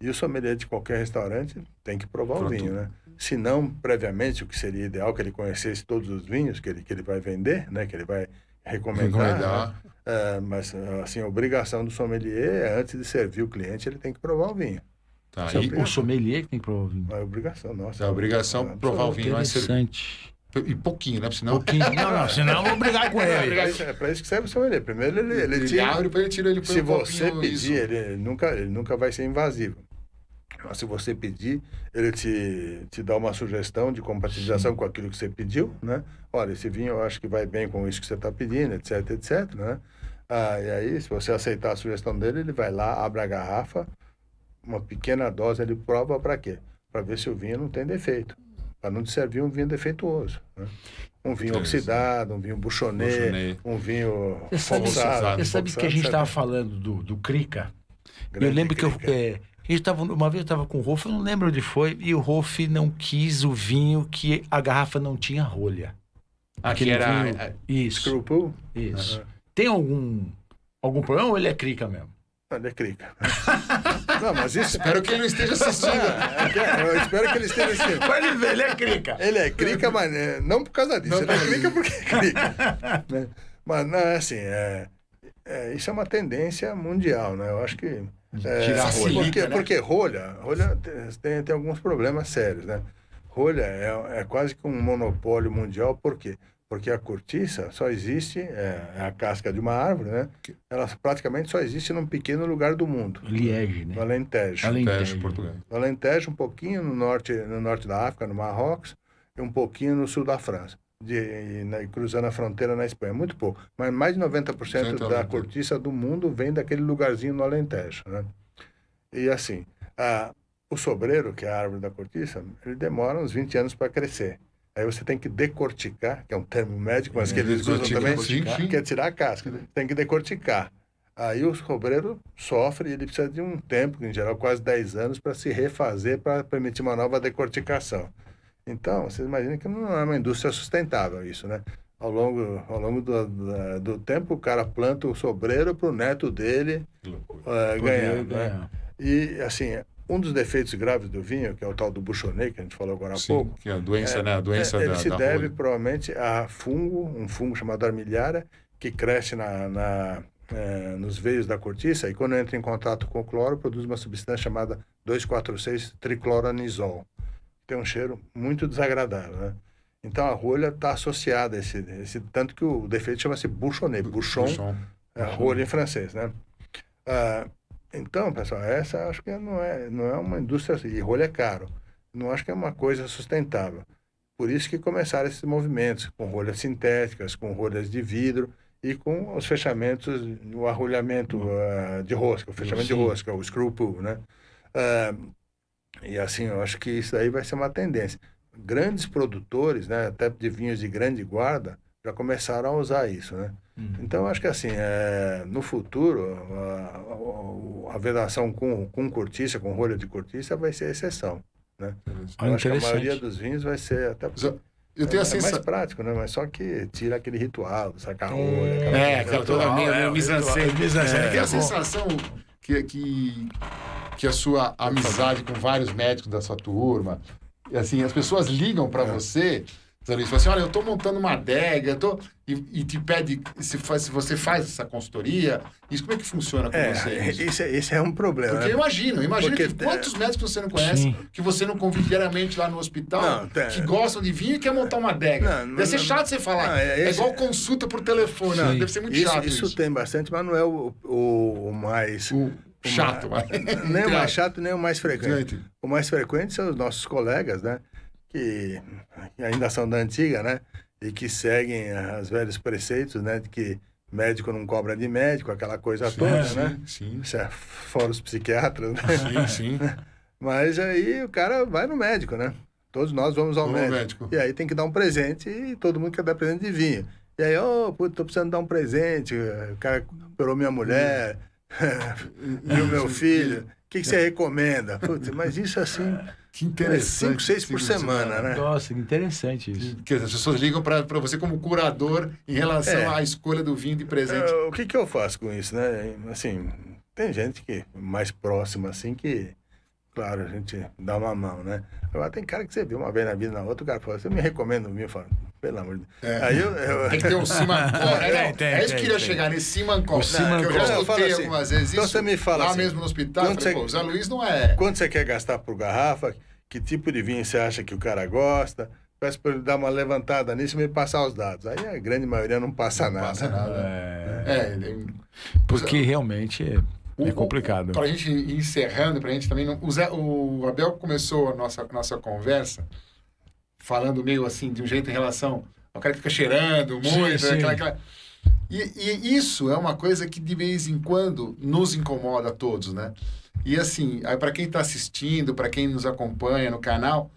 Speaker 3: E o sommelier de qualquer restaurante tem que provar o
Speaker 1: Prova
Speaker 3: vinho,
Speaker 1: tudo.
Speaker 3: né? Se não, previamente, o que seria ideal que ele conhecesse todos os vinhos que ele, que ele vai vender, né? Que ele vai recomendar. né?
Speaker 1: Recomendar.
Speaker 3: É, mas, assim, a obrigação do sommelier é, antes de servir o cliente, ele tem que provar o vinho.
Speaker 1: Tá,
Speaker 3: Seu
Speaker 1: e-
Speaker 2: o sommelier que tem que provar o vinho.
Speaker 3: É obrigação, nossa.
Speaker 1: É a obrigação provar o vinho, mas ser-
Speaker 2: Interessante.
Speaker 1: e pouquinho, né? Porque senão
Speaker 2: Pouquinho. Não, não, senão eu vou brigar com
Speaker 3: É,
Speaker 2: ele.
Speaker 3: pra isso- é para isso que serve o sommelier. Primeiro, ele, ele,
Speaker 1: ele
Speaker 3: tira-
Speaker 1: abre, depois ele tira ele põe
Speaker 3: se
Speaker 1: um
Speaker 3: você
Speaker 1: copinho, isso.
Speaker 3: pedir, ele, ele nunca, ele nunca vai ser invasivo. Mas se você pedir, ele te, te dá uma sugestão de compatibilização com aquilo que você pediu, né? Olha, esse vinho eu acho que vai bem com isso que você está pedindo, etc, etc, né? Ah, e aí, se você aceitar a sugestão dele, ele vai lá, abre a garrafa, uma pequena dose, ele prova para quê? Para ver se o vinho não tem defeito. Para não te servir um vinho defeituoso. Né? Um vinho
Speaker 1: Interessante.
Speaker 3: oxidado, um vinho buchonê,
Speaker 1: Buchonnet.
Speaker 3: um vinho
Speaker 2: Você sabe,
Speaker 1: Forçado,
Speaker 2: você sabe que a
Speaker 3: forçado,
Speaker 2: gente
Speaker 3: sabe?
Speaker 2: estava falando do, do Crica. eu
Speaker 3: Grande
Speaker 2: lembro que eu,
Speaker 3: crítica.
Speaker 2: é, a gente tava, uma vez eu estava com o Rolf, eu não lembro onde foi, e o Rolf não quis o vinho que a garrafa não tinha rolha.
Speaker 1: Aqui Ah, era.
Speaker 3: é,
Speaker 2: vinho- Isso,
Speaker 3: Screwpool?
Speaker 2: isso. É. Tem algum, algum problema ou ele é Crica mesmo?
Speaker 3: Olha, clica. Ah, Não, mas isso.
Speaker 1: Espero que ele não esteja assistindo.
Speaker 3: Eu espero que ele esteja assim.
Speaker 2: Pode ver, ele é Crica.
Speaker 3: Ele é clica, mas é, não por causa disso. ele é clica porque é clica. né? Mas, não, é assim, é, é, isso é uma tendência mundial, né? Eu acho que. É,
Speaker 1: rolha.
Speaker 2: tirar a
Speaker 3: Porque,
Speaker 1: Facilita, né?
Speaker 3: porque rolha, rolha te- tem, tem alguns problemas sérios, né? Rolha é, é quase que um monopólio mundial, por quê? Porque a cortiça só existe, é, é a casca de uma árvore, né? Ela praticamente só existe num pequeno lugar do mundo,
Speaker 2: Liege, né?
Speaker 3: no Alentejo.
Speaker 2: Além
Speaker 1: Teste português.
Speaker 3: no Alentejo, um pouquinho no norte, no norte da África, no Marrocos, e um pouquinho no sul da França, de, e, na- e cruzando a fronteira na Espanha. Muito pouco, mas mais de 90%
Speaker 1: Cento e
Speaker 3: da
Speaker 1: noventa.
Speaker 3: cortiça do mundo vem daquele lugarzinho no Alentejo. Né? E assim, a- o sobreiro, que é a árvore da cortiça, ele demora uns 20 anos para crescer. Aí você tem que decorticar, que é um termo médico, mas que eles usam
Speaker 1: Decorticar,
Speaker 3: também,
Speaker 1: sim, sim.
Speaker 3: que é tirar a casca. né? Tem que decorticar. Aí o sobreiro sofre e ele precisa de um tempo, em geral quase 10 anos, para se refazer, para permitir uma nova decorticação. Então, vocês imaginam que não é uma indústria sustentável isso, né? Ao longo, ao longo do, da- do tempo, o cara planta o sobreiro para o neto dele
Speaker 1: Que loucura.
Speaker 3: eh, ganhar. Né?
Speaker 2: ganhar.
Speaker 3: E, assim, um dos defeitos graves do vinho, que é o tal do buchonê, que a gente falou agora há pouco,
Speaker 1: Sim, que é a doença, né? A doença
Speaker 3: é, ele
Speaker 1: da,
Speaker 3: se
Speaker 1: da
Speaker 3: deve
Speaker 1: rolha.
Speaker 3: provavelmente a fungo, um fungo chamado armilhária, que cresce na, na, eh, nos veios da cortiça e quando entra em contato com o cloro produz uma substância chamada 2,4,6-tricloranizol. Tem um cheiro muito desagradável, né? Então a rolha está associada a esse, esse- Tanto que o defeito chama-se bouchonnet, bouchon,
Speaker 1: Buchon.
Speaker 3: é rolha em francês, né? Ah, então, pessoal, essa acho que não é, não é uma indústria assim, e rolha é caro. Não acho que é uma coisa sustentável. Por isso que começaram esses movimentos com rolhas sintéticas, com rolhas de vidro e com os fechamentos, o arrolhamento ah, de rosca, o fechamento de
Speaker 2: Sim.
Speaker 3: rosca, o screw pull, né? Ah, e assim, eu acho que isso aí vai ser uma tendência. Grandes produtores, né, até de vinhos de grande guarda, já começaram a usar isso, né?
Speaker 2: Hum.
Speaker 3: Então, acho que assim, é, no futuro, a, a- a vedação com, com cortiça, com rolha de cortiça, vai ser a exceção.
Speaker 2: Ah,
Speaker 3: Eu acho que a
Speaker 2: interessante.
Speaker 3: maioria dos vinhos vai ser até.
Speaker 1: Zo- Eu tenho
Speaker 3: é,
Speaker 1: a
Speaker 3: mais
Speaker 1: sensação.
Speaker 3: prático, né? Mas só que tira aquele ritual, saca a rolha.
Speaker 2: É,
Speaker 1: É, aquela toda meio meio mise-en-scène. Eu tenho a
Speaker 2: Mise-en-scène.
Speaker 1: sensação que, que, que a sua amizade com vários médicos da sua turma, e assim, as pessoas ligam pra você, Zé Luiz, falam assim, olha, eu tô montando uma adega, eu tô... E, e te pede, se, faz, se você faz essa consultoria, isso como é que funciona com
Speaker 3: É,
Speaker 1: você? isso?
Speaker 3: esse, é- esse é um problema.
Speaker 1: Porque eu
Speaker 3: né?
Speaker 1: imagino, eu imagino
Speaker 3: Porque,
Speaker 1: que
Speaker 3: é,
Speaker 1: quantos médicos você não conhece,
Speaker 2: Sim.
Speaker 1: que você não convive diariamente lá no hospital,
Speaker 3: Não, tem-
Speaker 1: que gostam de vinho e quer montar uma adega.
Speaker 3: Não, não,
Speaker 1: deve ser
Speaker 3: não.
Speaker 1: chato você falar.
Speaker 3: Não,
Speaker 1: é,
Speaker 3: é- esse-
Speaker 1: igual consulta por telefone.
Speaker 2: Sim.
Speaker 1: Deve ser é muito
Speaker 3: isso,
Speaker 1: chato isso.
Speaker 3: isso tem bastante, mas não é o, o- o mais.
Speaker 1: O chato, mas...
Speaker 3: nem o mais chato, nem o mais frequente.
Speaker 1: Gente.
Speaker 3: O mais frequente são os nossos colegas, né? Que ainda são da antiga, né? E que seguem as velhos preceitos, né? De que médico não cobra de médico, aquela coisa toda, né?
Speaker 1: Sim,
Speaker 3: Isso é fora os psiquiatras, né?
Speaker 1: sim, sim.
Speaker 3: Mas aí o cara vai no médico, né? Todos nós vamos ao
Speaker 1: Vamos ao
Speaker 3: médico.
Speaker 1: médico.
Speaker 3: E aí tem que dar um presente e todo mundo quer dar presente de vinho. E aí, ô, puto, tô precisando dar um presente. O cara operou minha mulher, viu meu filho. O que, que você recomenda? Putz, mas isso assim,
Speaker 1: Que
Speaker 3: é
Speaker 1: interessante.
Speaker 3: 5, 6 por semana, né?
Speaker 2: Nossa, que interessante isso.
Speaker 1: Quer dizer, as pessoas ligam pra pra você como curador em relação
Speaker 3: É.
Speaker 1: à escolha do vinho de presente.
Speaker 3: É, o que, que eu faço com isso, né? Assim, tem gente que é mais próxima, assim, que, claro, a gente dá uma mão, né? Agora tem cara que você vê uma vez na vida, na outra, o cara fala, você me recomenda um vinho? Eu falo, pelo amor de Deus.
Speaker 1: É.
Speaker 3: Aí eu, eu-
Speaker 1: Tem que ter um Simancol. É,
Speaker 2: Tem,
Speaker 1: não,
Speaker 2: tem,
Speaker 1: é isso que
Speaker 2: tem,
Speaker 1: eu queria
Speaker 2: tem.
Speaker 1: chegar nesse Simancol.
Speaker 2: O Simancol.
Speaker 1: Que eu já
Speaker 3: Não, eu falo
Speaker 1: escutei
Speaker 3: assim,
Speaker 1: algumas vezes
Speaker 3: então
Speaker 1: isso.
Speaker 3: você me fala
Speaker 1: Lá
Speaker 3: assim,
Speaker 1: mesmo no hospital, eu
Speaker 3: quanto
Speaker 1: falei,
Speaker 3: você-
Speaker 1: pô, o Zé Luiz não é...
Speaker 3: quanto você quer gastar por garrafa? Que tipo de vinho você acha que o cara gosta? Peço para ele dar uma levantada nisso e me passar os dados. Aí a grande maioria não passa
Speaker 1: Não
Speaker 3: nada. né?
Speaker 1: passa nada.
Speaker 2: É,
Speaker 1: É, ele-
Speaker 2: porque realmente é, é complicado.
Speaker 1: Para a Um, gente ir encerrando, para a gente também. Não, o, Zé- o Abel começou a nossa, nossa conversa falando meio assim, de um jeito em relação ao cara que fica cheirando muito.
Speaker 2: Sim,
Speaker 1: né,
Speaker 2: sim.
Speaker 1: aquela- aquela- E, e isso é uma coisa que de vez em quando nos incomoda a todos, né? E assim, para quem está assistindo, para quem nos acompanha no canal,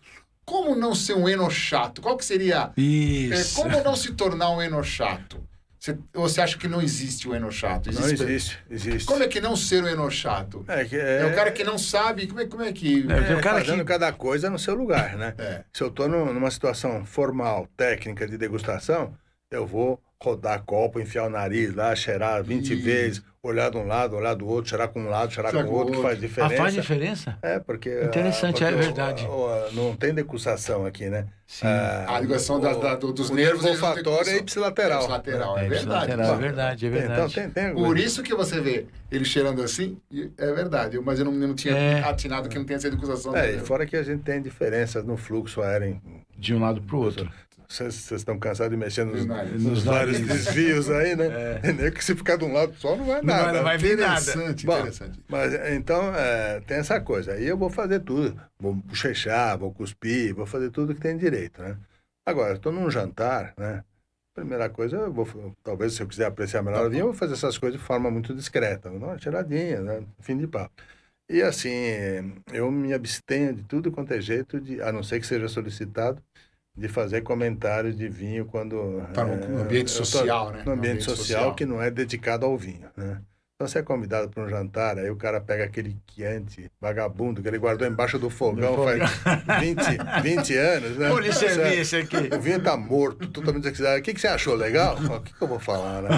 Speaker 1: como não ser um enochato? Qual que seria. é,
Speaker 2: Isso.
Speaker 1: como não se tornar um enochato? Você, ou você acha que não existe o enochato?
Speaker 3: Não existe, existe.
Speaker 1: Como é que não ser o enochato?
Speaker 3: É, que
Speaker 1: É o cara que não sabe, como é, como é que...
Speaker 2: É, tem um cara
Speaker 3: fazendo
Speaker 2: que-
Speaker 3: tá cada coisa no seu lugar, né?
Speaker 1: É.
Speaker 3: Se eu estou numa situação formal, técnica de degustação, eu vou rodar copo, enfiar o nariz lá, cheirar 20
Speaker 1: Isso.
Speaker 3: vezes, olhar de um lado, olhar do outro, cheirar com um lado, cheirar
Speaker 1: Cheirar
Speaker 3: com o
Speaker 1: com o
Speaker 3: outro, que faz
Speaker 2: Ah,
Speaker 3: diferença.
Speaker 2: faz diferença?
Speaker 3: É, porque...
Speaker 2: Interessante,
Speaker 3: ah,
Speaker 2: é
Speaker 3: o-
Speaker 2: verdade.
Speaker 3: o- o- não tem degustação aqui, né?
Speaker 2: Sim.
Speaker 1: A ligação da- da- do- dos nervos, eles não têm
Speaker 3: olfatório é
Speaker 1: condição.
Speaker 3: ipsilateral.
Speaker 1: lateral, é,
Speaker 2: É,
Speaker 1: verdade.
Speaker 2: lateral, é verdade, é
Speaker 3: Então,
Speaker 2: verdade.
Speaker 3: tem, tem
Speaker 1: Por isso que você vê ele cheirando assim, e- é verdade. Mas eu não, eu não tinha
Speaker 2: É.
Speaker 1: atinado que não tem essa educação.
Speaker 3: É, e fora que a gente tem diferenças no fluxo aéreo. em-
Speaker 2: De um lado pro outro.
Speaker 3: Vocês vocês estão cansados de mexer nos,
Speaker 2: Nos
Speaker 3: nos vários desvios aí, né? É. Nem que se ficar de um lado só não vai nada.
Speaker 2: vai- vir nada.
Speaker 1: Interessante,
Speaker 3: Bom,
Speaker 1: interessante.
Speaker 3: Mas então é, tem essa coisa. Aí eu vou fazer tudo. Vou bochechar, vou cuspir, vou fazer tudo que tem direito, né? Agora, estou num jantar, né? Primeira coisa, eu vou, talvez se eu quiser apreciar melhor o vinho, eu vou fazer essas coisas de forma muito discreta. Uma tiradinha, né? Fim de papo. E assim, eu me abstenho de tudo quanto é jeito, de, a não ser que seja solicitado, de fazer comentários de vinho quando.
Speaker 1: Tá no- no
Speaker 3: eh,
Speaker 1: ambiente
Speaker 3: eu tô
Speaker 1: social, né?
Speaker 3: No ambiente, social, que não é dedicado ao vinho, né? Então você é convidado para um jantar, aí o cara pega aquele quiante vagabundo que ele guardou embaixo do fogão faz 20, 20 anos, né?
Speaker 2: Por isso
Speaker 3: Certo?
Speaker 2: é esse aqui.
Speaker 3: O vinho tá morto, totalmente desaxidado. O que, que você achou legal? Ó, O que, que eu vou falar, né?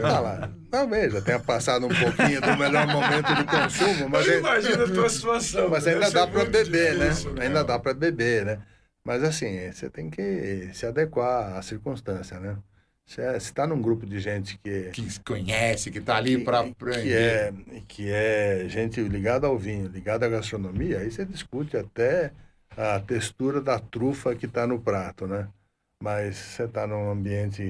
Speaker 3: Tá lá. Talvez já tenha passado um pouquinho do melhor momento de consumo, mas,
Speaker 2: Eu
Speaker 3: é-
Speaker 2: imagino a tua situação.
Speaker 3: mas
Speaker 2: deve
Speaker 3: ainda
Speaker 2: ser
Speaker 3: dá para
Speaker 2: muito
Speaker 3: beber, né?
Speaker 2: difícil,
Speaker 3: Ainda dá para beber, né? Mas assim, você tem que se adequar à circunstância, né? Se está tá num grupo de gente que
Speaker 1: Que se conhece, que tá ali para aprender.
Speaker 3: que é, que é gente ligada ao vinho, ligada à gastronomia, aí você discute até a textura da trufa que está no prato, né? Mas você está num ambiente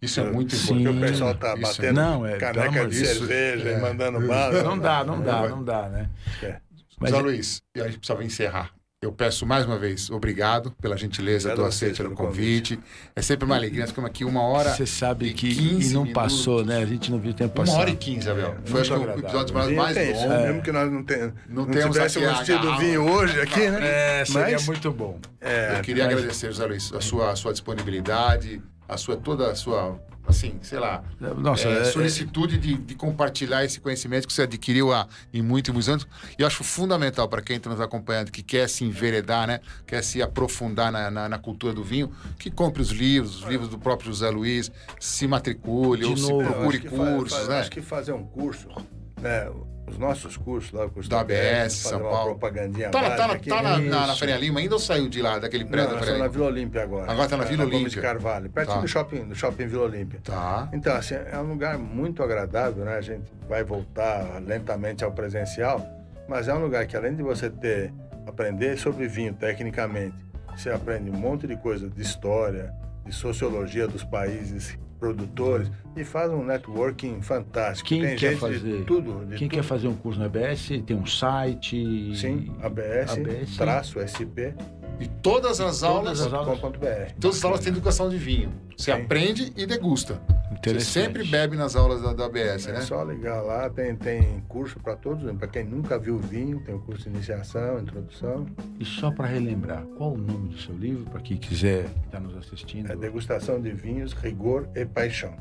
Speaker 1: Isso é muito
Speaker 2: Sim.
Speaker 3: porque o
Speaker 1: importante.
Speaker 3: pessoal está
Speaker 1: Isso é
Speaker 3: batendo
Speaker 2: Não, é, pelo
Speaker 3: caneca
Speaker 2: amor
Speaker 3: de
Speaker 2: disso,
Speaker 3: cerveja
Speaker 1: é.
Speaker 3: e mandando bala.
Speaker 2: Não dá, não dá, não dá, né?
Speaker 3: É.
Speaker 2: Mas
Speaker 1: Zé Luiz, e a gente precisava encerrar. Eu peço mais uma vez, obrigado pela gentileza
Speaker 3: Obrigado
Speaker 1: do
Speaker 3: a vocês
Speaker 1: aceite, pelo
Speaker 3: pelo
Speaker 1: convite. É sempre uma alegria, nós ficamos aqui uma hora.
Speaker 2: você sabe
Speaker 1: e
Speaker 2: que
Speaker 1: 15
Speaker 2: e não
Speaker 1: minutos.
Speaker 2: passou, né? A gente não viu o tempo
Speaker 1: Uma
Speaker 2: passar. É,
Speaker 1: hora e quinze, Abel. Foi acho que o
Speaker 2: agradável.
Speaker 1: episódio
Speaker 3: Vinho
Speaker 1: mais
Speaker 2: é
Speaker 3: tem isso,
Speaker 1: longo.
Speaker 3: Mesmo que nós não, ten, não,
Speaker 1: É. temos
Speaker 3: tivéssemos
Speaker 1: aqui a
Speaker 3: tido
Speaker 1: garrafa.
Speaker 3: vinho hoje aqui, né?
Speaker 2: É, seria
Speaker 3: Mas-
Speaker 2: muito bom.
Speaker 3: É,
Speaker 1: Eu queria agradecer, José Luiz, a sua, a sua disponibilidade, a sua, toda a sua, assim, sei lá,
Speaker 2: Nossa,
Speaker 1: é,
Speaker 2: é-
Speaker 1: solicitude de, de compartilhar esse conhecimento que você adquiriu há em muitos e muitos anos. E eu acho fundamental para quem está nos acompanhando, que quer se enveredar, né? quer se aprofundar na, na- na cultura do vinho, que compre os livros, os livros do próprio José Luiz, se matricule
Speaker 2: De
Speaker 1: ou
Speaker 2: novo.
Speaker 1: se
Speaker 3: Eu
Speaker 1: procure
Speaker 3: acho que fa-
Speaker 1: cursos,
Speaker 3: fa-
Speaker 1: né?
Speaker 3: Acho que fazer um curso, né? Os nossos cursos lá, o curso
Speaker 1: Da ABS,
Speaker 3: fazer
Speaker 1: São
Speaker 3: uma
Speaker 1: Paulo.
Speaker 3: propagandinha
Speaker 1: Tá, na- tá, na-
Speaker 3: básica aqui. é
Speaker 1: tá na, na, na
Speaker 2: Isso.
Speaker 1: Faria Lima ainda ou saiu de lá, daquele
Speaker 3: Não,
Speaker 1: prédio da
Speaker 3: nós
Speaker 1: Faria
Speaker 3: estamos na
Speaker 1: Lima?
Speaker 3: Vila Olímpia agora. É,
Speaker 1: Agora tá na Vila
Speaker 3: Gomes
Speaker 1: Olímpia.
Speaker 3: de Carvalho, pertinho
Speaker 1: Tá.
Speaker 3: do shopping, do shopping Vila Olímpia.
Speaker 1: Tá.
Speaker 3: Então, assim, é um lugar muito agradável, né? A gente vai voltar lentamente ao presencial, mas é um lugar que além de você ter aprender sobre vinho tecnicamente, você aprende um monte de coisa de história, de sociologia dos países produtores e faz um networking fantástico.
Speaker 2: Quem
Speaker 3: Tem
Speaker 2: quer
Speaker 3: gente
Speaker 2: fazer?
Speaker 3: de tudo, de
Speaker 2: Quem
Speaker 3: tudo.
Speaker 2: quer fazer um curso na ABS, tem um site.
Speaker 3: Sim, ABS,
Speaker 2: ABS.
Speaker 3: traço sp.com.br.
Speaker 1: E todas as aulas
Speaker 2: Todas as aulas.
Speaker 1: Todas as aulas têm educação de vinho. Você
Speaker 3: Sim.
Speaker 1: aprende e degusta. Você
Speaker 2: Interessante.
Speaker 1: sempre bebe nas aulas da, da ABS,
Speaker 3: É
Speaker 1: né?
Speaker 3: só ligar lá, tem, tem curso para todos, para quem nunca viu vinho, tem o curso de iniciação, introdução,
Speaker 2: E só para relembrar, qual o nome do seu livro, para quem quiser estar nos assistindo?
Speaker 3: é degustação de vinhos, rigor e paixão.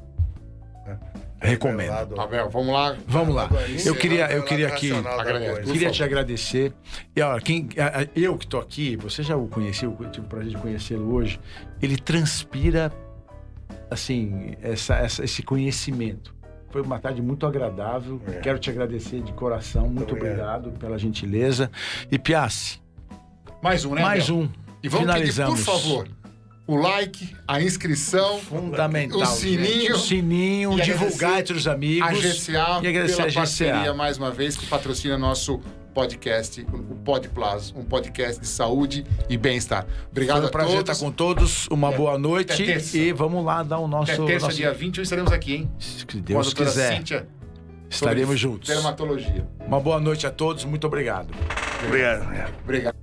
Speaker 3: né?
Speaker 2: Recomendo.
Speaker 3: Revelado-
Speaker 1: Abel, vamos lá.
Speaker 2: Vamos lá.
Speaker 3: Agora,
Speaker 2: Eu queria, eu
Speaker 3: revelado
Speaker 2: queria aqui.
Speaker 3: racional da
Speaker 1: agradeço.
Speaker 3: coisa.
Speaker 1: Por
Speaker 2: Queria
Speaker 1: favor.
Speaker 2: te agradecer. E ó, quem, a- a- eu que tô aqui, você já o conheceu, eu tive o prazer de conhecê-lo hoje. Ele transpira, assim, essa- essa- esse conhecimento. Foi uma tarde muito agradável.
Speaker 3: É.
Speaker 2: Quero te agradecer de coração. Muito
Speaker 3: obrigado.
Speaker 2: obrigado, pela gentileza. E Piace,
Speaker 1: Mais um, né?
Speaker 2: mais
Speaker 1: Abel?
Speaker 2: um.
Speaker 1: E vamos
Speaker 2: Finalizamos.
Speaker 1: pedir, por favor, o like, a inscrição,
Speaker 2: Fundamental.
Speaker 1: O
Speaker 2: gente.
Speaker 1: sininho.
Speaker 2: O sininho,
Speaker 1: E
Speaker 2: divulgar
Speaker 1: agradecer
Speaker 2: entre os amigos.
Speaker 1: a GCA
Speaker 2: e agradecer
Speaker 1: pela
Speaker 2: a GCA.
Speaker 1: parceria mais uma vez que patrocina nosso podcast, o Pod Plus, um podcast de saúde e bem-estar. Obrigado
Speaker 2: Foi um
Speaker 1: a
Speaker 2: prazer
Speaker 1: todos. É.
Speaker 2: estar com todos. Uma boa noite.
Speaker 1: até terça.
Speaker 2: E vamos lá dar o nosso.
Speaker 1: Até terça,
Speaker 2: nosso-
Speaker 1: dia 21, estaremos aqui, hein?
Speaker 2: Se
Speaker 1: com a
Speaker 2: Deus
Speaker 1: doutora
Speaker 2: quiser,
Speaker 1: Cíntia
Speaker 2: estaremos
Speaker 1: sobre
Speaker 2: juntos.
Speaker 1: Dermatologia.
Speaker 2: Uma boa noite a todos. Muito obrigado.
Speaker 3: Obrigado.
Speaker 1: Obrigado.